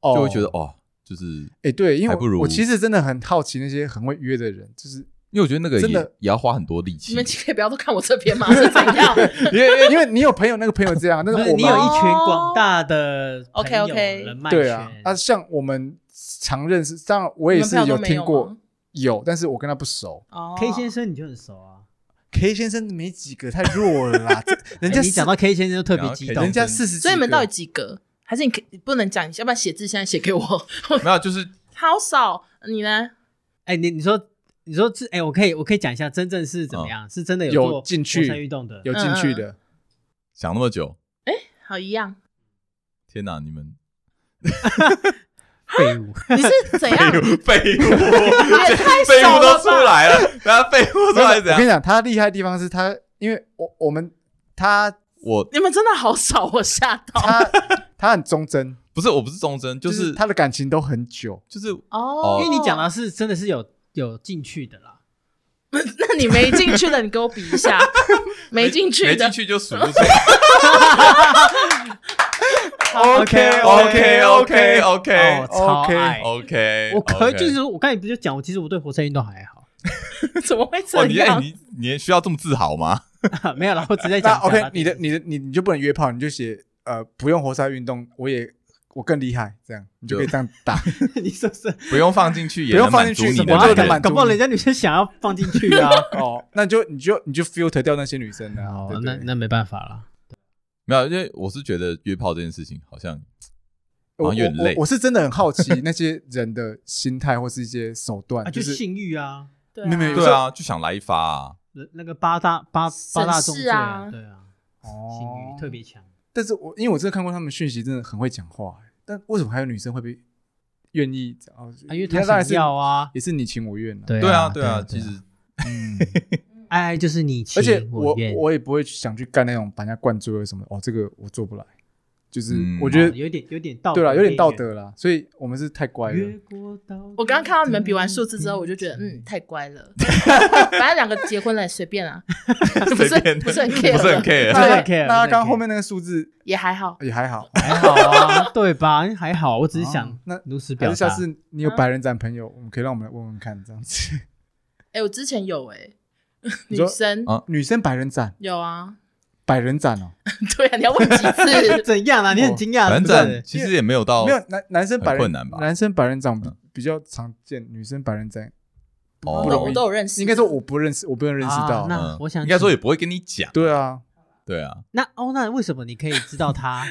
[SPEAKER 1] 哦
[SPEAKER 2] 就会觉得哦，就是
[SPEAKER 1] 哎，对，因为
[SPEAKER 2] 还不如
[SPEAKER 1] 我我其实真的很好奇那些很会约的人，就是
[SPEAKER 2] 因为我觉得那个也
[SPEAKER 1] 真的
[SPEAKER 2] 也要花很多力
[SPEAKER 4] 你
[SPEAKER 2] 气
[SPEAKER 4] 们。可以不要都看我这边吗？是怎样？
[SPEAKER 1] 因为因为你有朋友那个朋友这 样，但
[SPEAKER 3] 不
[SPEAKER 1] 是
[SPEAKER 3] 是
[SPEAKER 1] 我
[SPEAKER 3] 你有
[SPEAKER 1] 们啊
[SPEAKER 3] 一群广大的朋友
[SPEAKER 4] OK，OK
[SPEAKER 3] 人脉
[SPEAKER 1] 对啊
[SPEAKER 3] 圈，
[SPEAKER 1] 啊，像我们常认识，当然我也
[SPEAKER 4] 你们
[SPEAKER 1] 是
[SPEAKER 4] 朋友都没
[SPEAKER 1] 听
[SPEAKER 4] 有
[SPEAKER 1] 过
[SPEAKER 4] 吗
[SPEAKER 1] 有，但是我跟他不熟。
[SPEAKER 4] 哦
[SPEAKER 3] K 先生你就很熟啊，
[SPEAKER 1] K 先生没几个，太弱了啦，这 人家
[SPEAKER 4] 哎
[SPEAKER 3] 诶你
[SPEAKER 1] 四
[SPEAKER 3] 讲到 K 先生就特别激
[SPEAKER 2] 讲到
[SPEAKER 3] 动，
[SPEAKER 1] 人家
[SPEAKER 2] 真
[SPEAKER 1] 四十，
[SPEAKER 4] 所以你们到底几个？还是你可以不能讲，要不然写字现在写给我，
[SPEAKER 2] 没有，就是
[SPEAKER 4] 好少。你呢？
[SPEAKER 3] 哎、你你说你说这哎、我可以我可以讲一下，真正是怎么样？是真的
[SPEAKER 1] 有
[SPEAKER 3] 做
[SPEAKER 1] 进去
[SPEAKER 3] 活塞运动的，
[SPEAKER 1] 有进去的？
[SPEAKER 2] 想那么久，
[SPEAKER 4] 好一样。
[SPEAKER 2] 天哪！你 们
[SPEAKER 3] 废物。
[SPEAKER 4] 你是怎样？
[SPEAKER 2] 废物， 废
[SPEAKER 4] 少
[SPEAKER 2] 物
[SPEAKER 4] 了
[SPEAKER 2] 都
[SPEAKER 4] 吧
[SPEAKER 2] 出来了，然后废物出
[SPEAKER 1] 没有
[SPEAKER 2] 来是怎
[SPEAKER 1] 我跟
[SPEAKER 2] 样？
[SPEAKER 1] 你讲，他厉害的地方是他，因为我我们他
[SPEAKER 2] 我
[SPEAKER 4] 你们真的好少，我吓 到。
[SPEAKER 1] 他他很忠贞，
[SPEAKER 2] 不是我不是忠贞，就
[SPEAKER 1] 就是他的感情都很久。
[SPEAKER 2] 就是
[SPEAKER 4] 哦，
[SPEAKER 3] 因为你讲的，是真的是有有进去的啦，
[SPEAKER 4] 那你没进去的，你给我比一下，没进去
[SPEAKER 2] 没
[SPEAKER 4] 的
[SPEAKER 2] 进，去就数 不出。OK OK
[SPEAKER 3] OK，OK，OK，OK
[SPEAKER 2] OK
[SPEAKER 3] 哦，超
[SPEAKER 1] OK，
[SPEAKER 3] 爱。
[SPEAKER 2] OK，
[SPEAKER 3] 我可以
[SPEAKER 2] OK
[SPEAKER 3] 就是我刚才不就讲，我其实我对活塞运动还好，
[SPEAKER 4] 怎么会
[SPEAKER 2] 哇，
[SPEAKER 4] 这
[SPEAKER 2] 你哎
[SPEAKER 4] 样？
[SPEAKER 2] 你你需要这么自豪 吗？
[SPEAKER 3] 没有啦，我只在
[SPEAKER 1] 那
[SPEAKER 3] 讲。
[SPEAKER 1] OK，
[SPEAKER 3] 讲
[SPEAKER 1] 你的你的你你就不能约炮，你就写呃不用活塞运动，我也我更厉害，这样你就可以这样打。
[SPEAKER 3] 你说是，啊
[SPEAKER 2] 不用放进去也
[SPEAKER 1] 不用
[SPEAKER 2] 能
[SPEAKER 1] 放
[SPEAKER 2] 满
[SPEAKER 1] 进
[SPEAKER 2] 足
[SPEAKER 1] 去
[SPEAKER 2] 你
[SPEAKER 1] 什
[SPEAKER 2] 的
[SPEAKER 1] 么啊
[SPEAKER 2] 男
[SPEAKER 1] 都能
[SPEAKER 2] 人
[SPEAKER 1] 满足
[SPEAKER 3] 搞不好人家女生想要放进去 啊。
[SPEAKER 1] 哦，那就你就你就 filter 掉那些女生啊。
[SPEAKER 3] 哦
[SPEAKER 1] 对，
[SPEAKER 3] 那
[SPEAKER 1] 对
[SPEAKER 3] 那没办法了。
[SPEAKER 2] 没有，因为我是觉得约炮这件事情好像好
[SPEAKER 1] 我
[SPEAKER 2] 像有点
[SPEAKER 1] 我
[SPEAKER 2] 累
[SPEAKER 1] 我是真的很好奇那些人的心态或是一些手段
[SPEAKER 3] 啊，，就
[SPEAKER 1] 就是
[SPEAKER 3] 性欲啊，
[SPEAKER 4] 对
[SPEAKER 1] 没有没有
[SPEAKER 2] 对啊，就想来一发啊。
[SPEAKER 3] 那那个八大八八大重罪
[SPEAKER 4] 省事啊
[SPEAKER 3] 对啊，性
[SPEAKER 1] 哦
[SPEAKER 3] 欲特别强。
[SPEAKER 1] 但是我因为我真的看过他们讯息，真的很会讲话、欸但为什么还有女生会被愿意讲？哦
[SPEAKER 3] 啊，因为
[SPEAKER 1] 那
[SPEAKER 3] 他
[SPEAKER 1] 当然
[SPEAKER 3] 想
[SPEAKER 1] 是
[SPEAKER 3] 要啊，
[SPEAKER 1] 也是你情我愿的、
[SPEAKER 3] 对
[SPEAKER 2] 对
[SPEAKER 3] 啊，
[SPEAKER 2] 啊，对啊，其实
[SPEAKER 1] 嗯，
[SPEAKER 3] 爱爱就是你情
[SPEAKER 1] 而且我
[SPEAKER 3] 愿
[SPEAKER 1] 我也不会去想去干那种把人家灌醉或什么的。哦，这个我做不来，就是
[SPEAKER 2] 嗯
[SPEAKER 1] 我觉
[SPEAKER 3] 哦
[SPEAKER 1] 得、
[SPEAKER 3] 有点有点道德，
[SPEAKER 1] 对了，有点道。德啦，所以我们是太乖了
[SPEAKER 3] 越。过道德
[SPEAKER 4] 我刚刚看到你们比完数字之后，我就觉得嗯，太乖了。 反正两个结婚了，随便 啊，不
[SPEAKER 2] 随
[SPEAKER 4] 是
[SPEAKER 2] 便
[SPEAKER 4] 不是很 care，
[SPEAKER 2] 不是很 care
[SPEAKER 3] 真的
[SPEAKER 1] 那
[SPEAKER 4] 对，
[SPEAKER 3] care，
[SPEAKER 1] 那
[SPEAKER 3] 真的
[SPEAKER 1] 刚
[SPEAKER 3] care
[SPEAKER 1] 后面那个数字
[SPEAKER 4] 也还好。
[SPEAKER 1] 也还好，
[SPEAKER 3] 还好啊，对吧？还好，我只是
[SPEAKER 1] 哦
[SPEAKER 3] 想
[SPEAKER 1] 那
[SPEAKER 3] 如实
[SPEAKER 1] 还
[SPEAKER 3] 表
[SPEAKER 1] 是下
[SPEAKER 3] 达。
[SPEAKER 1] 次你有百人斩朋友，我们可以让我们来问问看，这样子。
[SPEAKER 4] 哎，我之前有哎，
[SPEAKER 1] 你
[SPEAKER 4] 女
[SPEAKER 1] 说
[SPEAKER 4] 生
[SPEAKER 3] 哦
[SPEAKER 2] 啊
[SPEAKER 1] 女生百人斩，
[SPEAKER 4] 有啊，
[SPEAKER 1] 百人斩哦，
[SPEAKER 4] 对啊，你要问几 次？
[SPEAKER 3] 怎样啊？你很惊讶，
[SPEAKER 2] 反
[SPEAKER 3] 是不
[SPEAKER 2] 正
[SPEAKER 3] 是？
[SPEAKER 2] 其实也没有到
[SPEAKER 1] 没有男男生百人
[SPEAKER 2] 哦很困难吧
[SPEAKER 1] 男生百人斩比
[SPEAKER 2] 嗯
[SPEAKER 1] 比较常见，女生百人斩
[SPEAKER 2] 哦
[SPEAKER 4] 我都我都有认识，
[SPEAKER 1] 应该说我不认识，我不能认识
[SPEAKER 3] 啊
[SPEAKER 1] 到。
[SPEAKER 3] 那
[SPEAKER 2] 嗯
[SPEAKER 3] 我想
[SPEAKER 2] 应该说也
[SPEAKER 3] 请
[SPEAKER 2] 不会跟你讲，
[SPEAKER 1] 对啊，
[SPEAKER 2] 对啊，
[SPEAKER 3] 那哦，那为什么你可以知道他？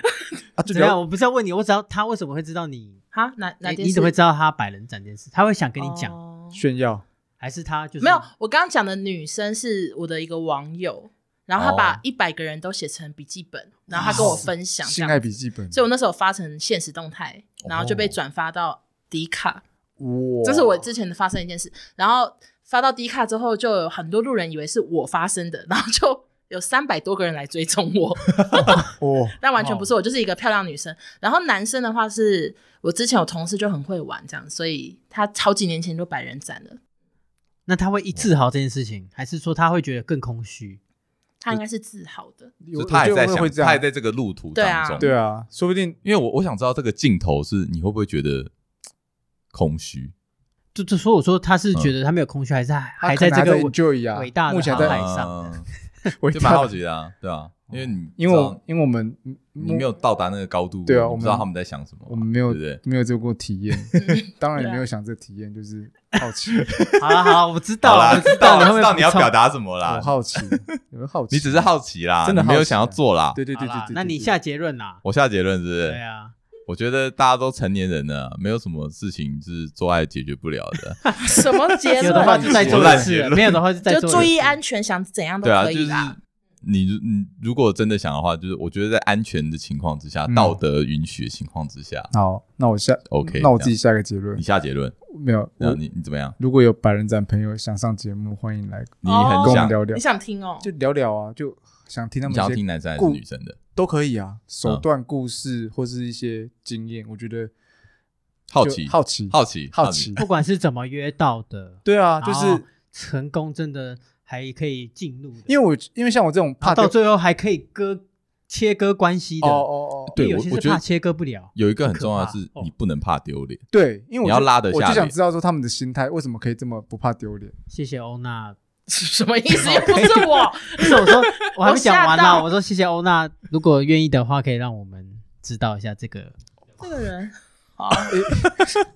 [SPEAKER 1] 啊，
[SPEAKER 3] 怎么样？我不是要问你，我只要他为什么会知道你？
[SPEAKER 4] 啊，哪哪
[SPEAKER 3] 你
[SPEAKER 4] 件
[SPEAKER 3] 你
[SPEAKER 4] 事
[SPEAKER 3] 怎么会知道他百人斩这件事？他会想跟你讲，
[SPEAKER 4] 哦
[SPEAKER 1] 炫耀
[SPEAKER 3] 还是他就是
[SPEAKER 4] 没有，我刚刚讲的女生是我的一个网友，然后她
[SPEAKER 2] 哦
[SPEAKER 4] 把一百个人都写成笔记本，然后她跟我分享这
[SPEAKER 1] 性
[SPEAKER 4] 样
[SPEAKER 1] 爱笔记本，
[SPEAKER 4] 所以我那时候发成现实动态，然后就被转发到迪卡，
[SPEAKER 1] 哇，
[SPEAKER 4] 这是我之前发生一件事，然后发到迪卡之后，就有很多路人以为是我发生的，然后就。有三百多个人来追踪我，
[SPEAKER 1] 哦，
[SPEAKER 4] 但完全不是我，就是一个漂亮女生。然后男生的话是，我之前有同事就很会玩这样，所以他好几年前就百人斩了。
[SPEAKER 3] 那他会一自豪这件事情，还是说他会觉得更空虚？
[SPEAKER 4] 他应该是自豪的，
[SPEAKER 1] 有
[SPEAKER 2] 就他也在
[SPEAKER 1] 我觉得会
[SPEAKER 2] 想，
[SPEAKER 1] 这样
[SPEAKER 2] 他也在这个路途
[SPEAKER 4] 对
[SPEAKER 2] 当
[SPEAKER 4] 啊
[SPEAKER 2] 中，
[SPEAKER 1] 对啊，说不定
[SPEAKER 2] 因为我我想知道这个镜头是你会不会觉得空虚，
[SPEAKER 3] 就就说我说他是觉得他没有空虚，还是他
[SPEAKER 1] 他
[SPEAKER 3] 还
[SPEAKER 1] 可
[SPEAKER 3] 在
[SPEAKER 1] 能还
[SPEAKER 3] 这
[SPEAKER 1] 在
[SPEAKER 3] 个
[SPEAKER 1] enjoy 啊，
[SPEAKER 3] 伟大的
[SPEAKER 1] 目前还在
[SPEAKER 3] 航海上
[SPEAKER 2] 嗯
[SPEAKER 1] 伟
[SPEAKER 2] 就蛮
[SPEAKER 1] 大
[SPEAKER 2] 好
[SPEAKER 1] 的，
[SPEAKER 2] 奇的啊，对啊，因为你
[SPEAKER 1] 哦因为
[SPEAKER 2] 知道
[SPEAKER 1] 我因为我们
[SPEAKER 2] 你没有到达那个高度，
[SPEAKER 1] 对啊
[SPEAKER 2] 你
[SPEAKER 1] 我
[SPEAKER 2] 不
[SPEAKER 1] 们
[SPEAKER 2] 知道他们在想什么嘛，
[SPEAKER 1] 我们没有
[SPEAKER 2] 对不对？
[SPEAKER 1] 没有这过 体验，当然也
[SPEAKER 4] 对啊
[SPEAKER 1] 没有想这体验，就是好 奇，
[SPEAKER 3] 好了好了，我知道
[SPEAKER 2] 好啦，
[SPEAKER 3] 了，我
[SPEAKER 2] 知道
[SPEAKER 3] 道
[SPEAKER 2] 了，
[SPEAKER 3] 会
[SPEAKER 2] 知
[SPEAKER 3] 不
[SPEAKER 2] 道
[SPEAKER 3] 会
[SPEAKER 2] 你要
[SPEAKER 3] 补充
[SPEAKER 2] 表达什么啦
[SPEAKER 1] 我，好奇，有没有好奇？
[SPEAKER 2] 你只是好奇啦，
[SPEAKER 1] 真的
[SPEAKER 2] 你没
[SPEAKER 1] 好
[SPEAKER 2] 有
[SPEAKER 1] 奇
[SPEAKER 2] 想要
[SPEAKER 1] 啊
[SPEAKER 2] 做啦。
[SPEAKER 1] 对对对
[SPEAKER 3] 好
[SPEAKER 1] 对
[SPEAKER 3] 啦
[SPEAKER 1] 对，
[SPEAKER 3] 那你
[SPEAKER 1] 对
[SPEAKER 3] 下结论啦。
[SPEAKER 2] 我下结论是不是？
[SPEAKER 3] 对啊，
[SPEAKER 2] 我觉得大家都成年人了，没有什么事情是做爱解决不了的。
[SPEAKER 4] 什么结
[SPEAKER 3] 有的话
[SPEAKER 4] 论？
[SPEAKER 3] 就再做
[SPEAKER 2] 我烂
[SPEAKER 3] 一
[SPEAKER 2] 结
[SPEAKER 3] 次了，
[SPEAKER 2] 论
[SPEAKER 3] 没有的话就再
[SPEAKER 4] 就
[SPEAKER 3] 做一次
[SPEAKER 4] 注意啊安全，想怎样都
[SPEAKER 2] 对啊，
[SPEAKER 4] 可
[SPEAKER 2] 就
[SPEAKER 4] 以
[SPEAKER 2] 是
[SPEAKER 4] 啦。
[SPEAKER 2] 你如你如果真的想的话，就是我觉得在安全的情况之下，
[SPEAKER 1] 嗯
[SPEAKER 2] 道德允许的情况之下，
[SPEAKER 1] 好，那我下
[SPEAKER 2] OK，
[SPEAKER 1] 那我自己下个结论
[SPEAKER 2] 你，下结论，
[SPEAKER 1] 没有，
[SPEAKER 2] 然后
[SPEAKER 1] 我
[SPEAKER 2] 你你怎么样？
[SPEAKER 1] 如果有百人斩朋友想上节目，欢迎来
[SPEAKER 2] 你
[SPEAKER 1] 跟
[SPEAKER 2] 很
[SPEAKER 1] 我
[SPEAKER 2] 想
[SPEAKER 1] 们聊聊
[SPEAKER 4] 你，想听哦？
[SPEAKER 1] 就聊聊啊，就想听他
[SPEAKER 2] 你
[SPEAKER 1] 们
[SPEAKER 2] 想要
[SPEAKER 1] 一些
[SPEAKER 2] 听男生还是女生的？
[SPEAKER 1] 都可以啊，手
[SPEAKER 2] 嗯
[SPEAKER 1] 段、故事或是一些经验，我觉得
[SPEAKER 2] 好
[SPEAKER 1] 就
[SPEAKER 2] 奇，
[SPEAKER 1] 好奇，
[SPEAKER 2] 好奇，
[SPEAKER 1] 好奇，
[SPEAKER 3] 不管是怎么约到的，
[SPEAKER 1] 对啊，就
[SPEAKER 3] 然后
[SPEAKER 1] 是
[SPEAKER 3] 成功真的还可以进入的，
[SPEAKER 1] 因为我因为像我这种
[SPEAKER 3] 然
[SPEAKER 1] 怕
[SPEAKER 3] 啊后到
[SPEAKER 1] 丢
[SPEAKER 3] 最后还可以割切割关系的。
[SPEAKER 1] 哦哦哦，
[SPEAKER 2] 对
[SPEAKER 3] 有
[SPEAKER 2] 我
[SPEAKER 3] 些
[SPEAKER 2] 我
[SPEAKER 3] 是
[SPEAKER 2] 觉得
[SPEAKER 3] 怕切割不了。
[SPEAKER 2] 有一个很重要的
[SPEAKER 3] 很
[SPEAKER 2] 是
[SPEAKER 3] 可怕哦，
[SPEAKER 2] 你不能怕丢脸。
[SPEAKER 1] 对，因为我
[SPEAKER 2] 你要
[SPEAKER 1] 就
[SPEAKER 2] 拉得
[SPEAKER 1] 我
[SPEAKER 2] 下
[SPEAKER 1] 就想
[SPEAKER 2] 脸
[SPEAKER 1] 知道说他们的心态为什么可以这么不怕丢脸，
[SPEAKER 3] 谢谢欧娜，
[SPEAKER 4] 什么意思？又不是我，
[SPEAKER 3] 不是我说，我还没讲完
[SPEAKER 4] 我吓
[SPEAKER 3] 啦。
[SPEAKER 4] 到
[SPEAKER 3] 我说谢谢欧娜，如果愿意的话，可以让我们知道一下这个。
[SPEAKER 4] 这个人。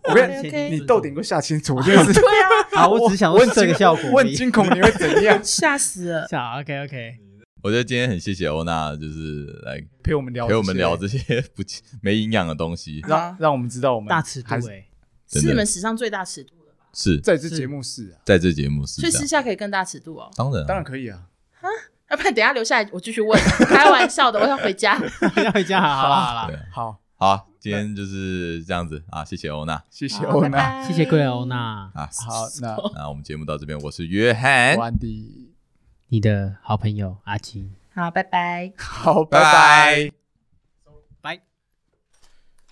[SPEAKER 1] 我跟
[SPEAKER 3] 谢
[SPEAKER 1] 你
[SPEAKER 3] 谢
[SPEAKER 4] 哎
[SPEAKER 1] 你豆顶给我下清楚，我真的是
[SPEAKER 4] 对啊，
[SPEAKER 3] 啊，嗯 我只是想问这个效果而已。
[SPEAKER 1] 问惊恐你会怎 样
[SPEAKER 4] 吓死了！
[SPEAKER 3] 好，OK OK，
[SPEAKER 1] 嗯
[SPEAKER 2] 我觉得今天很谢谢欧娜，就是来
[SPEAKER 1] 陪我们聊
[SPEAKER 2] 陪我们聊
[SPEAKER 1] 这
[SPEAKER 2] 这些不 没营养的东西，
[SPEAKER 1] 些，让让我们知道我们
[SPEAKER 3] 大尺度
[SPEAKER 1] 还是
[SPEAKER 3] 哎，
[SPEAKER 2] 真
[SPEAKER 4] 是
[SPEAKER 2] 的
[SPEAKER 4] 你们史上最大尺度，
[SPEAKER 2] 是
[SPEAKER 1] 在这节目是啊，
[SPEAKER 2] 在这节目是
[SPEAKER 4] 所以
[SPEAKER 2] 这样
[SPEAKER 4] 私。下可以更大尺度哦。
[SPEAKER 2] 当然啊，
[SPEAKER 1] 当然可以啊，
[SPEAKER 4] 要不然等一下留下来我继续问，开玩笑的，我想 回家。
[SPEAKER 3] 要 回家，好啊啦好啦
[SPEAKER 2] 对，啊
[SPEAKER 1] 好，
[SPEAKER 2] 好，今天就是这样子啊，谢谢欧娜
[SPEAKER 1] 谢谢
[SPEAKER 4] 好
[SPEAKER 1] 欧
[SPEAKER 4] 拜
[SPEAKER 1] 娜，
[SPEAKER 4] 拜
[SPEAKER 3] 谢谢贵人欧娜，
[SPEAKER 2] 啊。
[SPEAKER 1] 好，那
[SPEAKER 2] 那我们节目到这边，我是约翰
[SPEAKER 1] 我，安迪，
[SPEAKER 3] 你的好朋友阿金。
[SPEAKER 4] 好，拜拜。
[SPEAKER 1] 好，
[SPEAKER 2] 拜
[SPEAKER 1] 拜。
[SPEAKER 2] 拜。
[SPEAKER 3] 拜。